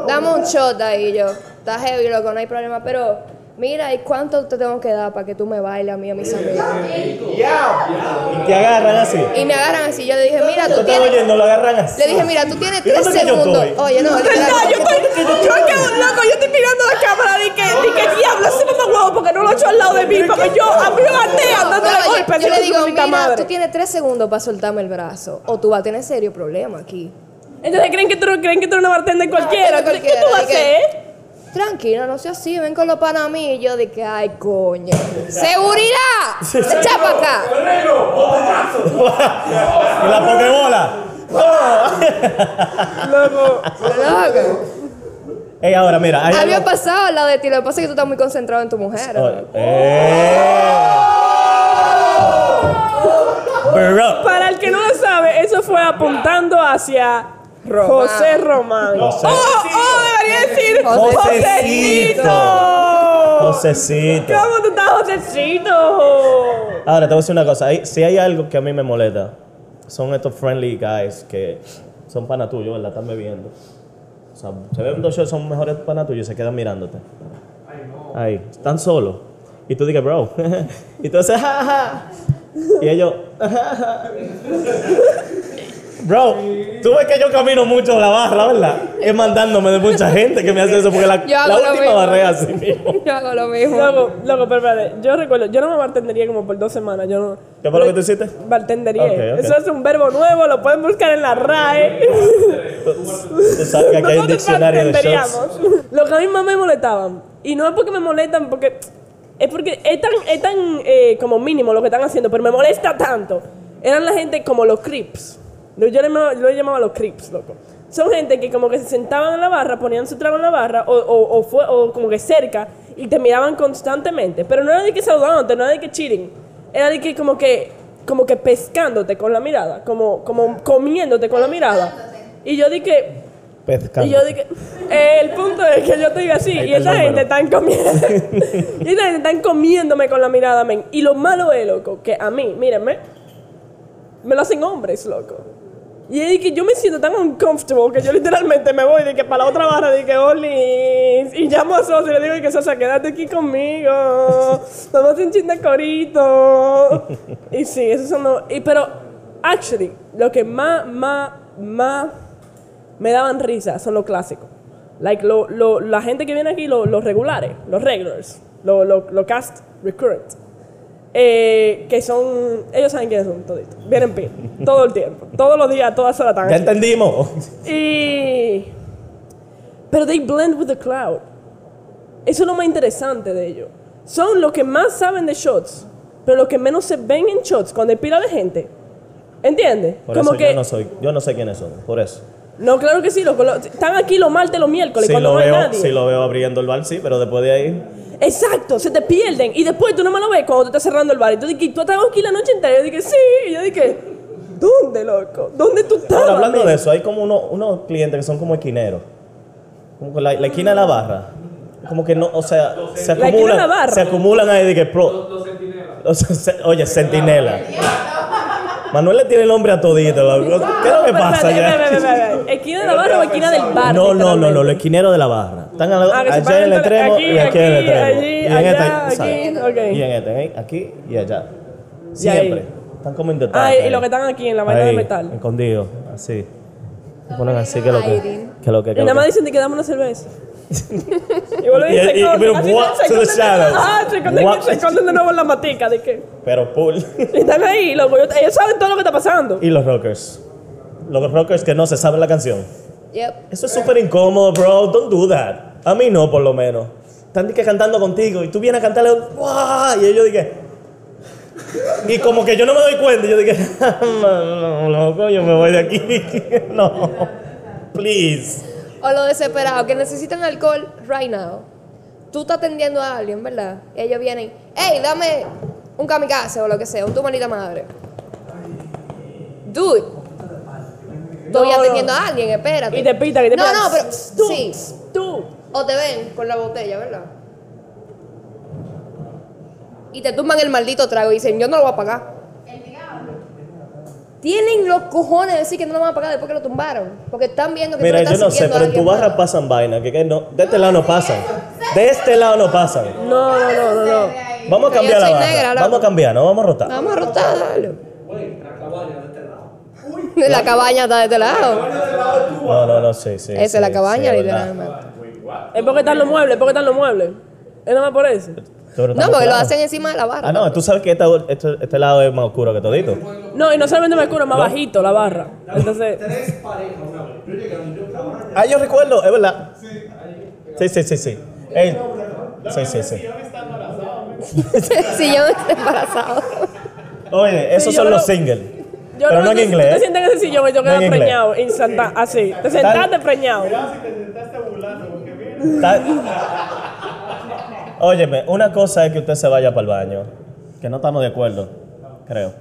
Speaker 3: Dame un shot ahí yo. Está heavy, loco, no hay problema. Pero, mira, ¿y cuánto te tengo que dar para que tú me bailes a mí, y a mis amigos?
Speaker 2: Y te agarran así.
Speaker 3: Y me agarran así. Yo le dije, mira,
Speaker 2: ¿Tú
Speaker 3: tú
Speaker 2: estás
Speaker 3: tienes.
Speaker 2: oyendo? Lo agarran así.
Speaker 3: Le dije, mira, tú tienes
Speaker 2: ¿Y dónde
Speaker 3: tres
Speaker 2: es que yo
Speaker 3: segundos.
Speaker 2: estoy?
Speaker 3: Oye, Oh, no, literal,
Speaker 1: No, yo estoy, yo acabo, loco, yo estoy mirando la cámara de que, de que diablo, ese mamá huevo, porque no lo ha hecho al lado de mí, porque yo a mí me maté dándole
Speaker 3: No, yo-
Speaker 1: golpes.
Speaker 3: yo,
Speaker 1: hijo
Speaker 3: le
Speaker 1: de su
Speaker 3: digo,
Speaker 1: maldita
Speaker 3: mira,
Speaker 1: madre.
Speaker 3: tú tienes tres segundos para soltarme el brazo. O tú vas a tener serio problema aquí.
Speaker 1: Entonces creen que tú creen que tú eres una bartender cualquiera.
Speaker 3: Ah, pero
Speaker 1: ¿Qué qué tú vas a
Speaker 3: cualquiera, de
Speaker 1: hacer?
Speaker 3: Tranquila, no seas así, ven con los panas a mí. Y yo de que, ay, coño. ¡Seguridad! ¡Echa para acá!
Speaker 2: Y la pokebola.
Speaker 3: Loco.
Speaker 2: Ey, ahora mira. hay
Speaker 3: Había
Speaker 2: algo-
Speaker 3: pasado al lado de ti, lo que pasa es que tú estás muy concentrado en tu mujer. ¿no?
Speaker 2: Oh, eh. Bro.
Speaker 1: Para el que no lo sabe, eso fue apuntando hacia José Román.
Speaker 2: José.
Speaker 1: Oh, oh, debería decir
Speaker 2: Josecito.
Speaker 1: Josecito.
Speaker 2: Josecito.
Speaker 1: ¿Cómo tú estás, Josecito?
Speaker 2: Ahora te voy a decir una cosa. Hay- si hay algo que a mí me molesta, son estos friendly guys que son pana tuyo, ¿verdad? Están bebiendo. O sea, se beben dos shots, son mejores pana tuyos y se quedan mirándote. Ahí, están solos. Y tú dices, bro. y tú haces, "Ja, ja". Y ellos, bro, tú ves que yo camino mucho la barra, ¿verdad? Es mandándome de mucha gente que me hace eso porque la,
Speaker 3: Yo hago
Speaker 2: la
Speaker 3: lo
Speaker 2: última
Speaker 3: mismo.
Speaker 2: barra es así mismo.
Speaker 3: Yo hago lo mismo.
Speaker 1: Loco, loco, pero espérate, yo recuerdo, yo no me bartendería como por dos semanas, yo no.
Speaker 2: ¿Qué fue lo que tú hiciste?
Speaker 1: Bartendería.
Speaker 2: Ok, ok.
Speaker 1: Eso es un verbo nuevo, lo pueden buscar en la RAE.
Speaker 2: Tú sabes que aquí hay
Speaker 1: Nosotros
Speaker 2: un diccionario de shots.
Speaker 1: entenderíamos. Lo que a mí más me molestaban, y no es porque me molestan, porque es porque es tan, es tan eh, como mínimo lo que están haciendo, pero me molesta tanto. Eran la gente como los crips. Yo le llamaba, yo le llamaba los crips, loco. Son gente que como que se sentaban en la barra, ponían su trago en la barra o, o, o fue, o como que cerca y te miraban constantemente. Pero no era de que saludándote, no era de que cheating. Era de que como que, como que pescándote con la mirada, como, como comiéndote con la mirada. Y yo dije,
Speaker 2: Pescando.
Speaker 1: y yo dije, eh, el punto es que yo estoy así
Speaker 2: Ahí
Speaker 1: y
Speaker 2: está
Speaker 1: esa
Speaker 2: el
Speaker 1: gente
Speaker 2: número.
Speaker 1: están comiendo. y esa gente están comiéndome con la mirada, men. Y lo malo es, loco, que a mí, mírenme, me lo hacen hombres, loco. Y es que yo me siento tan uncomfortable que yo literalmente me voy de que para la otra barra de que Olis y llamo a Sosa y le digo de que Sosa, quédate aquí conmigo. Vamos a hacer un chin de corito. y sí, eso son los- y pero actually, lo que más más más me daban risa son los clásicos. Like, lo, lo- la gente que viene aquí, lo- los regulares, los regulars, los lo, lo cast recurrent. eh, que son. Ellos saben quiénes son, toditos. Vienen pila, todo el tiempo. Todos los días, todas horas están
Speaker 2: Ya
Speaker 1: aquí.
Speaker 2: entendimos.
Speaker 1: Y. Pero they blend with the cloud. Eso es lo más interesante de ellos. Son los que más saben de shots, pero los que menos se ven en shots cuando hay pila de gente. ¿Entiendes?
Speaker 2: Por eso yo no soy, yo no sé quiénes son, por eso.
Speaker 1: No, claro que sí, loco. Lo- están aquí los martes, los miércoles,
Speaker 2: Si
Speaker 1: cuando
Speaker 2: lo,
Speaker 1: no hay
Speaker 2: veo,
Speaker 1: nadie.
Speaker 2: si lo veo abriendo el bar, sí, pero después de ahí.
Speaker 1: Exacto, se te pierden. Y después tú no me lo ves cuando tú estás cerrando el bar. Y tú dices, ¿tú estabas aquí la noche entera? Yo dije, sí. Y yo dije, ¿dónde, loco? ¿Dónde tú estabas?
Speaker 2: Ahora, hablando
Speaker 1: men?
Speaker 2: de eso, hay como uno- unos clientes que son como esquineros. Como que la, la esquina de la barra. Como que no, o sea, se
Speaker 1: La esquina de
Speaker 2: acumulan.
Speaker 1: la barra.
Speaker 2: Se acumulan ahí de que pro. O sea, se- Oye, sentinela. Manuel le tiene el nombre a todito. loco. ¿Qué es lo que
Speaker 1: Pero espérate,
Speaker 2: pasa
Speaker 1: espérate,
Speaker 2: ya?
Speaker 1: espérate, espérate. ¿Esquina de la barra o esquina del bar?
Speaker 2: No, no, no, no,
Speaker 1: literalmente?
Speaker 2: los esquineros de la barra. Están al-
Speaker 1: Ah, que se
Speaker 2: allá
Speaker 1: paran
Speaker 2: en el
Speaker 1: entre-
Speaker 2: extremo
Speaker 1: aquí,
Speaker 2: y aquí en el
Speaker 1: aquí,
Speaker 2: extremo.
Speaker 1: allí,
Speaker 2: y en
Speaker 1: allá,
Speaker 2: este,
Speaker 1: aquí,
Speaker 2: ¿sabes?
Speaker 1: ok.
Speaker 2: Y en este, ¿eh? aquí y allá.
Speaker 1: Y ahí.
Speaker 2: Siempre. Están como intentando.
Speaker 1: Ah, y los que están aquí en la vaina de metal.
Speaker 2: Escondidos, así. Se ponen así que lo que. Que lo que.
Speaker 1: Y
Speaker 2: que
Speaker 1: nada
Speaker 2: lo
Speaker 1: más
Speaker 2: que.
Speaker 1: dicen, te quedamos una cerveza. y vuelven y,
Speaker 2: Y-
Speaker 1: se
Speaker 2: y-
Speaker 1: esconden.
Speaker 2: pero
Speaker 1: Así, se
Speaker 2: what to the
Speaker 1: esconden de-
Speaker 2: shadows?
Speaker 1: Ah, se esconden-
Speaker 2: What-
Speaker 1: se esconden de nuevo en la matica. ¿De qué?
Speaker 2: Pero pool.
Speaker 1: Y están ahí, loco. Yo- Ellos saben todo lo que está pasando.
Speaker 2: y los rockers. Los rockers que no se saben la canción.
Speaker 3: Yep.
Speaker 2: Eso es súper incómodo, bro. Don't do that. A mí no, por lo menos. Están de que cantando contigo y tú vienes a cantarle. ¡guau! Y yo dije. Y como que yo no me doy cuenta, yo dije, no, loco, yo me voy de aquí. No, please.
Speaker 3: O lo desesperado, que necesitan alcohol right now. Tú estás atendiendo a alguien, ¿verdad? Ellos vienen, hey, dame un kamikaze o lo que sea, un tu manita madre. Dude. Estoy
Speaker 1: No, no.
Speaker 3: atendiendo a alguien, espérate.
Speaker 1: Y te pitan, y te
Speaker 3: No,
Speaker 1: pitan.
Speaker 3: no, pero
Speaker 1: Tú,
Speaker 3: sí.
Speaker 1: tú.
Speaker 3: O te ven con la botella, ¿verdad? Y te tumban el maldito trago y dicen, yo no lo voy a pagar. Tienen los cojones de decir que no lo van a pagar después que lo tumbaron. Porque están viendo que tú
Speaker 2: Mira,
Speaker 3: le
Speaker 2: yo
Speaker 3: estás
Speaker 2: no sé,
Speaker 3: sirviendo a
Speaker 2: pero en tu
Speaker 3: alguien
Speaker 2: barra
Speaker 3: más.
Speaker 2: pasan vainas, que, que no, de este lado no pasan. De este lado no pasan.
Speaker 1: No, no, no, no, no.
Speaker 3: Pero yo
Speaker 2: Vamos a cambiar la
Speaker 3: soy
Speaker 2: barra.
Speaker 3: negra, loco.
Speaker 2: vamos a cambiar, no vamos a rotar.
Speaker 3: Vamos a rotar, dale. la cabaña está de este lado.
Speaker 2: No, no, no, sí, sí.
Speaker 3: Esa
Speaker 2: sí,
Speaker 3: es la
Speaker 2: sí,
Speaker 3: cabaña,
Speaker 2: es verdad.
Speaker 3: literalmente.
Speaker 1: Es porque están los muebles, es porque están los muebles. Es nada más por eso.
Speaker 2: Tú eres tan
Speaker 3: No, porque lo
Speaker 2: claro.
Speaker 3: hacen encima de la barra.
Speaker 2: Ah, no, tú sabes que esta- este, este lado es más oscuro que todito.
Speaker 1: No, y no solamente me curo, más bajito la barra. Entonces,
Speaker 2: Ah, yo recuerdo, es verdad. Sí, sí, sí, sí. Ey, sí, sí, sí.
Speaker 3: si yo estoy embarazado.
Speaker 2: Oye, esos
Speaker 1: Sí, yo
Speaker 2: son los
Speaker 1: creo-
Speaker 2: singles.
Speaker 1: yo
Speaker 2: Pero
Speaker 1: creo que tú-
Speaker 2: no en
Speaker 1: Tú te
Speaker 2: inglés. ¿eh?
Speaker 1: sientas en ese sillón y te
Speaker 2: No en
Speaker 1: quedas
Speaker 2: inglés.
Speaker 1: preñado, instantá- así. Te sentaste preñado.
Speaker 2: Está- Óyeme, una cosa es que usted se vaya para el baño, que no estamos de acuerdo, creo.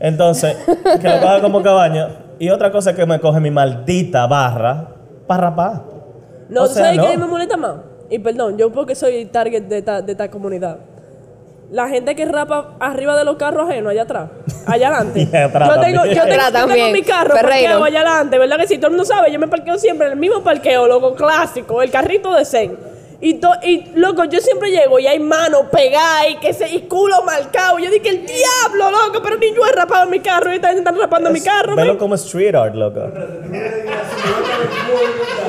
Speaker 2: Entonces, que lo paga como cabaño. Y otra cosa es que me coge mi maldita barra para rapar.
Speaker 1: No,
Speaker 2: O
Speaker 1: ¿tú
Speaker 2: sea,
Speaker 1: sabes
Speaker 2: no.
Speaker 1: qué me molesta más? Y perdón, yo porque soy target de esta, de esta comunidad. La gente que rapa arriba de los carros ajenos, allá atrás, allá adelante.
Speaker 2: Y atrás
Speaker 1: yo tengo,
Speaker 2: también.
Speaker 1: yo tengo,
Speaker 3: Atrás
Speaker 1: yo tengo
Speaker 3: también,
Speaker 1: mi carro
Speaker 3: Ferreiro.
Speaker 1: parqueado allá adelante, ¿verdad que si todo el mundo sabe? Yo me parqueo siempre en el mismo parqueo, loco, clásico, el carrito de Zen. Y, to- y loco, yo siempre llego y hay manos pegadas y, que se, y culo marcado. Yo dije, el diablo, loco, pero ni yo he rapado mi carro y esta gente están rapando mi carro. Oh.
Speaker 2: Velo
Speaker 1: men.
Speaker 2: como street art, loco.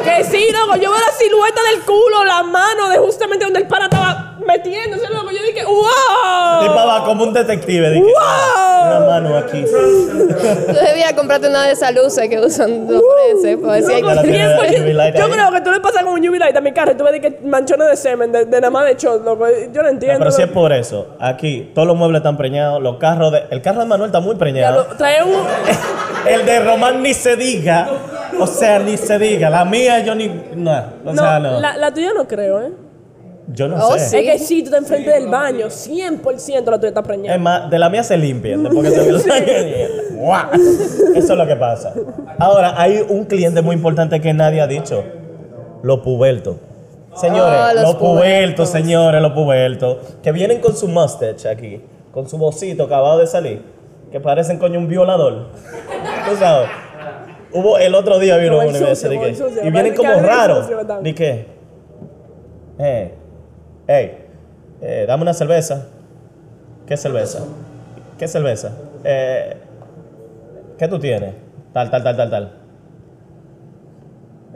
Speaker 1: Que sí, loco, yo veo la silueta del culo, la mano de justamente donde el pana estaba metiéndose, loco. Yo dije,
Speaker 2: Y
Speaker 1: ¡wow!
Speaker 2: papá, como un detective. Dije,
Speaker 1: ¡Wow!
Speaker 2: "Ah, Una mano aquí.
Speaker 3: Tú debías comprarte una de esas luces que usan los franceses para decir
Speaker 1: Loco,
Speaker 2: Ya la
Speaker 3: que...
Speaker 2: tiene
Speaker 1: bien, porque
Speaker 2: la UV light
Speaker 1: yo
Speaker 2: ahí.
Speaker 1: creo que tú le pasas con un UV light a mi carro y tú ves que manchones de semen, de, de nada más de shot, loco. Yo no
Speaker 2: No,
Speaker 1: entiendo.
Speaker 2: Ah, pero si es
Speaker 1: loco.
Speaker 2: por eso, aquí todos los muebles están preñados, los carros de, el carro de Manuel está muy
Speaker 1: Ya
Speaker 2: preñado.
Speaker 1: lo- Trae un.
Speaker 2: El de Román ni se diga, o sea, ni se diga. La mía yo ni no, o
Speaker 1: No,
Speaker 2: sea, no.
Speaker 1: La, la tuya no creo, ¿eh?
Speaker 2: Yo no
Speaker 3: Oh,
Speaker 2: sé.
Speaker 3: sí.
Speaker 1: Es que sí, tú estás enfrente del baño, 100% la tuya está preñada.
Speaker 2: Es más, de la mía se limpia, porque se ve la- ¡Guau! Eso es lo que pasa. Ahora, hay un cliente muy importante que nadie ha dicho. Los pubertos. Señores,
Speaker 3: Ah, los
Speaker 2: los, pubertos,
Speaker 3: pubertos.
Speaker 2: señores, los pubertos. Que vienen con su mustache aquí, con su bocito acabado de salir. Que parecen coño un violador. Tú sabes. Hubo el otro día vino
Speaker 1: Como el
Speaker 2: uno y me decía,
Speaker 1: sucio, como
Speaker 2: ¿de
Speaker 1: el
Speaker 2: qué?
Speaker 1: sucio,
Speaker 2: Y
Speaker 1: parece
Speaker 2: vienen como
Speaker 1: que abre el
Speaker 2: raros.
Speaker 1: sucio, ¿verdad?
Speaker 2: ¿De qué? Eh, eh, eh, dame una cerveza. ¿Qué cerveza? ¿Qué cerveza? Eh, ¿Qué tú tienes? Tal, tal, tal, tal, tal.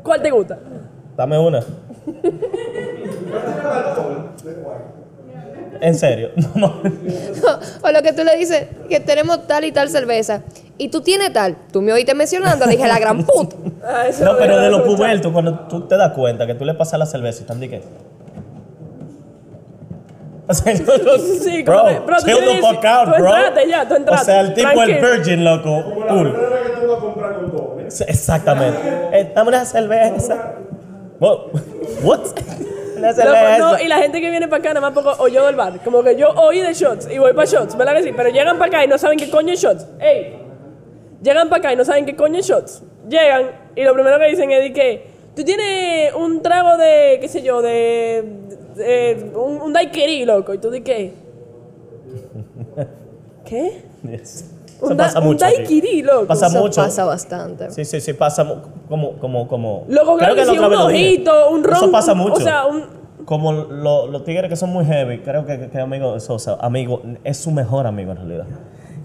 Speaker 1: ¿Cuál te gusta?
Speaker 2: Dame una. En serio. No, no.
Speaker 3: o lo que tú le dices, que tenemos tal y tal cerveza. Y tú tienes tal. Tú me oíste mencionando, le dije la gran puta.
Speaker 1: Ah, eso
Speaker 2: No,
Speaker 1: lo
Speaker 2: pero
Speaker 1: había
Speaker 2: de los
Speaker 1: escuchado.
Speaker 2: pubertos, cuando tú te das cuenta que tú le pasas la cerveza y están de qué. O sea, no, no,
Speaker 1: Sí,
Speaker 2: bro,
Speaker 1: como que- bro, tú
Speaker 2: chill the
Speaker 1: tienes-
Speaker 2: fuck out,
Speaker 1: tú
Speaker 2: bro.
Speaker 1: entraste ya, tú entraste,
Speaker 2: O sea, el tipo, el
Speaker 1: tranquilo.
Speaker 2: virgin, loco, cool. Sí, Exactamente. Eh, Dame una cerveza. Wow. What? Una
Speaker 1: No, pues,
Speaker 2: cerveza.
Speaker 1: no, y la gente que viene para acá nada más poco oyó del bar. Como que yo oí de shots y voy para shots, ¿verdad que sí? Pero llegan para acá y no saben qué coño es shots. ¡Ey! Llegan para acá y no saben qué coño es shots. Llegan y lo primero que dicen es de que tú tienes un trago de, qué sé yo, de. de- un, un daiquiri, loco. Y tú di que. ¿Qué?
Speaker 2: Yes.
Speaker 1: Un,
Speaker 2: Eso
Speaker 1: da-
Speaker 2: pasa
Speaker 1: un
Speaker 2: mucho. aquí.
Speaker 1: daiquiri, loco.
Speaker 2: Pasa
Speaker 3: Eso
Speaker 2: mucho.
Speaker 3: pasa bastante.
Speaker 2: Sí, sí, sí, pasa mu- como, como, como.
Speaker 1: Loco, claro que
Speaker 2: la
Speaker 1: sí,
Speaker 2: otra
Speaker 1: un
Speaker 2: vez lo dije.
Speaker 1: ojito, un ron.
Speaker 2: Eso pasa
Speaker 1: un-
Speaker 2: mucho.
Speaker 1: O sea, un.
Speaker 2: Como lo- los tigres que son muy heavy, creo que, que- que amigo de Sosa, amigo, es su mejor amigo en realidad.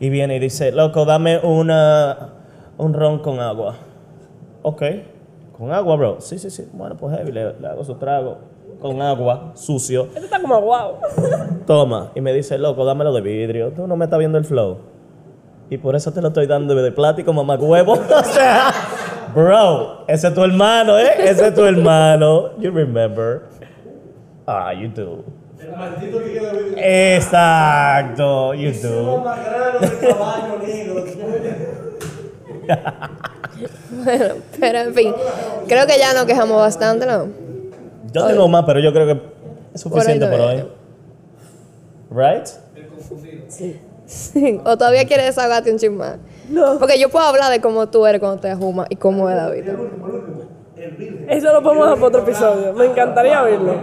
Speaker 2: Y viene y dice, loco, dame una, un ron con agua. Ok, con agua, bro. Sí, sí, sí. Bueno, pues heavy, le, le hago su trago con agua, sucio.
Speaker 1: Esto está como guau.
Speaker 2: Toma. Y me dice, loco, dámelo de vidrio. Tú no me estás viendo el flow. Y por eso te lo estoy dando de plástico, mamá huevo. o sea, bro, ese es tu hermano, ¿eh? Ese es tu hermano. You remember. Ah, you do. Exacto, you do.
Speaker 3: Bueno, pero en fin. Creo que ya nos quejamos bastante, ¿no?
Speaker 2: Yo tengo más, pero yo creo que es
Speaker 3: Por ahí
Speaker 2: suficiente por hoy.
Speaker 3: todavía.
Speaker 2: Right?
Speaker 3: o todavía quieres desahogarte un chisme más.
Speaker 1: No.
Speaker 3: Porque yo puedo hablar de cómo tú eres cuando te juma y cómo es la vida.
Speaker 1: Eso lo podemos dejar para otro episodio. Me encantaría oírlo.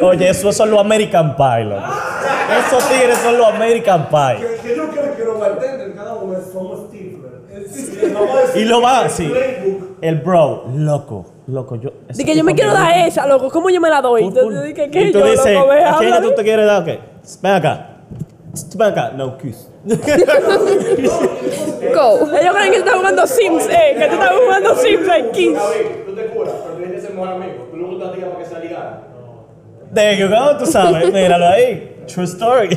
Speaker 2: Oye, eso son los American Pie, loco. Esos tigres son los American Pie.
Speaker 13: Que yo creo que los bartenders cada uno somos Stifler.
Speaker 2: Y lo va así. El bro, loco, loco, yo.
Speaker 1: De que yo me quiero dar esa, loco. ¿Cómo yo me la doy? Entonces, de que, ¿qué
Speaker 2: y tú
Speaker 1: yo,
Speaker 2: dices,
Speaker 1: loco? Ve,
Speaker 2: ¿a quién
Speaker 1: háblame.
Speaker 2: tú te quieres dar? ¿Qué? Ven acá. Ven acá. No, kiss.
Speaker 3: Go.
Speaker 1: Ellos creen que tú estás jugando Sims, eh. Que tú estás jugando Sims en Kiss.
Speaker 13: Tú te curas, pero tienes que ser mejor amigo. Tú no gustas a ti para que sea ligada.
Speaker 2: There you go, tú sabes. Míralo ahí. True story.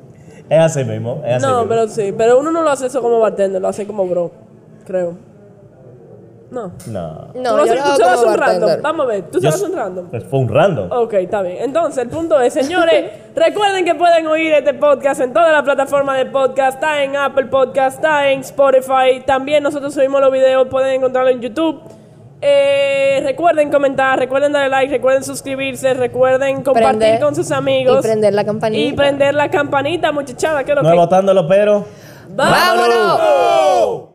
Speaker 2: es así mismo. Es así
Speaker 1: No,
Speaker 2: mismo.
Speaker 1: pero sí. Pero uno no lo hace eso como bartender, lo hace como bro. Creo. No.
Speaker 2: No.
Speaker 1: Tú
Speaker 3: No, yo
Speaker 1: haces-
Speaker 3: lo
Speaker 1: tú
Speaker 3: hago
Speaker 1: se lo haces
Speaker 3: como
Speaker 1: un random.
Speaker 3: bartender.
Speaker 1: Vamos a ver, tú se
Speaker 2: Yo
Speaker 1: lo haces
Speaker 2: s-
Speaker 1: un random.
Speaker 2: Pues fue un random.
Speaker 1: Ok, está bien. Entonces, el punto es, señores, recuerden que pueden oír este podcast en todas las plataformas de podcast. Está en Apple Podcast, está en Spotify. También nosotros subimos los videos, pueden encontrarlo en YouTube. Eh, recuerden comentar, recuerden darle like, recuerden suscribirse, recuerden compartir
Speaker 3: Prender
Speaker 1: con sus amigos.
Speaker 3: y prender la campanita.
Speaker 1: Y prender la campanita, muchachada, que es lo
Speaker 2: No
Speaker 1: que...
Speaker 2: es botándolo, pero.
Speaker 1: ¡Vámonos!
Speaker 3: ¡Vámonos!